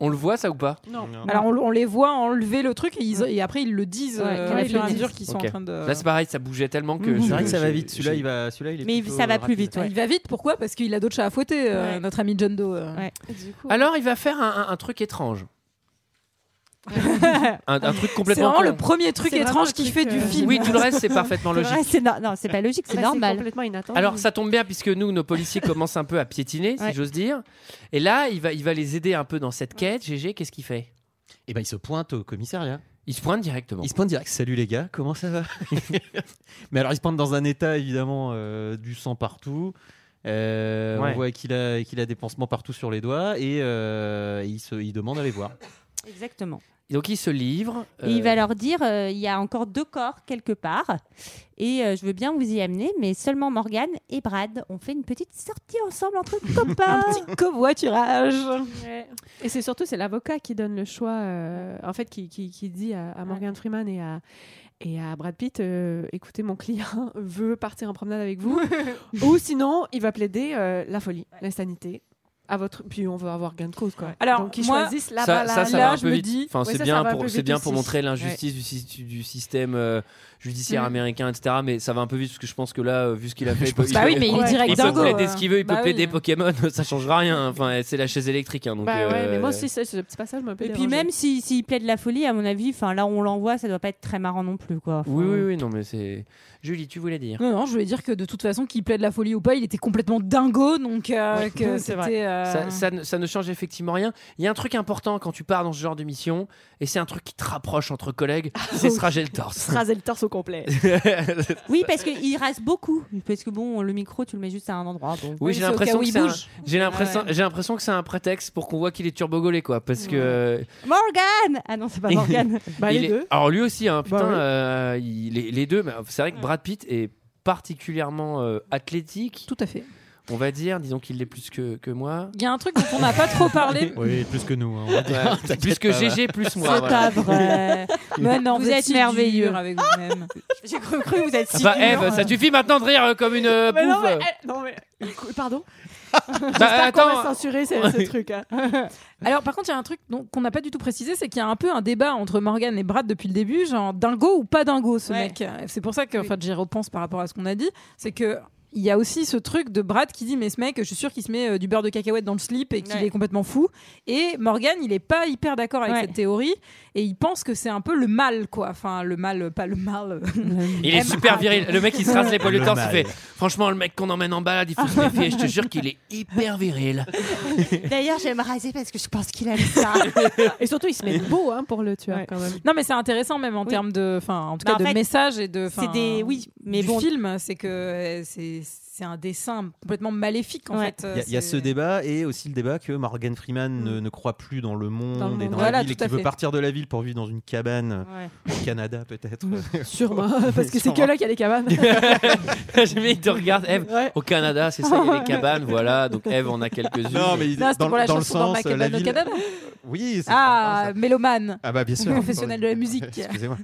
A: On le voit ça ou pas
I: Non.
D: Ah,
K: Alors on, on les voit enlever le truc et, ils- et après ils le disent
G: Ouais,
K: euh,
G: ouais,
K: au
G: ils
K: fur et
G: le
K: à
G: disent.
K: mesure qu'ils sont
A: Ok.
K: en train de.
A: Là c'est pareil, ça bougeait tellement que.
D: C'est
A: je-
D: vrai que ça va
A: j'ai-
D: vite. Celui-là,
A: j'ai-
D: il va, celui-là, il est.
G: Mais
D: plutôt
G: ça va plus
D: rapide.
G: vite, ouais.
K: Il va vite, pourquoi Parce qu'il a d'autres chats à fouetter, euh,
G: Ouais.
K: notre ami John Doe. euh.
G: Ouais.
I: Du coup,
A: Alors il va faire un, un- un truc étrange. un, un truc
K: C'est
A: complètement.
K: vraiment le
A: con.
K: premier truc
I: C'est vraiment
K: étrange
I: un
K: qui
I: truc,
K: fait du
I: euh,
K: film.
A: Oui, tout le reste c'est parfaitement
G: Le
A: logique.
G: reste, c'est no- non, c'est pas logique, c'est
I: là,
G: normal.
I: complètement inattendu.
A: Alors ça tombe bien puisque nous, nos policiers commencent un peu à piétiner, si
G: Ouais.
A: j'ose dire. Et là, il va, il va les aider un peu dans cette quête. GG, qu'est-ce qu'il fait
D: Et ben, il se pointe au commissariat.
A: Il se pointe directement.
D: Il se pointe direct. Salut les gars, comment ça va Mais alors, il se pointe dans un état évidemment euh, du sang partout. Euh,
A: Ouais.
D: On voit qu'il a, qu'il a des pansements partout sur les doigts et euh, il, se, il demande à les voir.
G: Exactement.
A: Donc il se livre.
G: Et il
A: euh,
G: va leur dire, euh, il y a encore deux corps quelque part, et euh, je veux bien vous y amener, mais seulement Morgane et Brad. On fait une petite sortie ensemble entre copains.
K: covoiturage.
I: Et c'est surtout c'est l'avocat qui donne le choix, euh, en fait, qui, qui, qui dit à, à Morgan Freeman et à et à Brad Pitt, euh, écoutez, mon client veut partir en promenade avec vous, ou sinon il va plaider euh, la folie, l'insanité. À votre... Puis on va avoir gain de cause. Quoi.
K: Alors,
I: Donc ils
K: moi,
I: choisissent la
A: ça,
I: balade.
A: ça, ça
K: là,
A: va un
K: je
A: peu
K: me
A: vite.
K: dis-
A: Enfin,
I: Ouais,
A: c'est
I: ça,
A: bien
I: ça va un
A: pour,
I: peu
A: c'est
I: vite
A: bien pour
I: aussi.
A: montrer l'injustice du sy- du, système euh, judiciaire
I: Mhm.
A: américain, etc. Mais ça va un peu vite parce que je pense que là, euh, vu ce qu'il a fait, il peut,
K: Bah
A: il
K: oui,
A: peut-
K: mais il est
I: Ouais.
K: direct
A: il peut
K: dingo.
A: plaider
K: euh.
A: ce qu'il veut, il peut
K: Bah oui.
A: plaider Pokémon, ça changera rien. Enfin, c'est la chaise électrique, hein, donc.
I: Bah ouais,
A: euh,
I: mais moi aussi, ça, ce petit passage m'a un peu
G: Et puis
I: dérangée.
G: même si- s'il plaide la folie, à mon avis, enfin là où on l'envoie, ça doit pas être très marrant non plus, quoi. Enfin,
A: Oui, oui, oui, non, mais c'est. Julie, tu voulais dire.
K: Non, non, je voulais dire que de toute façon, qu'il plaide la folie ou pas, il était complètement dingo, donc euh,
I: Ouais,
K: que
I: c'est vrai.
K: c'était. euh,
A: Ça, ça ne- ça ne change effectivement rien. Il y a un truc important quand tu pars dans ce genre de mission, et c'est un truc qui te rapproche entre collègues, c'est
I: oui.
A: se rager le torse.
I: se raser le torse au complet.
G: Oui, parce qu'il rase beaucoup. Parce que bon, le micro, tu le mets juste à un endroit. bon.
A: Oui,
K: Oui,
A: j'ai
K: c'est au cas
A: l'impression
K: où
A: que
K: il
A: c'est un-
K: bouge.
A: j'ai l'impression j'ai l'impression que c'est un prétexte pour qu'on voit qu'il est turbogolé quoi parce que
G: Morgan Ah non, c'est pas Morgan.
I: Bah, les
A: il est-
I: deux.
A: alors lui aussi hein, putain
I: Bah oui.
A: euh, il- les, les deux mais c'est vrai que Brad Pitt est particulièrement euh, athlétique
K: Tout à fait.
A: on va dire disons qu'il l'est plus que, que moi
K: Il y a un truc dont on n'a pas trop parlé.
D: Oui, plus que
A: hein,
D: nous.
A: Ouais, plus que GG plus moi
G: c'est
A: voilà.
G: pas vrai.
K: Mais Bah non,
G: Vous êtes
K: si
G: merveilleux.
K: dur avec vous-même.
G: J'ai cru, cru que vous êtes si
A: Enfin,
G: dur.
A: Bah, Eve, ça suffit maintenant de rire euh, comme une euh,
I: Mais non,
A: bouffe.
I: mais, eh, non, mais- Pardon
A: Bah,
I: J'espère qu'on va
A: attends,
I: censurer ce, ce truc. hein.
K: Alors par contre, il y a un truc dont- qu'on n'a pas du tout précisé, c'est qu'il y a un peu un débat entre Morgan et Brad depuis le début, genre dingo ou pas dingo ce
G: Ouais.
K: mec. C'est pour ça que en fait, j'y repense par rapport à ce qu'on a dit, c'est que il y a aussi ce truc de Brad qui dit mais ce mec, je suis sûr qu'il se met euh, du beurre de cacahuète dans le slip et qu'il
G: Ouais.
K: est complètement fou. Et Morgan, il est pas hyper d'accord avec
G: Ouais.
K: cette théorie et il pense que c'est un peu le mal quoi, enfin le mal, euh, pas le mal. euh,
A: il est
K: M.A.
A: super viril. Le mec, il se rase les poils de
D: Le
A: torse. Il
D: mal.
A: fait Franchement, le mec qu'on emmène en balade, il faut se méfier. Je te jure qu'il est hyper viril.
G: D'ailleurs, je vais me raser parce que je pense qu'il aime ça.
I: Et surtout, il se met beau hein, pour le tueur
K: Ouais.
I: quand même.
K: Non mais c'est intéressant même en
G: Oui.
K: termes de, enfin en tout
G: Bah,
K: cas
G: en
K: de
G: fait,
K: message et de. enfin,
G: c'est des. Oui, mais
K: du
G: bon.
K: film, c'est que euh, c'est c'est un dessin complètement maléfique en
G: Ouais.
K: fait. euh,
D: Il y a- il y, a ce
K: c'est- Hmm.
D: débat et aussi le débat que Morgan Freeman ne, ne croit plus dans le monde,
I: Dans le
D: et
I: monde.
D: dans
K: Voilà,
D: la ville et
K: tout à
D: qu'il
K: fait.
D: veut partir de la ville pour vivre dans une cabane
G: Ouais.
D: au Canada peut-être.
I: Sûrement, parce que c'est
D: Sûrement.
I: que là qu'il y a les cabanes.
A: J'aime bien, il te regarde. Eve,
I: Ouais.
A: Au Canada, c'est ça, il y a les cabanes, voilà. Donc Eve en a quelques-unes.
D: Non, mais il-
K: Non, c'était
D: dans,
K: pour la
D: dans le
K: chanson dans
D: sens,
K: ma
D: euh,
K: cabane
D: la
K: au
D: ville.
K: Canada.
D: Oui, c'est
K: Ah, mélomane.
D: Ah bah bien sûr.
K: Professionnel de la musique.
D: Excusez-moi.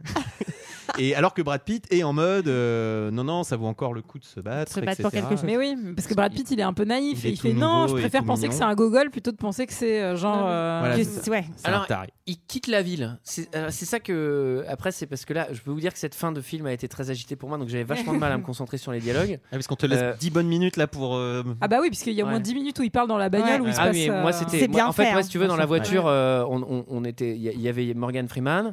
D: Et alors que Brad Pitt est en mode euh, non, non, ça vaut encore le coup de se battre.
G: Se battre pour
A: Ah,
D: etc..
G: quelque chose.
K: Mais oui, parce que Brad Pitt, il est un peu naïf.
D: Il
K: et
D: est
K: Il,
D: tout
K: fait non, je
D: nouveau et
K: préfère
D: tout
K: penser que
D: mignon.
K: c'est un gogol plutôt de penser que c'est euh, genre. euh,
D: Voilà,
G: Que-
D: c'est
G: ouais.
D: C'est
A: Alors,
D: un taré.
A: il quitte la ville. C'est alors, c'est ça que. Après, c'est parce que là, je peux vous dire que cette fin de film a été très agitée pour moi, donc j'avais vachement de mal à me concentrer sur les dialogues.
D: Ah, parce qu'on te laisse
A: Euh,
D: 10 bonnes minutes là pour. euh,
K: Ah bah oui, puisqu'il y a au moins
A: Ouais.
K: 10 minutes où il parle dans la bagnole
G: Ouais.
K: où il se
A: Ah
K: passe.
A: oui,
K: euh,
A: moi c'était.
G: C'est
A: moi,
G: bien
A: En fait,
G: fait,
A: moi,
G: hein,
A: si tu veux, dans la voiture, euh, on, on- on était. Il y, il y avait Morgan Freeman.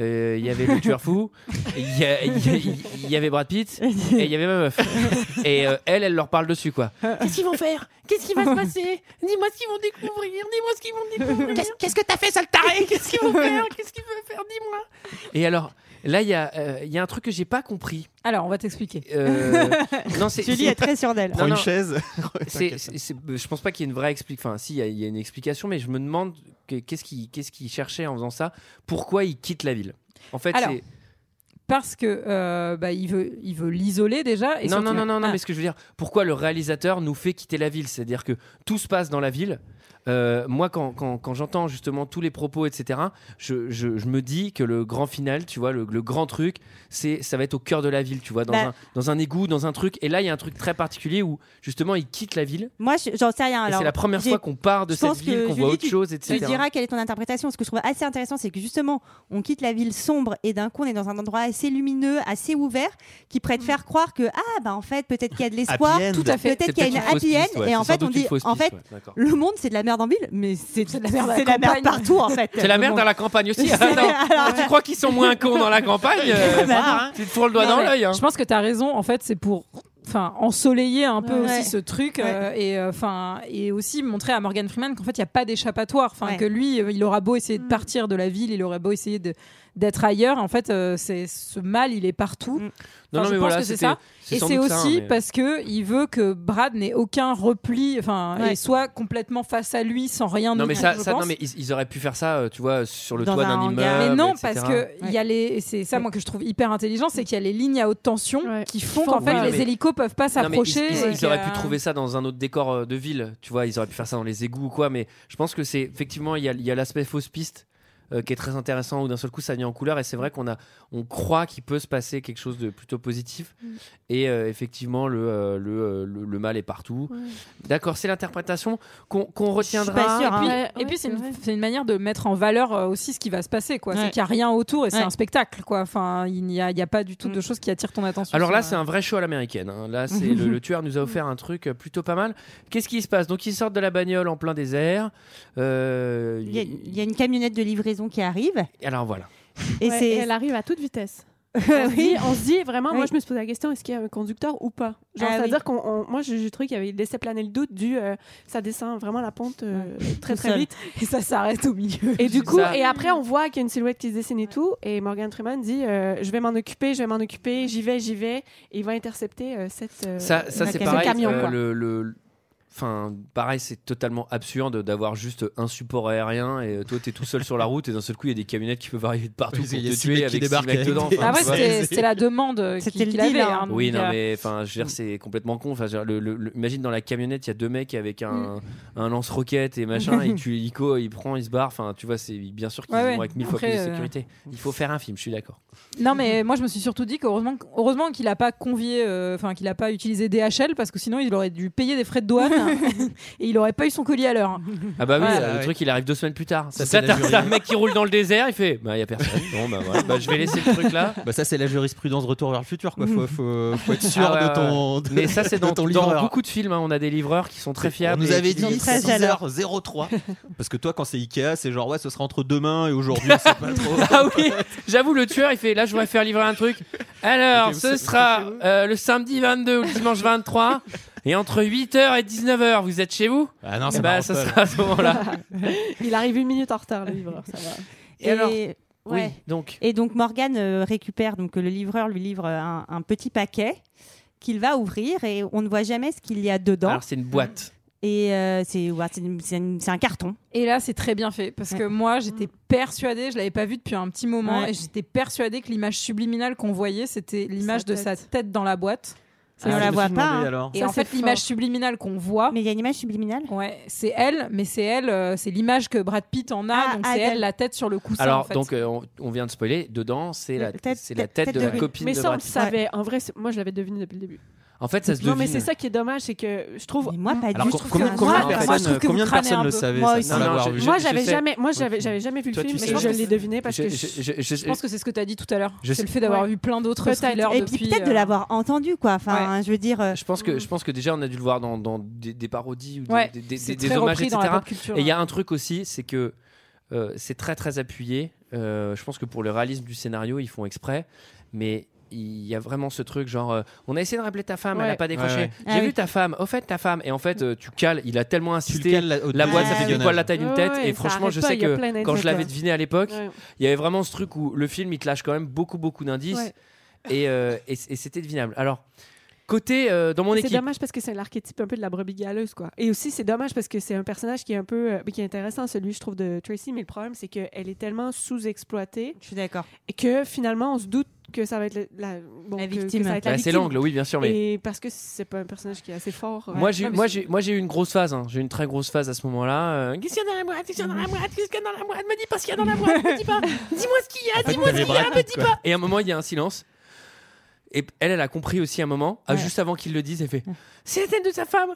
A: euh, Il y avait le tueur fou, il y, a- il y a- il y avait Brad Pitt et il y avait ma meuf. Et euh, elle, elle leur parle dessus quoi. Qu'est-ce qu'ils vont faire Qu'est-ce qui va se passer Dis-moi ce qu'ils vont découvrir. Dis-moi ce qu'ils vont découvrir. Qu'est-ce que t'as fait, sale taré Qu'est-ce qu'ils vont faire Qu'est-ce qu'ils veulent faire Dis-moi. Et alors, là, il y, a, euh, il y a un truc que j'ai pas compris.
K: Alors, on va t'expliquer.
A: Euh, non, c'est.
G: Julie
A: c'est-
G: est très sûre d'elle.
A: Non,
D: Prends
A: non.
D: une chaise.
A: c'est, c'est- c'est- je pense pas qu'il y ait une vraie explication. Enfin, si, il y a- il y, a une explication, mais je me demande que- qu'est-ce qu'il qu'est-ce qu'il cherchait en faisant ça. Pourquoi il quitte la ville En fait,
K: Alors,
A: c'est-
K: Parce que euh, bah, il veut il veut l'isoler déjà. Et
A: non,
K: surtout-
A: non, non, non, non,
K: Ah.
A: mais ce que je veux dire, pourquoi le réalisateur nous fait quitter la ville C'est-à-dire que tout se passe dans la ville. Euh, moi, quand, quand- quand j'entends justement tous les propos, etc., je, je- je me dis que le grand final, tu vois, le, le grand truc, c'est ça va être au cœur de la ville, tu vois, dans,
G: Bah.
A: un, dans un égout, dans un truc. Et là, il y a un truc très particulier où justement il quitte la ville.
G: Moi, je- j'en sais rien.
A: Et
G: Alors,
A: c'est la première
G: j'ai-
A: fois qu'on part de
G: je
A: cette
G: pense
A: ville,
G: que,
A: qu'on voit
G: Julie,
A: autre chose, etc.
G: Tu diras quelle est ton interprétation. Ce que je trouve assez intéressant, c'est que justement, on quitte la ville sombre et d'un coup, on est dans un endroit assez lumineux, assez ouvert, qui
I: Mm.
G: prête faire croire que ah bah en fait peut-être qu'il y a de l'espoir,
D: Happy end.
K: Tout à fait.
A: C'est hein.
G: peut-être qu'il y a
A: peut-être
G: une
A: fausse
G: happy
A: piste,
G: end,
A: ouais,
G: et
A: c'est
G: en
A: sans
G: fait on
A: doute une
G: dit
A: fausse
G: en
A: piste,
G: fait
A: ouais, d'accord.
G: le monde c'est de la merde en ville, mais c'est
K: C'est de la merde à la
G: c'est de la merde
K: campagne.
G: partout en fait.
A: C'est la merde dans la campagne aussi.
G: C'est-
A: Attends,
G: alors-
A: tu crois qu'ils sont moins cons dans la campagne euh, ça,
G: Bah non.
A: hein Tu te tournes le doigt
K: Non,
A: dans
K: mais
A: l'œil. hein.
K: Je pense que tu as raison. En fait, c'est pour enfin ensoleiller un peu
G: Ouais.
K: aussi ce truc euh, et euh, enfin et aussi montrer à Morgan Freeman qu'en fait il y a pas d'échappatoire enfin
G: Ouais. Mm.
K: que lui euh, il aura beau essayer de partir de la ville il aura beau essayer de d'être ailleurs en fait euh, c'est ce mal il est partout
G: Mm.
A: Non, non,
K: je
A: mais
K: pense
A: voilà,
K: que c'est
A: c'était-
K: ça. et
A: sans
K: c'est
A: doute
K: aussi
A: ça, hein, mais-
K: parce que il veut que Brad n'ait aucun repli enfin
G: Ouais.
K: et soit complètement face à lui sans rien
A: Non,
K: nous
A: mais
K: dire,
A: ça,
K: je
A: ça non,
K: pense.
A: mais ils, ils auraient pu faire ça, euh, tu vois, sur le
G: Dans
A: toit
G: un
A: d'un
G: hangar.
A: immeuble.
K: Mais non,
A: etc.
K: parce que il y a les, et c'est ça moi que je trouve hyper intelligent, c'est qu'il y a les lignes à haute tension
I: Ouais.
K: qui font
I: Qui
K: qu'en
I: font-
K: fait
A: Oui, non,
K: les
A: mais-
K: hélicos peuvent pas
A: Non, mais ils-
K: s'approcher.
A: Ils,
K: et
A: ils
K: que-
A: auraient pu trouver ça dans un autre décor euh, de ville, tu vois, ils auraient pu faire ça dans les égouts ou quoi, mais je pense que c'est effectivement, il y a, il y a l'aspect fausse piste. euh, qui est très intéressant où d'un seul coup ça vient en couleur et c'est vrai qu'on a on croit qu'il peut se passer quelque chose de plutôt positif
K: Mm.
A: et euh, effectivement le, euh, le, euh, le le mal est partout d'accord c'est l'interprétation qu'on qu'on retiendra
G: pas sûre, hein.
K: Ah, Et puis,
I: Ouais,
K: et puis,
I: ouais,
K: c'est
I: c'est
K: une,
I: vrai.
K: c'est une manière de mettre en valeur euh, aussi ce qui va se passer, quoi. C'est
G: Ouais.
K: qu'il n'y a rien autour et c'est
G: Ouais.
K: un spectacle, quoi. Enfin, il n'y a, il y a pas du tout de
G: Mm.
K: choses qui attirent ton attention.
A: Alors là,
K: sur,
A: c'est un vrai show à l'américaine. hein. Là, c'est le, le tueur nous a offert un truc euh, plutôt pas mal. Qu'est-ce qui se passe Donc, ils sortent de la bagnole en plein désert. Euh,
G: Il y, a, il y a une camionnette de livraison qui arrive
A: Alors voilà.
G: et
I: Ouais,
G: c'est
I: elle arrive à toute vitesse. on, se
G: oui.
I: dit, on se dit vraiment, moi
G: Oui.
I: je me suis posé la question est-ce qu'il y a un conducteur ou pas Genre,
G: Ah
I: c'est-à-dire qu'on. on- Moi j'ai j'ai trouvé qu'il y avait laissé planer le doute du. euh, ça descend vraiment la pente euh, très
G: Tout
I: très
G: seul.
I: vite.
K: Et ça s'arrête au milieu.
I: Et du coup,
A: Ça-
I: et après on voit qu'il y a une silhouette qui se dessine et tout. Et Morgan Freeman dit euh, Je vais m'en occuper, je vais m'en occuper, j'y vais, j'y vais. Et il va intercepter euh, cette. euh,
A: ça, ça
G: la
A: c'est
G: camion-
A: pareil.
I: le camion,
A: euh,
I: quoi.
A: le, le- Enfin, pareil, c'est totalement absurde d'avoir juste un support aérien et toi, t'es tout seul sur la route et d'un seul coup, il y a des camionnettes qui peuvent arriver de partout
D: Oui,
A: pour
D: il y a
A: te
D: six mecs
A: tuer
D: qui
A: avec six
D: débarquent
A: mecs
D: avec
A: dedans.
D: des-
A: enfin,
K: Ah ouais,
A: tu vois.
K: c'était
D: c'est-
K: c'était la demande euh,
G: C'était
K: qu'il
G: le
K: qu'il avait.
G: deal,
K: hein.
G: hein.
K: Donc,
A: Oui, non,
K: euh,
A: mais enfin, je veux dire, c'est complètement con. Enfin, je veux dire, le- le- le- imagine dans la camionnette, il y a deux mecs avec
K: Mm.
A: un, un lance-roquette et machin, et tu Ico, il prend, il se barre. Enfin, tu vois, c'est bien sûr qu'ils
K: Ouais,
A: vont
K: ouais.
A: avec mille fois
K: Après,
A: plus de
K: euh, Mm.
A: sécurité. Il faut faire un film, je suis d'accord.
K: Non, mais moi, je me suis surtout dit qu'heureusement heureusement qu'il n'a pas convié, euh, enfin, qu'il n'a pas utilisé DHL parce que sinon, il aurait dû payer des frais de douane et il n'aurait pas eu son colis à l'heure. hein.
A: Ah bah oui,
K: Ouais.
A: euh, le
D: Ouais.
A: truc, il arrive deux semaines plus tard.
D: Ça,
A: Ça,
D: c'est la
A: t'as
D: durée.
A: t'as un mec qui roule dans le désert, il fait, bah, il y a personne. Bon, bah, voilà. Bah, je vais laisser le truc là.
D: Bah ça c'est la jurisprudence retour vers le futur quoi. Faut, faut, faut être sûr
A: Ah ouais,
D: de ton. de-
A: Mais ça, c'est
D: de
A: dans,
D: ton
A: dans
D: livreur.
A: beaucoup de films. hein. On a des livreurs qui sont très fiables.
D: On nous
A: et
D: avait
A: qui-
G: sont
D: dit
G: très chaleurs.
D: 6h03 parce que toi quand c'est Ikea c'est genre ouais ce sera entre demain et aujourd'hui on sait pas trop.
A: Ah oui, j'avoue, le tueur, il fait là, je voudrais faire livrer un truc. Alors,
D: Ok, vous
A: ce
D: savez-
A: sera
D: vous savez
A: euh, le samedi 22 ou le dimanche 23. Et entre 8h et 19h, vous êtes chez vous
D: Ah non
A: Eh
D: c'est
A: bah,
D: pas
A: ça sera à ce moment-là.
I: Il arrive une minute en retard, le livreur, ça va.
A: Et alors
G: et-
A: Oui,
G: ouais.
A: donc.
G: Et donc Morgane euh, récupère, donc euh, le livreur lui livre euh, un, un petit paquet qu'il va ouvrir et on ne voit jamais ce qu'il y a dedans.
A: Alors, c'est une boîte.
G: et euh, c'est ouais, c'est une- c'est une- c'est un carton.
K: Et là, c'est très bien fait parce que moi, j'étais persuadée, je l'avais pas vu depuis un petit moment,
G: Mm. Ouais.
K: et j'étais persuadée que l'image subliminale qu'on voyait, c'était l'image
I: Sa
K: de
I: tête.
K: sa tête dans la boîte.
G: Et on la voit pas. hein.
K: Et
G: Ça,
K: en fait,
G: c'est
K: l'image
G: fort.
K: subliminale qu'on voit,
G: Mais il y a une image subliminale
K: ouais, c'est elle, mais c'est elle, euh, c'est l'image que Brad Pitt en a,
G: Ah,
K: donc
G: ah,
K: c'est elle
G: elle.
K: la tête sur le coussin.
A: Alors,
K: en fait.
A: donc, euh, on, on vient de spoiler, dedans, c'est la,
G: La tête-
A: c'est la
G: tête-
A: tête,
G: tête
A: de,
G: de
A: la
G: Will.
A: copine
I: Mais
A: de
I: ça, on
A: Brad
I: le
A: Pitt.
I: savait. En vrai, c'est- moi, je l'avais deviné depuis le début.
A: En fait, ça se
I: Non,
A: devine.
I: mais c'est ça qui est dommage, c'est que je trouve.
G: Mais Moi, pas
D: Alors,
G: du
D: co-
G: tout.
D: combien,
K: que-
D: combien
K: moi,
D: de
K: je
D: personnes,
K: trouve que vous
D: combien de
K: crânez
D: personnes
K: un
D: le
K: peu.
D: savaient
G: Moi
D: ça,
G: aussi.
D: sans
A: Non,
D: l'avoir
A: non,
D: vu
A: je-
I: Moi,
A: je
I: j'avais
A: sais.
I: jamais, moi,
A: Oui.
I: j'avais, j'avais jamais vu le
A: Toi, tu
I: film,
A: sais.
I: mais je l'ai deviné parce
A: Je-
I: que
A: je-
I: je-
A: je- je-
K: Je pense que c'est ce que tu as dit tout à l'heure.
A: Je
K: C'est le
A: sais-
K: fait d'avoir
I: Ouais.
K: vu plein d'autres
I: Peut-être.
K: thrillers
G: Et
K: depuis.
G: puis peut-être de
K: euh,
G: l'avoir entendu, quoi. Enfin, je veux dire. euh,
A: Je pense que je pense que déjà on a dû le voir dans, dans des, des parodies ou des,
K: Ouais,
A: des- des-
K: c'est
A: des
K: très
A: hommages,
K: repris
A: etc.
K: dans la pop culture.
A: Et il y a un truc aussi, c'est que euh, c'est très très appuyé. Euh, je pense que pour le réalisme du scénario, ils font exprès, mais il y a vraiment ce truc genre euh, on a essayé de rappeler ta femme, elle n'a
I: Ouais.
A: pas décroché.
D: Ouais, ouais.
A: J'ai
G: Ah
A: vu
G: oui.
A: ta femme, au fait ta femme, et en fait euh, tu cales. Il a tellement
D: Tu le
A: insisté.
D: cales la, au-
A: La
D: au
A: boîte, ça fait
D: dégueulasse.
A: une poil la taille d'une
I: Ouais,
A: tête.
I: ouais,
A: et
I: ça
A: franchement,
I: arrête
A: je
I: pas,
A: sais
I: il y a
A: que
I: plein d'indices,
A: quand je l'avais
I: quoi.
A: deviné à l'époque,
I: Ouais.
A: il y avait vraiment ce truc où le film il te lâche quand même beaucoup beaucoup d'indices
I: Ouais.
A: et, euh, et c- et c'était devinable. Alors côté euh, dans mon
I: C'est
A: équipe,
I: dommage parce que c'est l'archétype un peu de la brebis galeuse, quoi. Et aussi, c'est dommage parce que c'est un personnage qui est un peu, euh, qui est intéressant, celui, je trouve, de Tracy, mais le problème, c'est qu'elle est tellement sous-exploitée
G: Je suis d'accord.
K: Oh,
I: et que finalement, on se doute que ça va être le- la, bon,
G: La
I: que- que
G: victime.
I: ça va être la
A: Bah, c'est
I: victime.
A: l'angle, oui bien sûr, mais
I: Et parce que c'est pas un personnage qui est assez fort.
A: moi
I: Ouais.
A: j'ai
I: Non, mais
A: moi
I: c'est-
A: j'ai moi j'ai eu une grosse phase, hein. j'ai eu une très grosse phase à ce moment-là. Euh, Qu'est-ce qu'il y a dans la boîte Qu'est-ce qu'il y a dans la boîte Qu'est-ce qu'il y a dans la boîte Me dis pas ce qu'il y a dans la boîte, me dis pas. Dis-moi ce qu'il y a,
D: En fait,
A: dis-moi ce
D: t'avais
A: qu'il y a,
D: Brad
A: me
D: Pitt,
A: dis
D: quoi.
A: pas. Et à un moment il y a un silence. Et elle, elle a compris aussi un moment, ah,
G: Ouais.
A: juste avant qu'il le dise, elle fait
G: Ouais.
A: C'est la tête de sa femme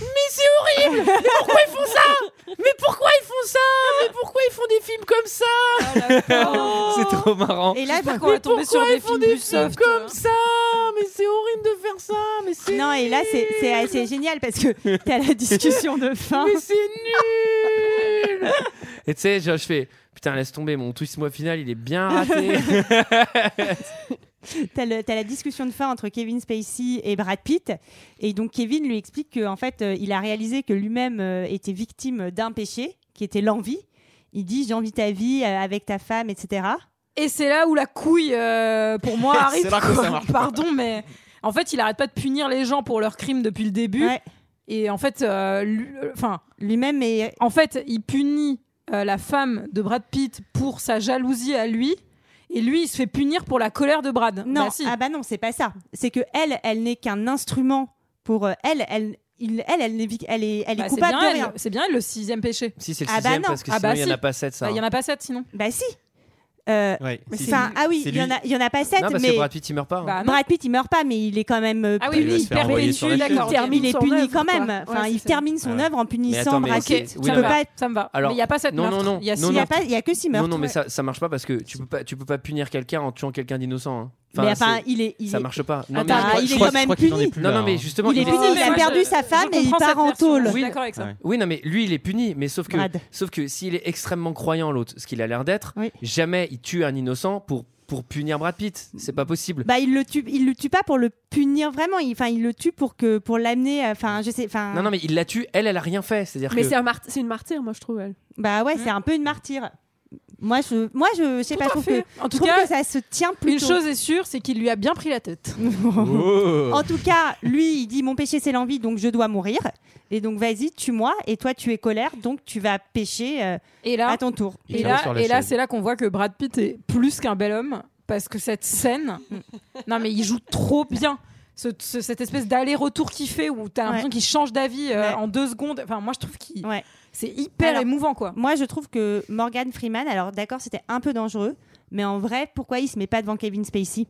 A: Mais c'est Pourquoi ils font ça Mais pourquoi ils font ça Mais pourquoi ils font des films comme ça C'est trop marrant.
G: Et là, ben,
K: qu'on va tomber
A: pourquoi
K: sur
A: ils
K: des
A: font
K: films
A: des
K: plus
A: films
G: euh
K: soft.
A: comme ça Mais c'est horrible de faire ça Mais c'est
G: non, et là, c'est- c'est assez génial parce que t'as la discussion de fin.
A: mais c'est nul Et tu sais, genre, je fais putain laisse tomber mon twist moi final il est bien raté.
G: T'as le- t'as la discussion de fin entre Kevin Spacey et Brad Pitt. Et donc, Kevin lui explique qu'en fait, euh, il a réalisé que lui-même euh, était victime d'un péché, qui était l'envie. Il dit J'envie ta vie euh, avec ta femme, etc.
K: Et c'est là où la couille, euh, pour moi, arrive.
D: C'est là que
K: quoi.
D: ça marche pas.
K: Pardon, mais en fait, il arrête pas de punir les gens pour leurs crimes depuis le début.
G: Ouais.
K: Et en fait, euh, lui- euh, enfin,
G: Lui-même est.
K: en fait, il punit euh, la femme de Brad Pitt pour sa jalousie à lui. Et lui, il se fait punir pour la colère de Brad.
G: Non,
K: Bah si.
G: ah bah non, c'est pas ça. C'est que elle, elle n'est qu'un instrument pour euh, elle, elle, il, elle, elle, n'est vic- elle est, elle est
K: Bah, c'est
G: coupable
K: bien
G: de
K: elle.
G: rien.
K: C'est bien elle, le sixième péché.
A: si c'est le
G: Ah bah
A: sixième
G: non.
A: parce que
K: Ah
A: sinon
K: bah
A: il y en a
K: si.
A: pas sept
K: Bah,
A: ça.
K: Il y en
A: hein.
K: a pas sept sinon.
G: Bah si. Euh,
D: Ouais, c'est-
G: enfin, ah oui,
D: c'est
G: il y
D: lui.
G: en a, il y en a pas sept,
A: Non parce
G: mais
A: que Brad Pitt il meurt pas. hein.
K: Bah, non.
G: Brad Pitt il meurt pas, mais il est quand même euh,
K: Ah oui,
D: Il va
K: oui,
D: se
K: il
D: faire
K: perd
D: envoyer
K: Bénichou,
D: sur la
K: d'accord.
D: il
K: ok.
G: termine, il est
I: son
G: puni
I: œuvre,
G: quand
I: quoi.
G: même.
I: Ouais,
G: enfin,
I: c'est
G: il
I: ça.
G: termine son
D: Ouais.
G: œuvre en punissant
A: attends, mais
G: Brad
K: Ok,
A: Ensuite,
G: Pitt.
K: ça,
A: oui,
K: me
A: non.
K: va,
G: pas-
K: ça me va.
A: Alors,
K: mais il n'y a pas cette
A: non, non, non,
K: Il y a
A: non,
K: six
G: Il y a
A: meurtre.
G: pas, il y a que six
A: non
G: meurtres.
A: non mais
K: ouais.
A: ça ça marche pas parce que tu peux pas tu peux pas punir quelqu'un en tuant quelqu'un d'innocent. hein.
G: mais
A: Enfin,
G: enfin,
A: c'est-
G: il est, il
A: ça
G: est-
A: marche pas. Non,
K: Attends,
A: mais-
K: je crois-
G: il
D: Je
G: est
D: crois-
G: quand même
D: je crois qu'il en est
G: puni.
D: plus
A: non,
D: là,
A: non, mais
D: hein.
A: justement
G: Il est
A: il est
G: puni. il a
K: Ouais,
G: perdu
K: je-
G: sa
K: je
G: femme et il
K: comprends
G: part
K: cette
G: en
K: version,
G: tôle.
K: Je suis
A: Oui.
K: d'accord avec ça.
A: Oui, non, mais lui, il est puni, mais sauf que,
G: Brad.
A: sauf que s'il est extrêmement croyant, l'autre, ce qu'il a l'air d'être,
G: Oui.
A: jamais il tue un innocent pour, pour punir Brad Pitt. C'est pas possible.
G: Bah, il le tue, il le tue pas pour le punir vraiment. il- Enfin, il le tue pour que, pour l'amener. euh, Enfin, je sais. Enfin,
A: Non, non, mais il la tue, elle, elle a rien fait. C'est-à-dire
I: Mais
A: que.
I: c'est un mart- c'est une martyre, moi, je trouve, elle.
G: Bah ouais, c'est un peu une martyre. Moi, je, moi, je, je sais pas, je trouve que,
K: En
G: je
K: tout
G: trouve
K: cas,
G: que ça se tient
K: une
G: plutôt.
K: chose est sûre, c'est qu'il lui a bien pris la tête.
D: Oh.
G: En tout cas, lui, il dit mon péché c'est l'envie, donc je dois mourir. Et donc vas-y, tue-moi. Et toi, tu es colère, donc tu vas pécher euh,
K: Et là,
G: à ton tour.
D: Il
K: et
D: tire sur
K: là,
D: la
K: et là,
D: chaise.
K: c'est là qu'on voit que Brad Pitt est plus qu'un bel homme parce que cette scène, non mais il joue trop bien. Ce- ce- cette espèce d'aller-retour qu'il fait où t'as l'impression
G: Ouais.
K: qu'il change d'avis euh,
G: Ouais.
K: en deux secondes. Enfin, moi je trouve qu'il
G: Ouais.
K: c'est hyper
G: Alors-
K: émouvant quoi.
G: Moi, je trouve que Morgan Freeman, alors d'accord, c'était un peu dangereux, mais en vrai, pourquoi il se met pas devant Kevin Spacey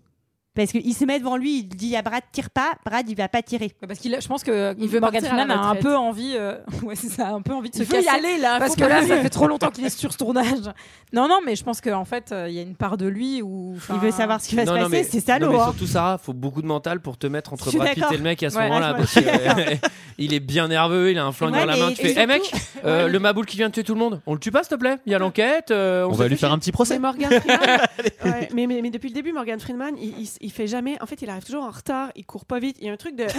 G: Parce qu'il se met devant lui, il dit à Brad tire pas, Brad il va pas tirer.
K: Parce qu'il, je pense que
I: Il veut
K: Morgan
I: partir à la
K: Freeman a un
I: retraite.
K: peu envie, euh, ouais, c'est ça, un peu envie de se
I: Il veut y
K: casser.
I: aller, là.
K: parce
I: faut
K: que
I: pas-
K: là, ça fait trop longtemps qu'il est sur ce tournage. Non, non, mais je pense qu'en fait, euh, il y a une part de lui où enfin,
G: Il veut savoir ce qui va
A: Non,
G: se
A: non,
G: passer,
A: mais-
G: c'est
A: non,
G: salaud.
A: mais
G: hein.
A: surtout, Sarah, faut beaucoup de mental pour te mettre
G: Je
A: entre
G: suis
A: Brad Pitt
G: d'accord.
A: et le mec à ce
K: Ouais,
A: moment-là.
G: je
A: parce
G: suis
A: que, euh, il est bien nerveux, il a un flingue
G: Ouais,
A: dans la main.
G: mais-
A: Tu fais,
G: et
A: hé mec, euh, le maboule qui vient de tuer tout le monde, on le tue pas, s'il te plaît Il y a l'enquête. euh,
D: On
A: s'est
D: va
A: fait
D: lui faire
A: chier.
D: un petit procès.
I: Mais Morgan Freeman, ouais, mais, mais, mais depuis le début, Morgan Freeman, il, il, il fait jamais. En fait, il arrive toujours en retard, il court pas vite. Il y a un truc de. genre,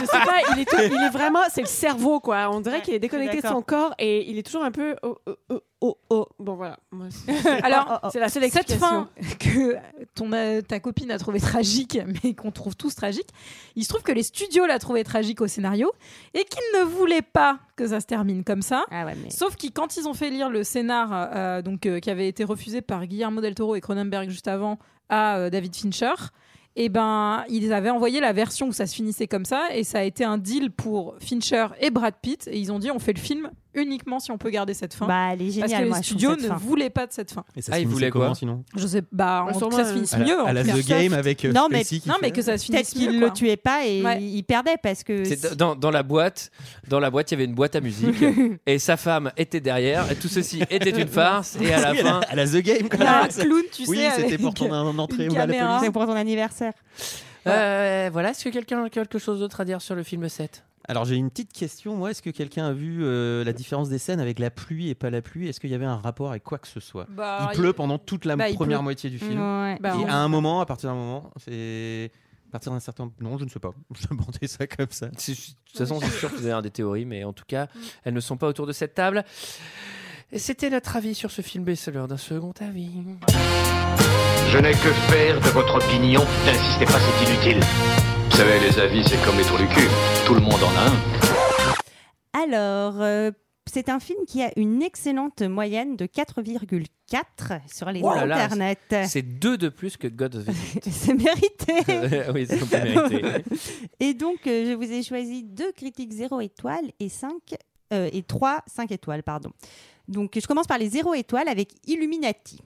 I: je sais pas, il est, tout- il est vraiment. C'est le cerveau, quoi. On dirait
G: Ouais,
I: qu'il est déconnecté de
G: d'accord.
I: son corps et il est toujours un peu. Oh, oh, oh, oh, oh. Bon, voilà. Moi, c'est-
K: Alors,
G: Oh, oh,
I: C'est la seule
K: cette
I: explication.
K: fin que ton, euh, ta copine a trouvé tragique, mais qu'on trouve tous tragique, il se trouve que les studios l'a trouvé tragique au scénario et qu'ils ne voulaient pas que ça se termine comme ça.
G: Ah ouais, mais.
K: Sauf que quand ils ont fait lire le scénar euh, donc, euh, qui avait été refusé par Guillermo del Toro et Cronenberg juste avant à euh, David Fincher, et ben ils avaient envoyé la version où ça se finissait comme ça et ça a été un deal pour Fincher et Brad Pitt et ils ont dit on fait le film uniquement si on peut garder cette fin
G: Bah, elle est
K: parce que
G: géniale,
K: les
G: moi, je trouve
K: studios
G: cette
K: ne
G: fin.
K: voulaient pas de cette fin.
D: Et ça
A: Ah, il
D: se finissait
A: voulait quoi
D: comment sinon
K: Je sais bah en tout
A: sûrement,
K: cas, ça se
A: euh,
K: finisse
D: à
K: mieux.
D: la, à
K: en
D: la
K: clair.
D: The Game avec euh,
G: Non, mais-
D: Spacey qui
K: non mais
D: fait-
K: que ça se
G: Peut-être
K: finisse mieux. hein.
G: qu'il
K: quoi.
G: le tuait pas et
K: Ouais.
G: il perdait parce que.
A: C'est dans, dans la boîte, dans la boîte, il y avait une boîte à musique et sa femme était derrière et tout ceci était une farce et à la
D: Oui,
A: fin,
D: à la The Game.
K: Il y a un
D: quoi.
K: clown, tu
D: Oui,
K: sais.
D: c'était
K: avec-
D: pour ton en- entrée au à la
K: caméra.
D: police.
G: C'est pour ton anniversaire.
A: Euh, voilà. Est-ce que quelqu'un a quelque chose d'autre à dire sur le film 7
D: Alors j'ai une petite question. Moi, est-ce que quelqu'un a vu euh, la différence des scènes avec la pluie et pas la pluie Est-ce qu'il y avait un rapport avec quoi que ce soit
K: Bah,
D: Il pleut pendant toute la
K: Bah, il
D: première
K: pleut.
D: moitié du film.
G: Ouais.
K: Bah,
D: Et
K: on-
D: à un moment, à partir d'un moment, c'est à partir d'un certain non, je ne sais pas. Je demandais ça comme ça.
A: C'est- De toute façon, c'est sûr que vous avez un des théories, mais en tout cas, elles ne sont pas autour de cette table. Et C'était notre avis sur ce film, et c'est l'heure d'un second avis.
M: Je n'ai que faire de votre opinion. N'insistez pas, c'est inutile.
L: Vous savez, les avis, c'est comme les trous du cul. Tout le monde en a un.
G: Alors, euh, c'est un film qui a une excellente moyenne de 4,4 sur les
A: Oh là là,
G: internet.
A: C'est deux de plus que God of Vision.
G: C'est mérité.
A: oui, c'est pas mérité.
G: Et donc, euh, je vous ai choisi deux critiques 0 étoiles et 5 euh, et 3 5 étoiles, pardon. Donc, je commence par les 0 étoiles avec Illuminati.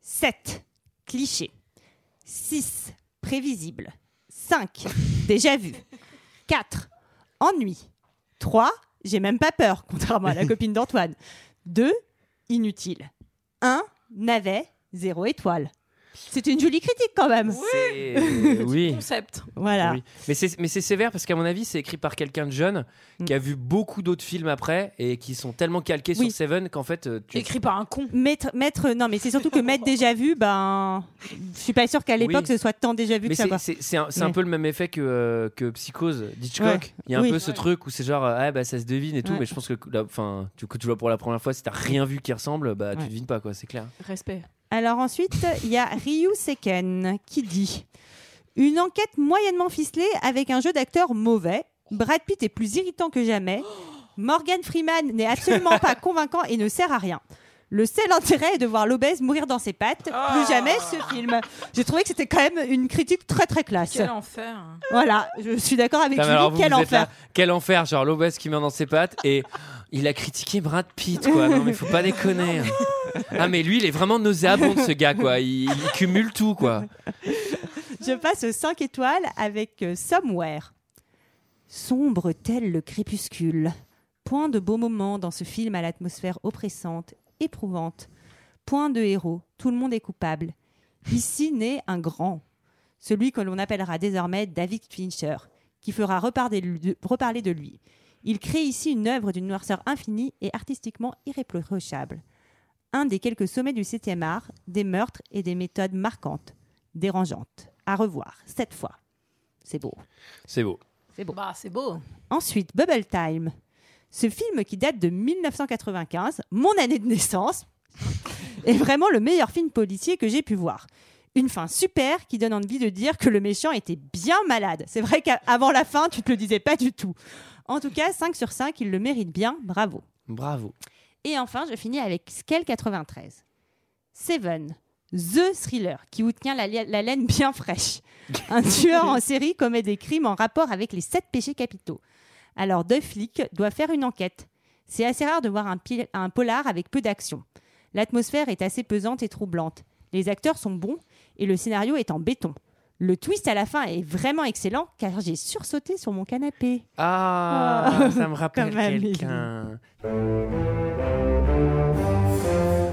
G: 7. Cliché. 6. Prévisible. 5. Déjà vu. 4. Ennui. 3. J'ai même pas peur, contrairement à la copine d'Antoine. 2. Inutile. 1. Navet. 0 étoile. C'était une jolie critique quand même.
A: C'est- Oui.
K: Concept.
G: Voilà.
A: Oui. Mais c'est mais c'est sévère parce qu'à mon avis, c'est écrit par quelqu'un de jeune qui a vu beaucoup d'autres films après et qui sont tellement calqués
G: Oui.
A: sur Seven qu'en fait, euh, tu...
K: Écrit par un con.
G: Mettre, mettre, non, mais c'est surtout que mettre déjà vu, ben, je suis pas sûre qu'à l'époque
A: Oui.
G: ce soit tant déjà
A: Mais
G: vu que ça.
A: c'est-
G: quoi.
A: c'est c'est un, c'est un
G: Ouais.
A: peu le même effet que, euh, que Psychose d'Hitchcock.
G: Ouais.
A: Il y a un
G: Oui.
A: peu ce
K: Ouais.
A: truc où c'est genre, euh, ah, bah, ça se devine et tout,
G: Ouais.
A: mais je pense que là, enfin, tu, que tu vois pour la première fois, si t'as rien vu qui ressemble, bah,
G: Ouais.
A: tu devines pas, quoi, c'est clair.
I: Respect.
G: Alors ensuite, il y a Ryu Seken qui dit Une enquête moyennement ficelée avec un jeu d'acteur mauvais. Brad Pitt est plus irritant que jamais. Morgan Freeman n'est absolument pas convaincant et ne sert à rien. Le seul intérêt est de voir l'obèse mourir dans ses pattes.
A: Ah.
G: Plus jamais ce film. J'ai trouvé que c'était quand même une critique très très classe.
K: Quel enfer.
G: Voilà, je suis d'accord avec
A: Putain, mais
G: Julie.
A: alors vous,
G: quel
A: vous êtes
G: enfer.
A: là, quel enfer, genre l'obèse qui meurt dans ses pattes et il a critiqué Brad Pitt, quoi. Non, mais faut pas déconner. Ah, mais lui, il est vraiment nauséabond, ce gars, quoi. Il, il cumule tout, quoi.
G: Je passe aux 5 étoiles avec euh, Somewhere. Sombre tel le crépuscule. Point de beau moment dans ce film à l'atmosphère oppressante, éprouvante. Point de héros, tout le monde est coupable. Ici naît un grand, celui que l'on appellera désormais David Fincher, qui fera reparler de- reparler de lui. Il crée ici une œuvre d'une noirceur infinie et artistiquement irréprochable. Un des quelques sommets du 7e art, des meurtres et des méthodes marquantes dérangeante. À revoir, cette fois. C'est beau.
A: C'est beau.
K: Bah, c'est beau.
G: Ensuite, Bubble Time. Ce film qui date de 1995, mon année de naissance, est vraiment le meilleur film policier que j'ai pu voir. Une fin super qui donne envie de dire que le méchant était bien malade. C'est vrai qu'avant la fin, tu te le disais pas du tout. En tout cas, 5 sur 5, il le mérite bien, bravo.
A: Bravo.
G: Et enfin, je finis avec Scale 93. Seven, The Thriller, qui vous tient la, li- la laine bien fraîche. Un tueur en série commet des crimes en rapport avec les sept péchés capitaux. Alors, deux flics doivent faire une enquête. C'est assez rare de voir un, pil- un polar avec peu d'action. L'atmosphère est assez pesante et troublante. Les acteurs sont bons et le scénario est en béton. Le twist à la fin est vraiment excellent car j'ai sursauté sur mon canapé.
A: Ah,
G: Ah.
A: ça me rappelle
G: Comme Amélie.
A: quelqu'un.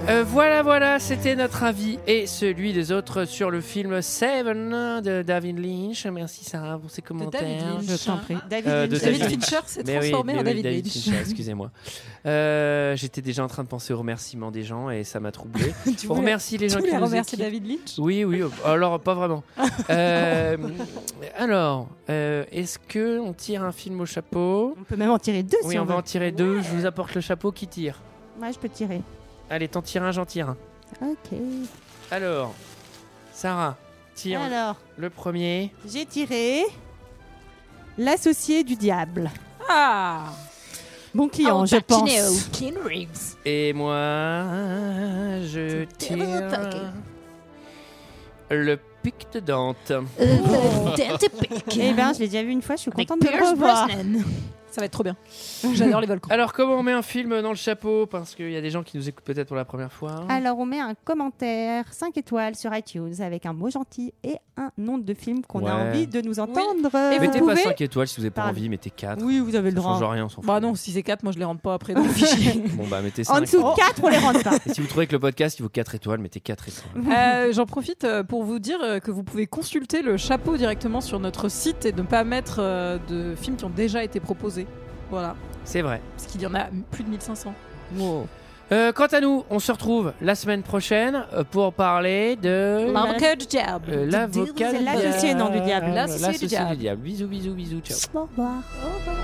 A: Euh, voilà, voilà, c'était notre avis et celui des autres sur le film Seven de David Lynch. Merci Sarah pour ces
K: De
A: commentaires.
K: David Lynch.
G: David
A: Euh, de
G: Lynch.
K: David
A: David
K: Fincher s'est
A: Mais oui,
K: transformé
A: mais
K: en
A: oui,
K: David,
A: Fincher, excusez-moi. Euh, J'étais déjà en train de penser aux remerciements des gens et ça m'a troublé.
K: Lynch. tu
A: On
K: voulais
A: remercie les
K: tu
A: gens
K: voulais
A: qui nous
K: remercier
A: écoutent.
K: David Lynch
A: Oui, oui, euh, alors pas vraiment. Euh, alors, euh, est-ce que on tire un film au chapeau
G: On peut même en tirer deux
A: Oui,
G: si
A: on
G: on veut.
A: va en tirer deux. Je vous apporte le chapeau qui tire.
G: Moi, je peux tirer.
A: Allez, t'en tires un, j'en tire un.
G: Ok.
A: Alors, Sarah, tire
G: Alors,
A: le premier.
G: j'ai tiré l'associé du diable.
K: Ah
G: Mon client, je pense.
A: Et moi, je tire le pic de Dante.
G: Eh ben, je l'ai déjà vu une fois, je suis
K: Avec
G: contente de le
K: Pierce
G: revoir.
K: Brosnan. Ça va être trop bien. J'adore les volcans.
A: Alors, comment on met un film dans le chapeau Parce qu'il y a des gens qui nous écoutent peut-être pour la première fois.
G: Alors, on met un commentaire 5 étoiles sur iTunes avec un mot gentil et un nom de film qu'on a
A: Ouais.
G: envie de nous entendre.
K: Et
A: mettez
K: vous
A: pas
K: pouvez-
A: 5 étoiles si vous n'avez pas
G: Pardon.
A: envie, mettez 4.
G: Oui, vous avez le
A: Ça change
G: droit.
A: rien, on s'en fout.
K: Bah non, si c'est 4, moi je les rentre pas après dans le fichier.
A: Bon, bah mettez 5.
G: En dessous de 4, on les rentre pas.
A: Et si vous trouvez que le podcast il vaut 4 étoiles, mettez 4 étoiles.
K: Euh, J'en profite euh, pour vous dire euh, que vous pouvez consulter le chapeau directement sur notre site et ne pas mettre euh, de films qui ont déjà été proposés. Voilà,
A: C'est vrai.
K: parce qu'il y en a plus de 1500.
A: Euh, quant à nous, on se retrouve la semaine prochaine euh, pour parler de.
K: L'avocat du diable.
A: Euh, L'avocat.
G: C'est l'associé, non, du diable.
A: Euh, L'associé
K: L'associé du
A: du
K: diable.
A: diable. Bisous, bisous, bisous. Ciao.
G: Au revoir. Au revoir.